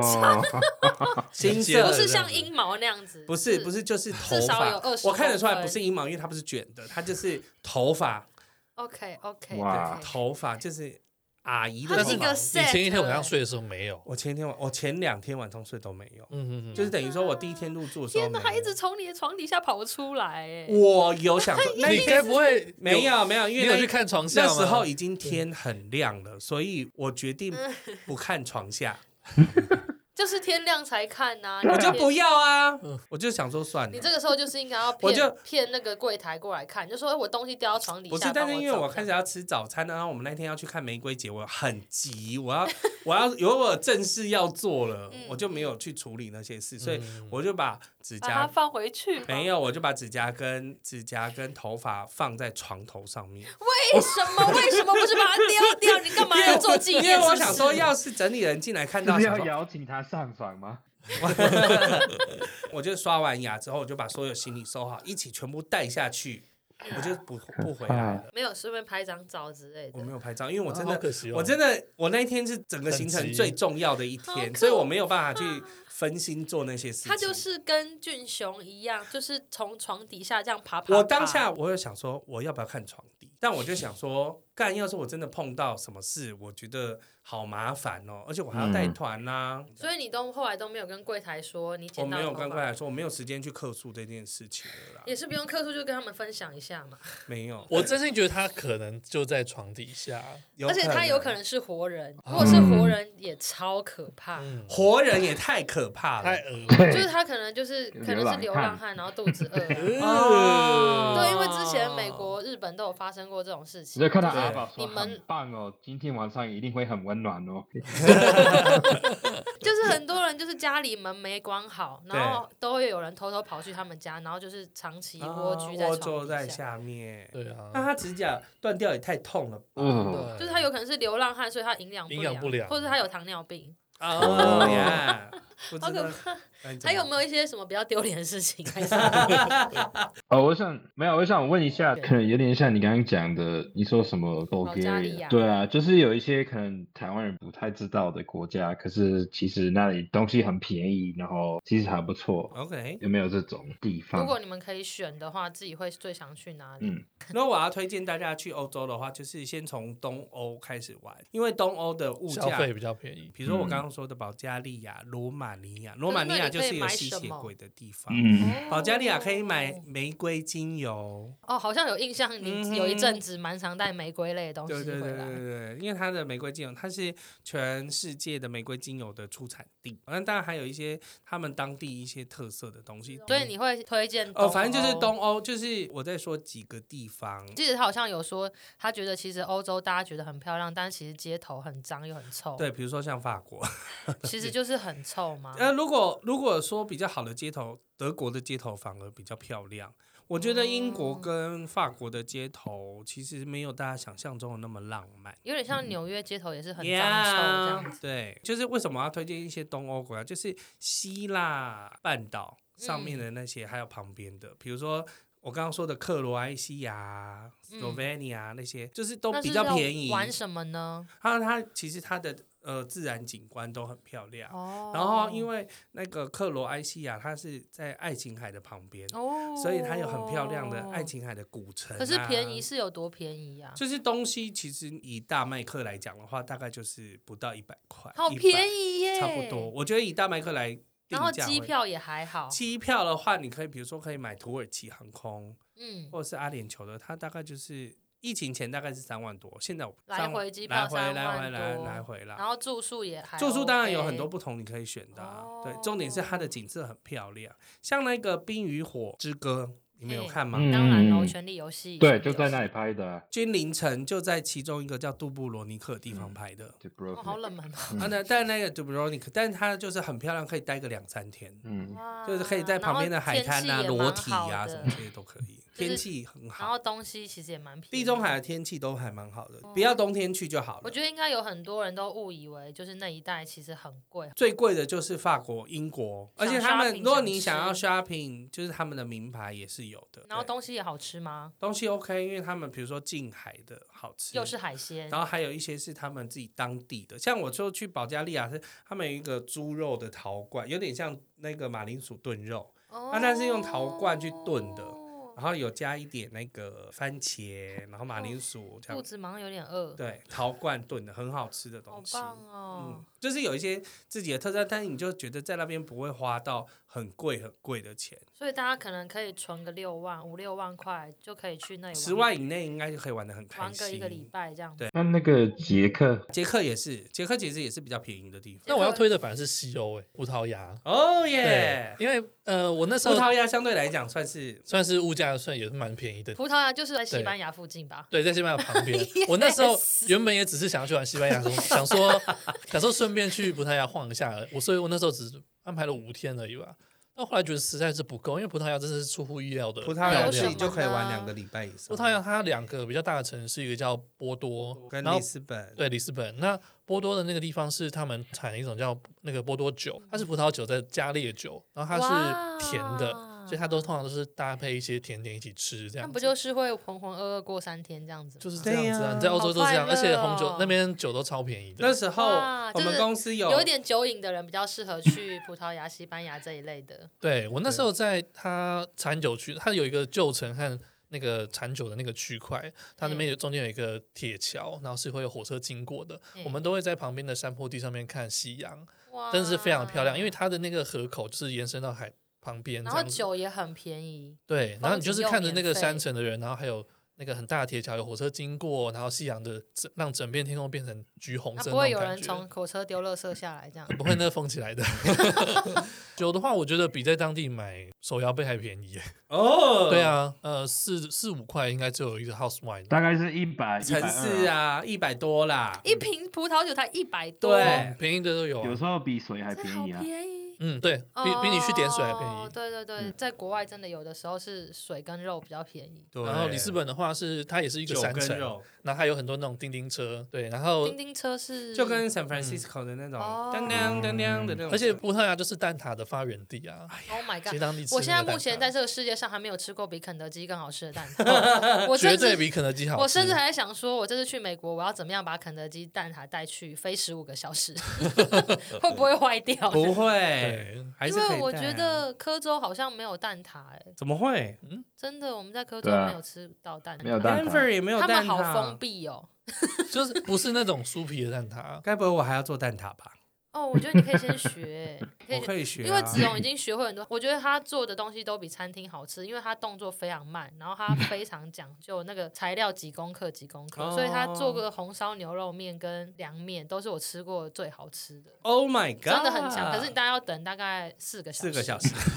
Speaker 3: [laughs] 金色
Speaker 4: 对
Speaker 3: 的
Speaker 1: 不是
Speaker 3: 这样
Speaker 1: 像
Speaker 3: 子
Speaker 1: 阴毛那样子，
Speaker 3: 不是不是，就是头
Speaker 1: 至少有
Speaker 3: 发
Speaker 1: 20，
Speaker 3: 我看得出来
Speaker 1: 公
Speaker 3: 不
Speaker 1: 分
Speaker 3: 是阴毛，因为它不是卷的，它就是头发，
Speaker 1: OK OK，
Speaker 2: 哇
Speaker 3: 头发就是阿姨的
Speaker 1: 它是
Speaker 3: 头
Speaker 1: 啊一个
Speaker 3: 发。
Speaker 4: 你
Speaker 1: set。
Speaker 4: 前一天晚上，睡的时候没有，
Speaker 3: 我前天晚，我前两天晚上睡都没有，
Speaker 4: 嗯嗯嗯，
Speaker 3: 就是等于说我第一天入住的时候
Speaker 1: 天
Speaker 3: 没
Speaker 1: 哪，
Speaker 3: 有，
Speaker 1: 还一直从你的床底下跑出来，哎，
Speaker 3: 我有想
Speaker 1: [laughs]
Speaker 3: 说，那
Speaker 4: 你该不会
Speaker 3: 没？有没有，因
Speaker 4: 你
Speaker 3: 为
Speaker 4: 有
Speaker 3: 那
Speaker 4: 去看床下
Speaker 3: 那
Speaker 4: 吗？
Speaker 3: 时候已经天很亮了，所以我决定
Speaker 1: 嗯
Speaker 3: 不看
Speaker 1: [laughs]
Speaker 3: 床下，
Speaker 1: 就是天亮才看呐、
Speaker 3: 我
Speaker 1: 你
Speaker 3: 就不
Speaker 1: 骗。
Speaker 3: 要啊，我就想说算
Speaker 1: 嗯你这
Speaker 3: 了。
Speaker 1: 个时候就是应该要
Speaker 3: 我就
Speaker 1: 骗骗那个柜台过来看，就说哎我东西掉到床底下。
Speaker 3: 不是，但是因为
Speaker 1: 帮
Speaker 3: 我
Speaker 1: 我
Speaker 3: 开始要吃早餐，然后我们那天要去看玫瑰节，我很急，我要
Speaker 1: [laughs]
Speaker 3: 我要有我正事要做了，
Speaker 1: 嗯
Speaker 3: 我就没有去处理那些事，所以
Speaker 4: 嗯
Speaker 3: 我就把指
Speaker 1: 把它
Speaker 3: 甲
Speaker 1: 放回去吧。
Speaker 3: 没有，我就把指甲跟指甲跟头发放在床头上面，
Speaker 1: 为什么？为什么不是把它丢掉？你干嘛要做纪
Speaker 3: 因
Speaker 1: 念？
Speaker 3: 为我
Speaker 1: 是不
Speaker 3: 想
Speaker 1: 是
Speaker 3: 说，要是整理人进来看
Speaker 2: 是
Speaker 3: 到
Speaker 4: [laughs]
Speaker 2: 不是
Speaker 3: 想
Speaker 2: 要
Speaker 3: 说，
Speaker 2: 邀请他上床吗？
Speaker 3: 我就刷完牙之后，我就把所有行李收好，一起全部带下去，我就不不
Speaker 2: 啊
Speaker 3: 回
Speaker 2: 哎
Speaker 3: 来了。
Speaker 1: 没有顺便拍张照之类的
Speaker 3: 我。没有拍照，因为我真
Speaker 4: 啊好
Speaker 3: 的
Speaker 4: 可惜哦，
Speaker 3: 我真的，我那一天是整个行
Speaker 4: 很
Speaker 3: 程
Speaker 4: 急
Speaker 3: 最重要的一
Speaker 1: 好
Speaker 3: 天，
Speaker 1: 可
Speaker 3: 所以我没有办法去分心做那些事情。
Speaker 1: 他就是跟俊雄一样，就是从床底下这样爬爬爬。
Speaker 3: 我当下我有想说，我要不要看床底？但我就想说，干，要是我真的碰到什么事，我觉得好麻烦哦，而且我还要带
Speaker 4: 嗯
Speaker 3: 团啦。
Speaker 1: 所以你都后来都没有跟柜台说你
Speaker 3: 我
Speaker 1: 捡到
Speaker 3: 没有
Speaker 1: 头发
Speaker 3: 跟快来说，我没有时间去客诉这件事情了啦，
Speaker 1: 也是不用客诉，就跟他们分享一下嘛。
Speaker 3: 没有，
Speaker 4: 我真心觉得他可能就在床底下，
Speaker 3: 有
Speaker 1: 而且他有可
Speaker 3: 能哦
Speaker 1: 能是活人，如果是活人也超可怕。
Speaker 4: 嗯，
Speaker 3: 活人也太可怕
Speaker 4: 太
Speaker 3: 了。
Speaker 4: 恶了。
Speaker 2: 对
Speaker 1: 就是他可能就是可能是流浪汉，然后肚子饿
Speaker 3: [laughs]
Speaker 1: 啊。
Speaker 3: 嗯哦
Speaker 1: 对，因为之前美国、日本都有发生过这种事
Speaker 2: 直
Speaker 1: 情
Speaker 2: 接。看到
Speaker 1: 就是
Speaker 2: 阿宝说
Speaker 1: 你们
Speaker 2: 很棒哦，今天晚上一定会很温暖哦。
Speaker 1: 就是很多人就是家里门没关好，然后都会有人偷偷跑去他们家，然后就是长期
Speaker 3: 啊
Speaker 1: 蜗居在
Speaker 3: 窝
Speaker 1: 床
Speaker 3: 坐在
Speaker 1: 底下。
Speaker 3: 下面。
Speaker 4: 对
Speaker 3: 那
Speaker 4: 啊，
Speaker 3: 他指甲断掉也太痛了吧
Speaker 2: 嗯，
Speaker 1: 就是他有可能是流浪汉，所以他营养
Speaker 4: 营养不良
Speaker 1: 或者他有糖尿病。
Speaker 3: 哦呀，
Speaker 1: [laughs]
Speaker 3: 不
Speaker 1: 好
Speaker 3: 知
Speaker 1: 可
Speaker 3: 道 [laughs]
Speaker 1: 怕！
Speaker 3: 哎怎
Speaker 1: 还有
Speaker 3: 么
Speaker 1: 没有一些什么比较丢脸的事情？
Speaker 3: [laughs]
Speaker 1: [laughs]
Speaker 2: 哦，我想没有，我想问一下，
Speaker 5: 对
Speaker 2: 可能有点像你刚刚讲的，你说什么 b u l g
Speaker 5: 加利亚
Speaker 2: 对啊，就是有一些可能台湾人不太知道的国家，可是其实那里东西很便宜，然后其实还不错，
Speaker 3: OK？
Speaker 2: 有没有这种地
Speaker 1: 如
Speaker 2: 方？
Speaker 1: 果你们可以选的话，自己会最想去哪里？
Speaker 2: 嗯，
Speaker 3: 那我要推荐大家去欧洲的话，就是先从东欧开始玩，因为东欧的物
Speaker 4: 消
Speaker 3: 价，
Speaker 4: 费比较便宜，
Speaker 3: 比如说我刚刚说的保加利亚、罗马尼亚，罗马尼亚就是有吸血鬼的地方。
Speaker 2: 嗯，
Speaker 3: 保加利亚可以买玫瑰精油，
Speaker 1: 哦，好像有印象，
Speaker 3: 嗯哼
Speaker 1: 你有一阵子蛮常带玫瑰类的东
Speaker 3: 对
Speaker 1: 西
Speaker 3: 对对
Speaker 1: 回
Speaker 3: 对
Speaker 1: 来。
Speaker 3: 对，因为它的玫瑰精油，它是全世界的玫瑰精油的出产地，哦那当然还有一些他们当地一些特色的东西。
Speaker 1: 所以嗯你会推荐
Speaker 3: 哦，
Speaker 1: 东
Speaker 3: 反正就是
Speaker 1: 欧
Speaker 3: 东欧，就是我在说几个地方，
Speaker 1: 记得他好像有说，他觉得其实欧洲大家觉得很漂亮，但其实街头很脏又很臭。，
Speaker 3: 对，呃比如说像法国。
Speaker 1: [laughs] 其实就是很臭嘛。
Speaker 3: 那如果如果说比较好的街头，德国的街头反而比较漂亮。我觉得英
Speaker 1: 哦
Speaker 3: 国跟法国的街头其实没有大家想象中的那么浪漫。
Speaker 1: 有点像纽约街头也是很脏臭这
Speaker 3: Yeah，
Speaker 1: 样子。
Speaker 3: 对，就是为什么要推荐一些东欧国家，就是希腊半岛上
Speaker 1: 嗯
Speaker 3: 面的那些，还有旁边的，比如说我刚刚说的克罗埃西亚、
Speaker 1: 嗯
Speaker 3: Slovenia 那些，就是都
Speaker 1: 那
Speaker 3: 比
Speaker 1: 是
Speaker 3: 较
Speaker 1: 要
Speaker 3: 便宜。
Speaker 1: 玩什么呢？
Speaker 3: 它它其实它的呃自然景观都很漂亮。
Speaker 1: 哦，
Speaker 3: 然后因为那个克罗埃西亚，它是在爱琴海的旁边，
Speaker 1: 哦，
Speaker 3: 所以它有很漂亮的爱。琴海的古城、啊
Speaker 1: 可是便宜。是有多便宜呀？
Speaker 3: 就是东西，其实以大麦克来讲的话，大概就是不到一百块，
Speaker 1: 好
Speaker 3: 100
Speaker 1: 便，宜耶，
Speaker 3: 差不多。。我觉得以大麦克来定价
Speaker 1: 然
Speaker 3: 会，
Speaker 1: 后机票也还好，
Speaker 3: 机票的话，你可以比如说可以买土耳其航空
Speaker 1: 嗯，
Speaker 3: 或者是阿联酋的，它大概就是疫情前大概是三万多，现在我
Speaker 1: 来回机票
Speaker 3: 来回
Speaker 1: 3万
Speaker 3: 来回来
Speaker 1: 多
Speaker 3: 来回啦，
Speaker 1: 然后住宿也还 OK，
Speaker 3: 住宿当然有很多不同你可以选的啊、
Speaker 1: 哦
Speaker 3: 对，重点是它的景色很漂亮，像那个《冰与火之歌》，你们有看吗？
Speaker 2: 嗯
Speaker 1: 当然喽，
Speaker 2: 嗯
Speaker 1: 权力游戏
Speaker 2: 对，就在
Speaker 1: 里。
Speaker 2: 那里拍的啊
Speaker 3: 君临城就在其中一个叫杜布罗尼克的地方拍的。
Speaker 2: ，The b r o
Speaker 1: 哦，好冷门
Speaker 2: [laughs]
Speaker 1: 哦
Speaker 3: 啊，那但那个杜布罗尼克，但它就是很漂亮，可以待个两三天，
Speaker 2: 嗯，
Speaker 1: 哇
Speaker 3: 就是可以在旁边的海滩
Speaker 1: 然
Speaker 3: 啊、
Speaker 1: 后天气也
Speaker 3: 裸
Speaker 1: 蛮
Speaker 3: 体
Speaker 1: 好
Speaker 3: 啊
Speaker 1: 的
Speaker 3: 什么这些都可以。
Speaker 1: 就是
Speaker 3: 天气很
Speaker 1: 然
Speaker 3: 好
Speaker 1: 后，东西其实也蛮便宜。
Speaker 3: 地中海的天气都还蛮好的，不要冬天去就好
Speaker 1: 我
Speaker 3: 了。
Speaker 1: 觉得应该有很多人都误以为就是那一带其实很贵，
Speaker 3: 最贵的就是法国、英国，而且他
Speaker 1: shopping
Speaker 3: 们如果你想
Speaker 1: 想
Speaker 3: 要
Speaker 1: 吃
Speaker 3: shopping，就是他们的名牌也是有的。
Speaker 1: 然后
Speaker 3: 对
Speaker 1: 东西也好吃吗？
Speaker 3: 东西 OK，因为他们比如说近海的好吃，
Speaker 1: 又是海鲜，
Speaker 3: 然后还有一些是他们自己当地的，像我就去保加利亚是他们有一个猪肉的陶罐，有点像那个马铃薯炖肉，
Speaker 1: 啊
Speaker 3: 啊那是用陶罐去炖的然后有加一点那个番茄，然后
Speaker 1: 哦
Speaker 3: 马铃薯这
Speaker 1: 肚
Speaker 3: 样，
Speaker 1: 子马上有点饿，
Speaker 3: 对，陶罐炖的很好吃的
Speaker 1: 好
Speaker 3: 东西。
Speaker 1: 棒哦
Speaker 3: 嗯！，就是有一些自己的特色，但是你就觉得在那边不会花到很贵很贵的钱，
Speaker 1: 所以大家可能可以存个六万、五六万块，就可以去那里玩
Speaker 3: 十万以内应该就可以玩的很开
Speaker 1: 玩个一个礼
Speaker 3: 心。
Speaker 1: 拜这样子。
Speaker 3: 对
Speaker 2: 那那个捷克，
Speaker 3: 捷克也是，捷克其实也是比较便宜的地方。
Speaker 4: 那我要推的反而是西欧诶，葡萄牙。
Speaker 3: 哦
Speaker 4: 对
Speaker 3: 耶，，
Speaker 4: 因为呃，我那时
Speaker 3: 葡
Speaker 4: 候
Speaker 3: 萄牙相对来讲算是
Speaker 4: 算是物价算也是蛮便宜的。
Speaker 1: 葡萄牙就是在西班牙附近吧？
Speaker 4: 对，在西班牙旁边，我那时候
Speaker 1: [laughs] Yes
Speaker 4: 原本也只是想要去玩西班牙，
Speaker 1: [laughs]
Speaker 4: 想说想说顺便去葡萄牙晃一下而已。我所以，我那时候只安排了五天而已吧。但后来觉得实在是不够，因为葡萄牙真的是出乎意料的
Speaker 3: 葡
Speaker 4: 漂
Speaker 3: 萄
Speaker 4: 亮。
Speaker 3: 牙
Speaker 1: 有什
Speaker 3: 是
Speaker 1: 么
Speaker 3: 就可以玩
Speaker 1: 呢
Speaker 3: 两个礼拜以上。
Speaker 4: 葡萄牙它两个比较大的城市，一个叫波多，
Speaker 3: 跟
Speaker 4: 然后
Speaker 3: 里斯本，
Speaker 4: 对里斯本。那波多的那个地方是他们产一种叫那个波多酒，它是葡萄酒再加烈酒，然后它是甜的，
Speaker 1: 哇
Speaker 4: 所以它都通常都是搭配一些甜点一起吃这
Speaker 1: 那
Speaker 4: 样
Speaker 1: 不
Speaker 4: 子。
Speaker 1: 就是会浑浑噩噩过三天这样子吗？
Speaker 4: 就是这样子啊，你在欧洲都
Speaker 1: 好
Speaker 4: 这样，
Speaker 1: 快
Speaker 4: 而
Speaker 1: 乐
Speaker 4: 且
Speaker 1: 哦
Speaker 4: 红酒那边酒都超便宜的
Speaker 3: 那。时候
Speaker 1: 哇
Speaker 3: 我
Speaker 1: 就
Speaker 3: 们
Speaker 1: 是
Speaker 3: 公司有
Speaker 1: 有一点酒瘾的人比较适合去葡萄牙、西班牙这一类的。
Speaker 4: 对我那时候在它产酒区，它有一个旧城和那个产酒的那个区块，它
Speaker 1: 嗯
Speaker 4: 那边有中间有一个铁桥，然后是会有火车经过的。
Speaker 1: 嗯
Speaker 4: 我们都会在旁边的山坡地上面看夕阳，
Speaker 1: 哇
Speaker 4: 真的是非常漂亮，因为它的那个河口就是延伸到海旁边，
Speaker 1: 嗯然
Speaker 4: 这
Speaker 1: 后
Speaker 4: 样子
Speaker 1: 酒也很便宜，
Speaker 4: 对，然后你
Speaker 1: 风景
Speaker 4: 就是
Speaker 1: 又
Speaker 4: 看着
Speaker 1: 免
Speaker 4: 那个
Speaker 1: 费
Speaker 4: 山城的人，然后还有。那个很大的铁桥，有火车经过，然后夕阳的整让整片天空变成橘红
Speaker 1: 那
Speaker 4: 色
Speaker 1: 啊不
Speaker 4: 那
Speaker 1: 会
Speaker 4: 种
Speaker 1: 有
Speaker 4: 感
Speaker 1: 人
Speaker 4: 觉。嗯
Speaker 1: 从火车丢垃圾下来这样。
Speaker 4: 不会，那封起
Speaker 1: [laughs]
Speaker 4: 来的。 [laughs] 酒的话，我觉得比在当地买手摇杯还便宜耶。
Speaker 3: 哦，
Speaker 4: 对，啊，呃，四四五块应该就有一个 house wine 了。
Speaker 2: 大概是一百
Speaker 3: 城市，啊，一百多啦，
Speaker 1: 一瓶葡萄酒才一百多，
Speaker 3: 对，
Speaker 4: 便宜的都有
Speaker 2: 120有
Speaker 4: 啊。
Speaker 2: 时候比水还
Speaker 1: 这
Speaker 2: 便
Speaker 1: 好
Speaker 2: 宜啊。
Speaker 1: 便宜。
Speaker 4: 嗯，对比比你去点水还便
Speaker 1: 哦
Speaker 4: 宜。
Speaker 1: 对对对，
Speaker 2: 嗯
Speaker 1: 在国外真的有的时候是水跟肉比较便宜。
Speaker 3: 对
Speaker 4: 然后里斯本的话是它也是一个
Speaker 3: 酒
Speaker 4: 山
Speaker 3: 跟
Speaker 4: 城，
Speaker 3: 肉，
Speaker 1: 嗯
Speaker 4: 然后它有很多那种叮叮车，对，然后
Speaker 1: 叮叮车是
Speaker 3: 就跟 San Francisco 的那种
Speaker 1: 哦
Speaker 3: 当当当当的那种，哎
Speaker 4: 而且葡萄牙就是蛋挞的发源地啊，
Speaker 1: Oh my
Speaker 4: 其实
Speaker 1: god！
Speaker 4: 当地吃
Speaker 1: 我现在
Speaker 4: 那个
Speaker 1: 目前在
Speaker 4: 蛋挞
Speaker 1: 这个世界上还没有吃过比肯德基更好吃的蛋挞，我
Speaker 4: 绝
Speaker 1: 甚
Speaker 4: 对
Speaker 1: 至
Speaker 4: 比肯德基好吃。
Speaker 1: 我甚至还在想说，我这次去美国，我要怎么样把肯德基蛋挞带去飞十五个小时，会不会坏掉？
Speaker 3: 不会，
Speaker 4: 对，
Speaker 3: 还
Speaker 1: 因
Speaker 3: 是可以
Speaker 1: 为我
Speaker 3: 带
Speaker 1: 觉
Speaker 3: 啊
Speaker 1: 得科州好像没有蛋挞，哎，
Speaker 3: 怎么会
Speaker 1: 真的，我们在科州
Speaker 2: 对啊
Speaker 1: 没有吃到蛋挞，
Speaker 2: 没有蛋挞
Speaker 3: ，Denver 也没有
Speaker 1: 他
Speaker 3: 蛋
Speaker 1: 们好封
Speaker 3: 挞，
Speaker 1: 闭哦。
Speaker 4: 就是不是那种酥皮的蛋挞。
Speaker 3: 该不会我还要做蛋挞吧？
Speaker 1: 哦，我觉得你可以先学，可
Speaker 3: 我
Speaker 1: 以
Speaker 3: 可以学啊，
Speaker 1: 因为子龙已经学会很多，我觉得他做的东西都比餐厅好吃，因为他动作非常慢，然后他
Speaker 3: 嗯
Speaker 1: 非常讲究那个材料几公克几公克，
Speaker 3: 哦
Speaker 1: 所以他做过的红烧牛肉面跟凉面都是我吃过最好吃的，
Speaker 3: Oh my God，
Speaker 1: 真的很强。可是你大概要等大概四个小时。
Speaker 3: 四个小时，嗯
Speaker 1: [laughs]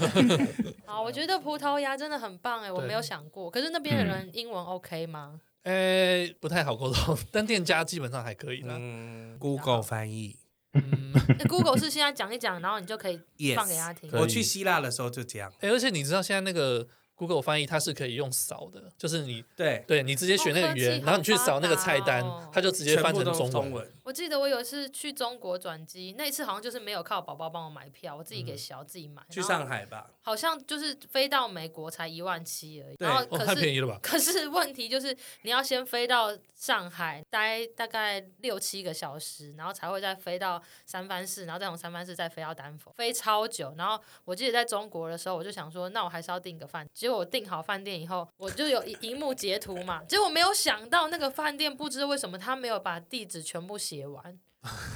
Speaker 1: 好，我觉得葡萄牙真的很棒哎，我
Speaker 4: 对
Speaker 1: 没有想过。可是那
Speaker 3: 嗯
Speaker 1: 边的人英文 OK 吗？
Speaker 4: 诶，哎不太好沟通，但店家基本上还可以啦。
Speaker 3: 嗯，Google 翻译
Speaker 4: 嗯，
Speaker 1: 那 Google 是现在讲一讲，然后你就可以放给他
Speaker 3: ，Yes，
Speaker 1: 听。
Speaker 4: 可以
Speaker 3: 我去希腊的时候就这样，
Speaker 4: 哎、而且你知道现在那个 Google 翻译它是可以用扫的，就是你
Speaker 3: 对，
Speaker 4: 对你直接选那个语言，
Speaker 1: 哦科技好
Speaker 4: 然后你去扫那个菜单
Speaker 1: 发达哦，
Speaker 4: 它就直
Speaker 3: 全
Speaker 4: 接
Speaker 3: 部
Speaker 4: 翻成
Speaker 3: 都是
Speaker 4: 中文。
Speaker 3: 中文。
Speaker 1: 我记得我有一次去中国转机，那一次好像就是没有靠宝宝帮我买票，我自己给小、自己买。
Speaker 3: 去
Speaker 1: 然后
Speaker 3: 上海吧，
Speaker 1: 好像就是飞到美国才一万七而已，
Speaker 3: 对
Speaker 1: 然后
Speaker 4: 哦，
Speaker 1: 可
Speaker 4: 太
Speaker 1: 是、
Speaker 4: 便宜了
Speaker 1: [laughs]
Speaker 4: 吧？
Speaker 1: 可是问题就是你要先飞到上海待大概六七个小时，然后才会再飞到三藩市，然后再从三藩市再飞到丹佛，飞超久。然后我记得在中国的时候，我就想说，那我还是要订个饭。结果我订好饭店以后，我就有一荧幕截图嘛，结果没有想到那个饭店不知为什么他没有把地址全部写完，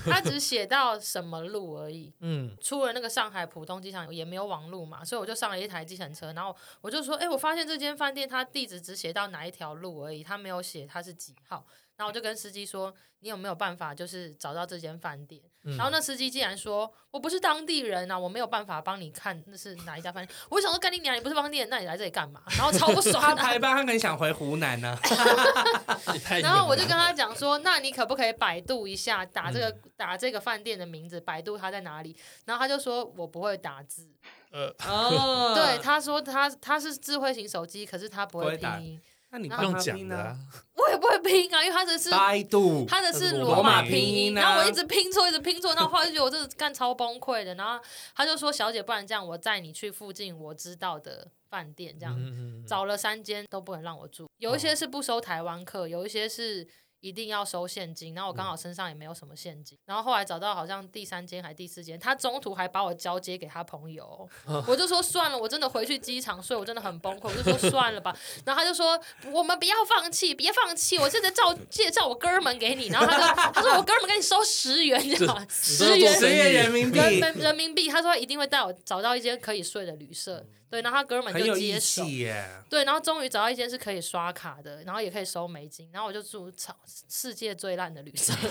Speaker 1: 他只写到什么路而已。
Speaker 4: 嗯，
Speaker 1: 出了那个上海浦东机场也没有网路嘛，所以我就上了一台计程车，然后我就说，哎、我发现这间饭店它地址只写到哪一条路而已，它没有写它是几号。然后我就跟司机说，你有没有办法就是找到这间饭店？
Speaker 4: 嗯
Speaker 1: 然后那司机竟然说，我不是当地人啊，我没有办法帮你看那是哪一家饭店。我就想说，干你娘，你不是当地人，那你来这里干嘛？然后超不
Speaker 3: 他
Speaker 1: 爽的。
Speaker 3: 排班，他很想回湖南啊呢、
Speaker 4: 也太远
Speaker 1: 然后我就
Speaker 4: 了
Speaker 1: 跟他讲说，那你可不可以百度一下，打这个、打这个饭店的名字，百度它在哪里？然后他就说我不会打字，
Speaker 4: 呃，
Speaker 3: [laughs] 哦，
Speaker 1: 对，，他说他他是智慧型手机，可是他不
Speaker 3: 不
Speaker 1: 会
Speaker 3: 会
Speaker 1: 拼
Speaker 3: 打
Speaker 1: 音，
Speaker 3: 那你
Speaker 4: 不
Speaker 3: 帮
Speaker 4: 用
Speaker 3: 他
Speaker 4: 讲
Speaker 3: 拼
Speaker 4: 的
Speaker 3: 呢
Speaker 4: 啊，
Speaker 1: 我也不会拼啊，因为他的是
Speaker 3: 百度，
Speaker 1: 他的
Speaker 4: 它是
Speaker 1: 是
Speaker 4: 罗
Speaker 1: 罗马
Speaker 4: 马
Speaker 1: 拼
Speaker 3: 拼
Speaker 1: 音，
Speaker 3: 音啊
Speaker 1: 然后我一直拼错，一直拼错，然后后来就觉得我真的干超崩溃的。然后他就说：“小姐，不然这样，我载你去附近我知道的饭店，这样、
Speaker 4: 嗯嗯嗯哦
Speaker 1: 找了三间都不能让我住，有一些是不收台湾客，有一些是。”一定要收现金，然后我
Speaker 4: 嗯
Speaker 1: 刚好身上也没有什么现金，然后后来找到好像第三间还第四间，他中途还把我交接给他朋
Speaker 4: [laughs]
Speaker 1: 友，我就说算了，我真的回去机场睡，我真的很崩溃，我就说算
Speaker 4: [laughs]
Speaker 1: 了吧，然后他就说：“我们不要放弃，别放弃，我现在照介绍我哥们给你。”然后他说：“他说我哥们给你收十元，这 [laughs] 样十
Speaker 4: 你知道
Speaker 1: 元
Speaker 4: 做
Speaker 3: 十
Speaker 4: 生意
Speaker 3: 元人民币，
Speaker 1: 人人人民币。”他说他一定会带我找到一间可以睡的旅
Speaker 4: 嗯
Speaker 1: 社。对，然后他哥们
Speaker 3: 很有
Speaker 1: 就
Speaker 3: 义
Speaker 1: 接手。
Speaker 3: 气耶。
Speaker 1: 对，然后终于找到一间是可以刷卡的，然后也可以收美金，然后我就住超世界最烂的旅社。 [laughs]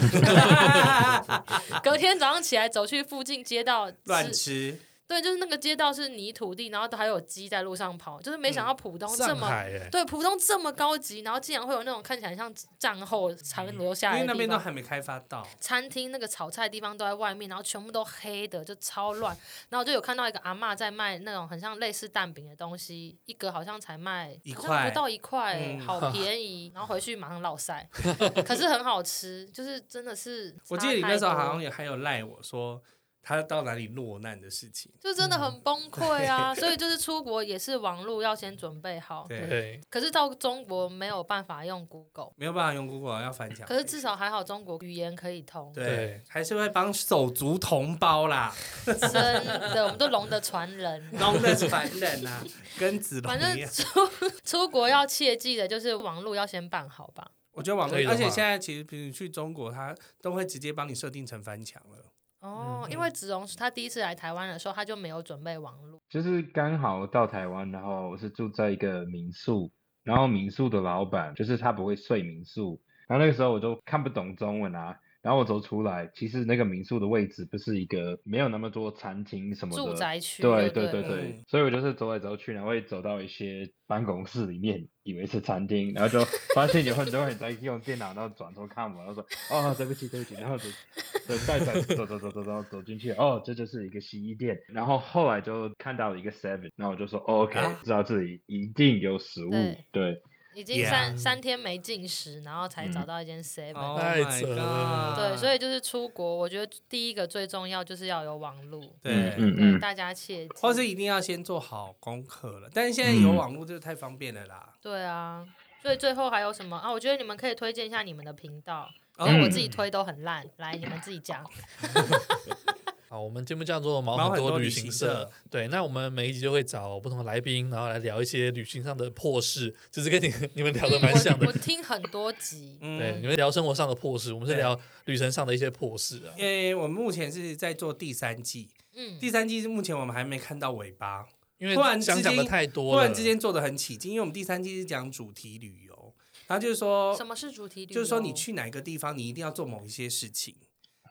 Speaker 1: 隔天早上起来走去附近街道
Speaker 3: 乱
Speaker 1: 吃，
Speaker 3: 吃，
Speaker 1: 对，就是那个街道是泥土地，然后还有鸡在路上跑，就是
Speaker 3: 嗯
Speaker 1: 没想到浦东这
Speaker 4: 上
Speaker 1: 么
Speaker 4: 海哎，
Speaker 1: 对，浦东这么高级，然后竟然会有那种看起来像战后残留下来
Speaker 3: 因为
Speaker 1: 的
Speaker 3: 那
Speaker 1: 地
Speaker 3: 边都
Speaker 1: 方。
Speaker 3: 还没开发到，
Speaker 1: 餐厅那个炒菜的地方都在外面，然后全部都黑的，就超乱。然后我就有看到一个阿嬷在卖那种很像类似蛋饼的东西，一个好像才卖
Speaker 3: 一
Speaker 1: 好像
Speaker 3: 块
Speaker 1: 不到一块、
Speaker 3: 嗯 [laughs]
Speaker 1: 好便宜。然后回去马上落晒，可是很好吃，就是真的是。
Speaker 3: 我记得你那时候好像。也还有赖我说他到哪里落难的事情，
Speaker 1: 就真的很崩溃
Speaker 3: 嗯
Speaker 1: 啊！ [laughs] 所以就是出国也是网络要先准备好，
Speaker 3: 对，
Speaker 4: 对，
Speaker 1: 可是到中国没有办法用 Google，
Speaker 3: 没有办法用 Google 要翻墙，
Speaker 1: 可是至少还好中国语言可以通。
Speaker 3: 对
Speaker 4: 对，
Speaker 3: 还是会帮手足同胞
Speaker 1: [laughs]
Speaker 3: 啦，
Speaker 1: 真的，我们都龙的传
Speaker 3: [laughs]
Speaker 1: 人。
Speaker 3: 龙的传人啊，跟子龙
Speaker 1: 反正
Speaker 3: 一样。
Speaker 1: 出出国要切记的就是网络要先办好吧。
Speaker 3: 我觉得网络
Speaker 4: 可以，的
Speaker 3: 而且
Speaker 4: 话
Speaker 3: 现在其实比如去中国，他都会直接帮你设定成翻墙了。
Speaker 1: 哦，
Speaker 3: 嗯
Speaker 1: 因为子荣他第一次来台湾的时候，他就没有准备网络。
Speaker 2: 就是刚好到台湾，然后我是住在一个民宿，然后民宿的老板就是他不会睡民宿，然后那个时候我就看不懂中文啊，然后我走出来，其实那个民宿的位置不是一个没有那么多餐厅什么的
Speaker 1: 住宅区
Speaker 2: 对
Speaker 1: 对
Speaker 2: 对
Speaker 1: 不对
Speaker 2: 对对，
Speaker 3: 嗯
Speaker 2: 所以我就是走来走去，然后会走到一些办公室里面，以为是餐厅，然后就发现有很多人在用电脑，然后转头看我，然后说哦对不起对不起，然后就就带着走走走走走走进去，哦这就是一个洗衣店，然后后来就看到了一个 seven，然后我就说、哦 OK，
Speaker 3: 啊
Speaker 2: 知道这里一定有食物，
Speaker 1: 对
Speaker 2: 对
Speaker 1: 已经
Speaker 3: Yeah
Speaker 1: 三三天没进食，然后才
Speaker 3: 嗯
Speaker 1: 找到一间 seven。
Speaker 4: 太
Speaker 3: 哦 my
Speaker 4: 扯了
Speaker 3: god
Speaker 1: 对，所以就是出国，我觉得第一个最重要就是要有网络。
Speaker 3: 对，
Speaker 2: 嗯
Speaker 1: 对，
Speaker 2: 嗯嗯，
Speaker 1: 大家切记。
Speaker 3: 或是一定要先做好功课了。但是现在有
Speaker 2: 嗯
Speaker 3: 网络就太方便了啦。
Speaker 1: 对啊，所以最后还有什么啊？我觉得你们可以推荐一下你们的频道，
Speaker 3: 哦
Speaker 1: 因为
Speaker 2: 嗯
Speaker 1: 我自己推都很烂。来，你们自己讲。
Speaker 4: 好，我们节目叫做《
Speaker 3: 毛
Speaker 4: 毛
Speaker 3: 很
Speaker 4: 很
Speaker 3: 多
Speaker 4: 多
Speaker 3: 旅
Speaker 4: 旅
Speaker 3: 行
Speaker 4: 行
Speaker 3: 社
Speaker 4: 社》。对，那我们每一集就会找不同的来宾，然后来聊一些旅行上的破事，就是跟你你们聊的蛮像
Speaker 1: 我我
Speaker 4: 的。
Speaker 1: 听很多集，
Speaker 4: 对，
Speaker 3: 嗯，
Speaker 4: 你们聊生活上的破事，我们是
Speaker 3: 对
Speaker 4: 聊旅程上的一些破事啊。
Speaker 3: 因为我们目前是在做第三季，
Speaker 1: 嗯，
Speaker 3: 第三季是目前我们还没看到尾巴，
Speaker 4: 因为
Speaker 3: 突然之
Speaker 4: 想讲的
Speaker 3: 间
Speaker 4: 太多
Speaker 3: 突
Speaker 4: 了，
Speaker 3: 然之间做的很起劲，因为我们第三季是讲主题旅游，然后就是说
Speaker 1: 什么是主题旅游？
Speaker 3: 就是说你去哪个地方，你一定要做某一些事情。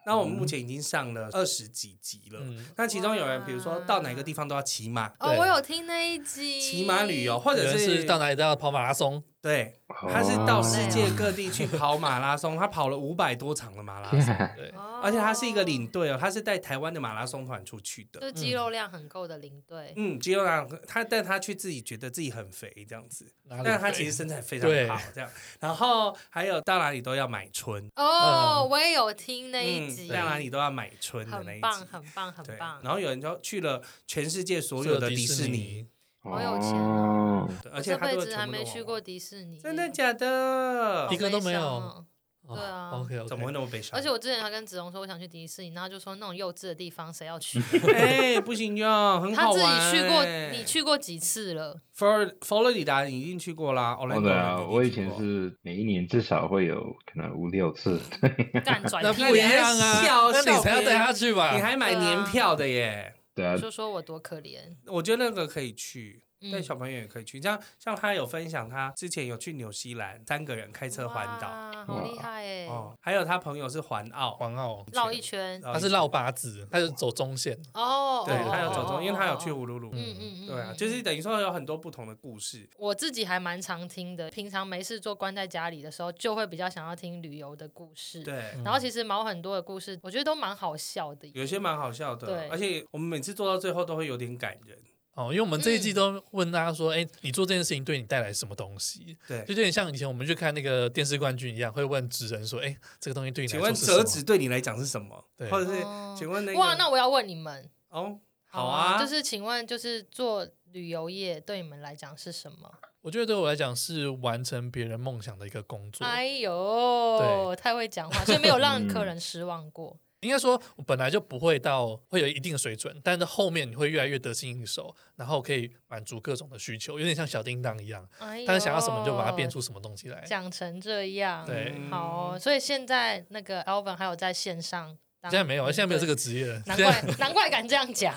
Speaker 3: 那我们目前已经上了二十几集了，
Speaker 4: 嗯
Speaker 3: 那其中有人比如说到哪个地方都要骑马，
Speaker 1: 哦，
Speaker 4: 对
Speaker 1: 我有听那一集
Speaker 3: 骑马旅游，，或
Speaker 4: 有
Speaker 3: 者
Speaker 4: 人
Speaker 3: 是
Speaker 4: 是到哪里都要跑马拉松，
Speaker 3: 对，
Speaker 2: 哦
Speaker 3: 他是到世
Speaker 1: 啊哦
Speaker 3: 界各地去跑马拉松，他跑了五百多场的马拉
Speaker 2: [laughs]
Speaker 3: 松，
Speaker 2: 哦
Speaker 4: 对，
Speaker 1: 哦
Speaker 3: 而且他是一个领，队哦，他是带台湾的马拉松团出去
Speaker 1: 就
Speaker 3: 的。
Speaker 1: 是肌肉量很够的领队。
Speaker 3: 嗯，肌肉量，他但他却自己觉得自己很肥这样子，
Speaker 4: 哪里
Speaker 3: 但他其实身材非常好这样。然后还有到哪里都要买春，
Speaker 1: 哦，
Speaker 4: 嗯
Speaker 1: 我也有听那一集，
Speaker 3: 嗯，到哪里都要买春的那
Speaker 1: 很
Speaker 3: 一
Speaker 1: 棒，
Speaker 3: 集。
Speaker 1: 很棒，
Speaker 3: 对，
Speaker 1: 很棒。
Speaker 3: 然后有人就去了全世界所有的迪士尼，，
Speaker 1: 好有钱啊
Speaker 2: 哦
Speaker 3: 对
Speaker 1: 我
Speaker 3: 而且
Speaker 1: 这
Speaker 3: 他
Speaker 1: 辈
Speaker 3: 都
Speaker 1: 子
Speaker 3: 全
Speaker 1: 还
Speaker 3: 部都
Speaker 1: 没
Speaker 3: 玩
Speaker 1: 去
Speaker 3: 完，
Speaker 1: 过迪士尼，
Speaker 3: 真的假的
Speaker 1: 好
Speaker 4: 一？个都
Speaker 1: 悲
Speaker 4: 没有
Speaker 1: 伤哦对啊
Speaker 4: OK OK，
Speaker 3: 怎么会那么悲伤？
Speaker 1: 而且我之前还跟子龙说我想去迪士尼，然后他就说那种幼稚的地方谁要
Speaker 3: [laughs]
Speaker 1: 去？ [laughs]
Speaker 3: 哎，不行哟，很
Speaker 1: 他
Speaker 3: 好
Speaker 1: 自
Speaker 3: 玩。
Speaker 1: 己去过，你去过几次了？
Speaker 3: 佛罗佛罗里达你一定去过啦，奥兰
Speaker 2: 哦
Speaker 3: 多
Speaker 2: 对
Speaker 3: 你
Speaker 2: 啊，
Speaker 3: 一定
Speaker 2: 我以
Speaker 3: 去
Speaker 2: 前
Speaker 3: 过
Speaker 2: 是每一年至少会有可能五六次， [laughs]
Speaker 1: 干转
Speaker 4: 那
Speaker 1: 屁
Speaker 4: 不一
Speaker 1: 眼，
Speaker 4: 样啊
Speaker 3: 你还，笑
Speaker 4: 那你才要带他去吧
Speaker 1: 啊
Speaker 3: 你？还买年票的耶，
Speaker 2: 对啊，
Speaker 1: 说说我多可怜。
Speaker 3: 我觉得那个可以去。
Speaker 1: 嗯
Speaker 3: 对小朋友也可以去。像像他有分享，他之前有去纽西兰，三个人开车环岛，
Speaker 1: 哇好厉害哎、
Speaker 3: 哦，还有他朋友是环澳，
Speaker 4: 环澳，
Speaker 1: 绕一圈
Speaker 3: 绕
Speaker 4: 他是绕八字，他是走中线，
Speaker 1: 哦，
Speaker 3: 对，
Speaker 1: 哦
Speaker 3: 他有走
Speaker 1: 哦
Speaker 3: 中，因为他有去
Speaker 1: 哦哦
Speaker 3: 葫芦鲁，
Speaker 1: 嗯嗯嗯，
Speaker 3: 对啊，
Speaker 1: 嗯
Speaker 3: 就是等于说有很多不同的故事。
Speaker 1: 我自己还蛮常听的，平常没事做关在家里的时候，就会比较想要听旅游的故事。，
Speaker 3: 对，
Speaker 1: 然后其实毛很多的故事，我觉得都蛮好笑的。
Speaker 3: 有些蛮好笑的
Speaker 1: 对，
Speaker 3: 而且我们每次做到最后都会有点感人。
Speaker 4: 哦，因为我们这一
Speaker 3: 嗯
Speaker 4: 季都问大家说，哎、你做这件事情对你带来什么东西？
Speaker 3: 对
Speaker 4: 就有点像以前我们去看那个电视冠军一样，会问职人说，哎、这个东西对你来
Speaker 3: 请
Speaker 4: 说
Speaker 3: 问
Speaker 4: 是什么
Speaker 3: 折纸对你来讲是什么？
Speaker 4: 对
Speaker 3: 或者是
Speaker 1: 哦
Speaker 3: 请问那个
Speaker 1: 哇，那我要问你们，
Speaker 3: 哦，好
Speaker 1: 好
Speaker 3: 啊，
Speaker 1: 就是请问，就是做旅游业对你们来讲是什么？
Speaker 4: 我觉得对我来讲是完成别人梦想的一个工作。
Speaker 1: 哎呦，太会讲话，所以没有让客人失望
Speaker 4: [laughs]
Speaker 1: 过。
Speaker 4: 应该说，我本来就不会到会有一定的水准，但是后面你会越来越得心应手，然后可以满足各种的需求，有点像小叮当一样。
Speaker 1: 哎呦，
Speaker 4: 但是想要什么就把它变出什么东西来。
Speaker 1: 讲成这样，
Speaker 4: 对
Speaker 1: 好哦，所以现在那个 Alvin 还有在线上当，
Speaker 4: 现在没有，现在没有这
Speaker 1: 个，
Speaker 4: 个职业了，
Speaker 1: 难
Speaker 4: 现在
Speaker 1: 怪难怪敢这样讲。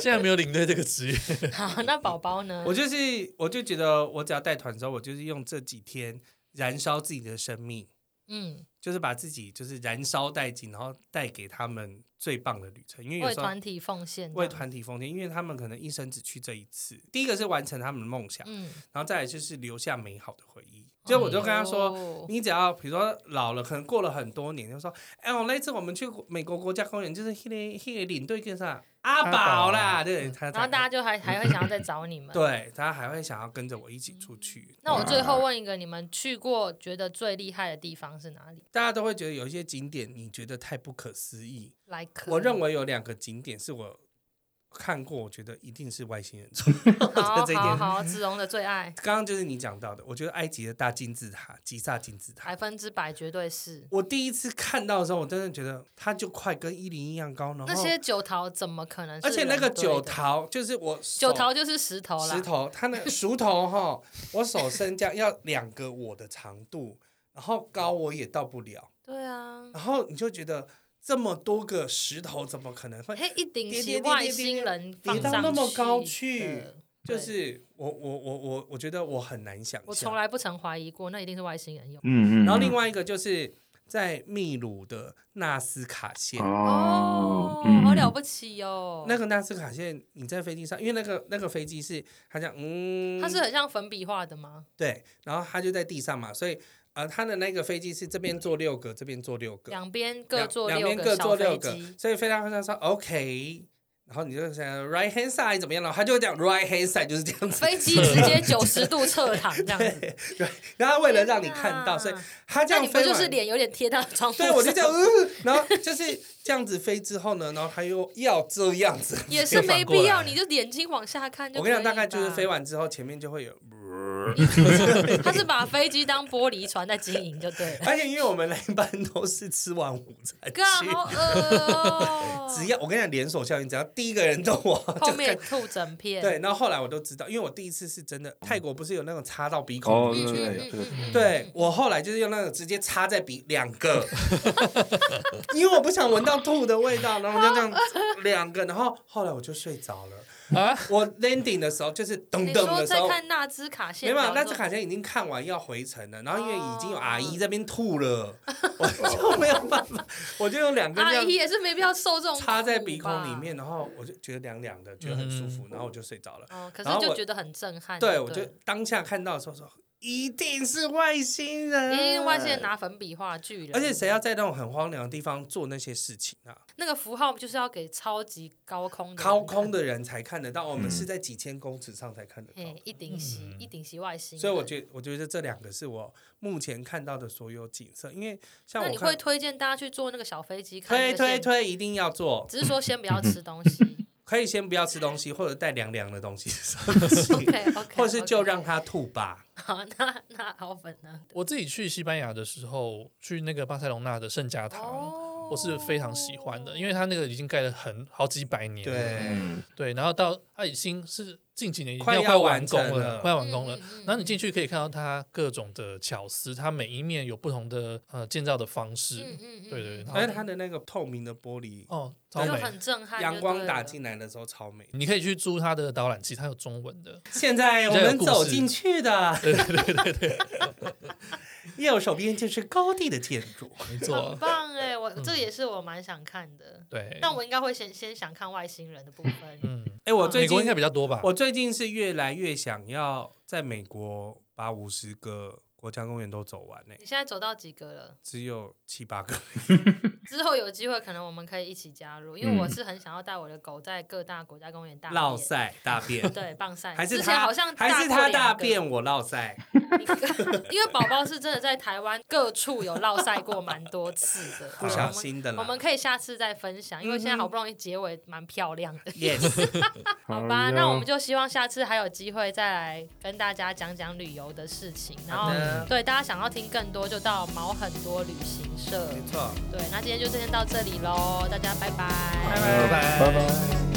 Speaker 4: 现在没有领队这个职业。 [laughs]
Speaker 1: 好，那宝宝呢？
Speaker 3: 我就是我就觉得我只要带团的时候，我就是用这几天燃烧自己的生命，
Speaker 1: 嗯，
Speaker 3: 就是把自己就是燃烧殆尽，然后带给他们最棒的旅程。因为有
Speaker 1: 为
Speaker 3: 时候
Speaker 1: 团体奉献，
Speaker 3: 为，团体奉献，因为他们可能一生只去这一次。第一个是完成他们的梦想，
Speaker 1: 嗯，
Speaker 3: 然后再来就是留下美好的回忆。就我就跟他说，
Speaker 1: 哦
Speaker 3: 你只要比如说老了，可能过了很多年，就说，哎、我那次我们去美国国家公园，就是那个那个领队跟上阿宝啊嗯啦，对，他
Speaker 1: 然后大家
Speaker 3: 家
Speaker 1: 就还还会想要再找你们。
Speaker 3: 对他还会想要跟着我一起出去。
Speaker 1: 那我最后问一个，你们去过觉得最厉害的地方是哪里？
Speaker 3: 大家都会觉得有一些景点你觉得太不可思议。
Speaker 1: 来客，
Speaker 3: 我认为有两个景点是我看过，我觉得一定是外星人做的。
Speaker 1: 好
Speaker 3: 我觉得 [laughs] 这一
Speaker 1: 哦好
Speaker 3: 点
Speaker 1: 好，子荣的最爱，
Speaker 3: 刚刚就是你讲到的，我觉得埃及的大金字塔，吉萨金字塔
Speaker 1: 百，分之百绝对是。
Speaker 3: 我第一次看到的时候，我真的觉得它就快跟一零一样高，然后
Speaker 1: 那些酒桃怎么可能是
Speaker 3: 而
Speaker 1: 人
Speaker 3: 且
Speaker 1: 堆的？
Speaker 3: 那个九桃就是我手
Speaker 1: 九桃就是石头啦，
Speaker 3: 石头，它那熟头哈， [laughs] 我手伸这样要两个我的长度，然后高我也到不了，
Speaker 1: 对啊。
Speaker 3: 然后你就觉得这么多个石头怎么可能会？
Speaker 1: 嘿，一顶
Speaker 3: 呃叠
Speaker 1: 起
Speaker 3: 叠叠叠
Speaker 1: 外
Speaker 3: 叠
Speaker 1: 星人
Speaker 3: 叠
Speaker 1: 放
Speaker 3: 到
Speaker 1: 上
Speaker 3: 那么高去
Speaker 1: 的
Speaker 3: 就
Speaker 1: 对
Speaker 3: 是我我我我我觉得我很难想
Speaker 1: 我从
Speaker 3: 象。
Speaker 1: 来不曾怀疑过，那一定是外星人用。
Speaker 2: 嗯嗯。
Speaker 3: 然后另
Speaker 2: 外
Speaker 3: 外一个就是在秘鲁的纳斯卡线，
Speaker 2: 哦
Speaker 1: 哦，，
Speaker 2: 嗯
Speaker 1: 好了不起哦！
Speaker 3: 那个纳斯卡线你在飞机上，因为那个那个飞机是它这样，嗯，
Speaker 1: 它是很像粉笔画的吗？
Speaker 3: 对，然后它就在地上嘛，所以呃，它的那个飞机是这边坐六个，这边坐六个，
Speaker 1: 两边各
Speaker 3: 两
Speaker 1: 坐
Speaker 3: 两
Speaker 1: 六
Speaker 3: 边
Speaker 1: 个
Speaker 3: 各
Speaker 1: 小
Speaker 3: 坐六
Speaker 1: 飞
Speaker 3: 个
Speaker 1: 机，
Speaker 3: 所以飞到上说 OK，然后你就想 right hand side 怎么样了，他就会讲 right hand side 就是这样子，
Speaker 1: 飞机直接九十度侧躺这样子。
Speaker 3: [laughs] 对对，然后他为了让你看到，所以
Speaker 1: 天哪
Speaker 3: 他这
Speaker 1: 那
Speaker 3: 样
Speaker 1: 你不
Speaker 3: 飞
Speaker 1: 就是
Speaker 3: 完。
Speaker 1: 脸有点贴到窗户上？
Speaker 3: 对，我
Speaker 1: [laughs]
Speaker 3: 就这样，嗯，然后就是这样子飞之后呢，然后他又要这样子，
Speaker 1: 也是没
Speaker 4: 反过
Speaker 1: 必要，
Speaker 4: 来
Speaker 1: 你就眼睛往下看就。
Speaker 3: 我跟你讲，大概就是飞。完之后，前面就会有，
Speaker 1: 他是把飞机当玻璃船在经营就对了。
Speaker 3: [laughs] 而且因为我们那一班都是吃完午餐
Speaker 1: 哥，
Speaker 3: 去，
Speaker 1: 好饿哦！
Speaker 3: 只要 [laughs] 我跟你讲连锁效应，只要第一个人动我，
Speaker 1: 后
Speaker 3: 就
Speaker 1: 面
Speaker 3: 看
Speaker 1: 吐整片。
Speaker 3: 对。然后后来我都知道，因为我第一次是真的，泰国不是有那种插到鼻
Speaker 2: 哦
Speaker 3: 孔
Speaker 2: 对
Speaker 3: 进
Speaker 1: 嗯
Speaker 2: 对
Speaker 3: 去的
Speaker 2: 对，这个是
Speaker 3: 对我后来就是用那种直接插在鼻两
Speaker 1: [laughs]
Speaker 3: 个，因为我不想闻到吐的味道，然后我就
Speaker 1: [laughs]
Speaker 3: 这样两个，然后后来我就睡着了。
Speaker 4: 啊，
Speaker 3: 我 landing 的时候就是
Speaker 1: 你
Speaker 3: 噔
Speaker 1: 说
Speaker 3: 噔的时
Speaker 1: 在
Speaker 3: 候，
Speaker 1: 看纳兹卡线
Speaker 3: 没有，
Speaker 1: 条的时候，
Speaker 3: 那次卡线已经看完要回程了，然后因为已经有阿
Speaker 1: 哦
Speaker 3: 姨这边吐了，我 [laughs] 就没有办法，我就用两根这
Speaker 1: 阿
Speaker 3: 样
Speaker 1: 姨也是没必要受这种
Speaker 3: 插在
Speaker 1: 苦
Speaker 3: 鼻
Speaker 1: 吧
Speaker 3: 孔里。面，然后我就觉得凉凉的，觉得很舒服，然后我就睡着了。
Speaker 1: 哦，可
Speaker 3: 然
Speaker 1: 是
Speaker 3: 后
Speaker 1: 就
Speaker 3: 我
Speaker 1: 觉得很震撼。
Speaker 3: 对，
Speaker 1: 不
Speaker 3: 我就当下看到的时候说，一定是外星人，
Speaker 1: 因为外星人。拿粉笔画巨人，
Speaker 3: 嗯而且谁要在那种很荒凉的地方做那些事情啊？
Speaker 1: 那个符号就是要给超级高空的人
Speaker 3: 高空
Speaker 1: 看，
Speaker 3: 的人才看得到，我们是在几千公尺上才看得到。
Speaker 1: [laughs] 嘿，一顶席一顶席外星人。
Speaker 3: 嗯所以我觉我觉得这两个是我目前看到的所有景色，因为像
Speaker 1: 那
Speaker 3: 我
Speaker 1: 你会
Speaker 3: 看
Speaker 1: 推荐大家去坐那个小飞机看？
Speaker 3: 推推，推一定要做，
Speaker 1: 只是说先不要吃东
Speaker 3: [laughs]
Speaker 1: 西。
Speaker 3: 可以先不要吃东西，或者带凉凉的东
Speaker 1: [laughs]
Speaker 3: 西 [laughs] 上去
Speaker 1: OK OK，
Speaker 3: 或是就让他吐吧。
Speaker 1: 好，那那好粉啊呢？
Speaker 4: 我自己去西班牙的时候，去那个巴塞隆纳的圣家堂，
Speaker 1: 哦
Speaker 4: 我是非常喜
Speaker 2: 네.
Speaker 4: 欢的，因为它那个已经盖了很好几百年了。
Speaker 3: 对，
Speaker 2: 嗯
Speaker 4: 对，然后到它已经是近几年已经
Speaker 3: 快要
Speaker 4: 快完
Speaker 3: 完
Speaker 4: 工
Speaker 3: 成
Speaker 4: 了，
Speaker 3: 了
Speaker 4: 快完工了
Speaker 1: 嗯嗯嗯。
Speaker 4: 然后你进去可以看到它各种的巧思，它每一面有不同的呃建造的方式。
Speaker 1: 嗯嗯嗯
Speaker 4: 对对
Speaker 1: 嗯
Speaker 4: 对，然
Speaker 3: 而且
Speaker 4: 后
Speaker 3: 它的那个透明的玻璃，
Speaker 4: 哦，超
Speaker 1: 就
Speaker 4: 美。
Speaker 1: 很震撼，
Speaker 3: 阳光
Speaker 4: [laughs]
Speaker 3: 打
Speaker 1: 进。
Speaker 3: 进来的时候超美。
Speaker 4: 你可以去租它的导览器，它有中文的。
Speaker 3: [laughs] 现在我们走进去的
Speaker 4: 对对对对对，
Speaker 3: 右手边就是高地的建筑，
Speaker 4: 没
Speaker 1: 很
Speaker 4: 错，
Speaker 1: 棒哎、我
Speaker 3: 嗯
Speaker 1: 这个也是我蛮想看的，
Speaker 4: 对。
Speaker 1: 但我应该会先先想看外星人的部
Speaker 4: [laughs]
Speaker 1: 分。
Speaker 4: 嗯，
Speaker 3: [laughs] 哎，我最
Speaker 4: 美
Speaker 3: 近
Speaker 4: 国应该比较多吧？
Speaker 3: 我最近是越来越想要在美国把五十个国家公园都走完呢、欸
Speaker 1: 你现在走到几个了？
Speaker 3: 只有七八个。
Speaker 1: 之后有机会可能我们可以一起加入，因为我
Speaker 3: 嗯
Speaker 1: 是很想要带我的狗在各大国家公园大便
Speaker 3: 落塞大便，
Speaker 1: 对，棒赛
Speaker 3: [laughs] 还是
Speaker 1: 之前
Speaker 3: 他
Speaker 1: 好像
Speaker 3: 还是
Speaker 1: 过
Speaker 3: 他
Speaker 1: 两
Speaker 3: 大
Speaker 1: 个，
Speaker 3: 便我落塞，
Speaker 1: [laughs] 因为宝宝是真的在台湾各处有落赛过蛮多次的，
Speaker 3: 不小心的
Speaker 1: 我们。我们
Speaker 3: 啦。
Speaker 1: 可以下次再分享，因为现在好不容易结尾蛮漂亮的。
Speaker 3: [laughs] Yes，
Speaker 1: 好吧，
Speaker 2: 哎
Speaker 1: 那
Speaker 2: 呦
Speaker 1: 我们就希望下次还有机会再来跟大家讲讲旅游的事情。然后
Speaker 3: 好的，
Speaker 1: 对大家想要听更多，就到毛很多旅行社。
Speaker 3: 没错。
Speaker 1: 对，那今天就先到这里喽，大家拜拜
Speaker 3: 拜
Speaker 2: 拜拜。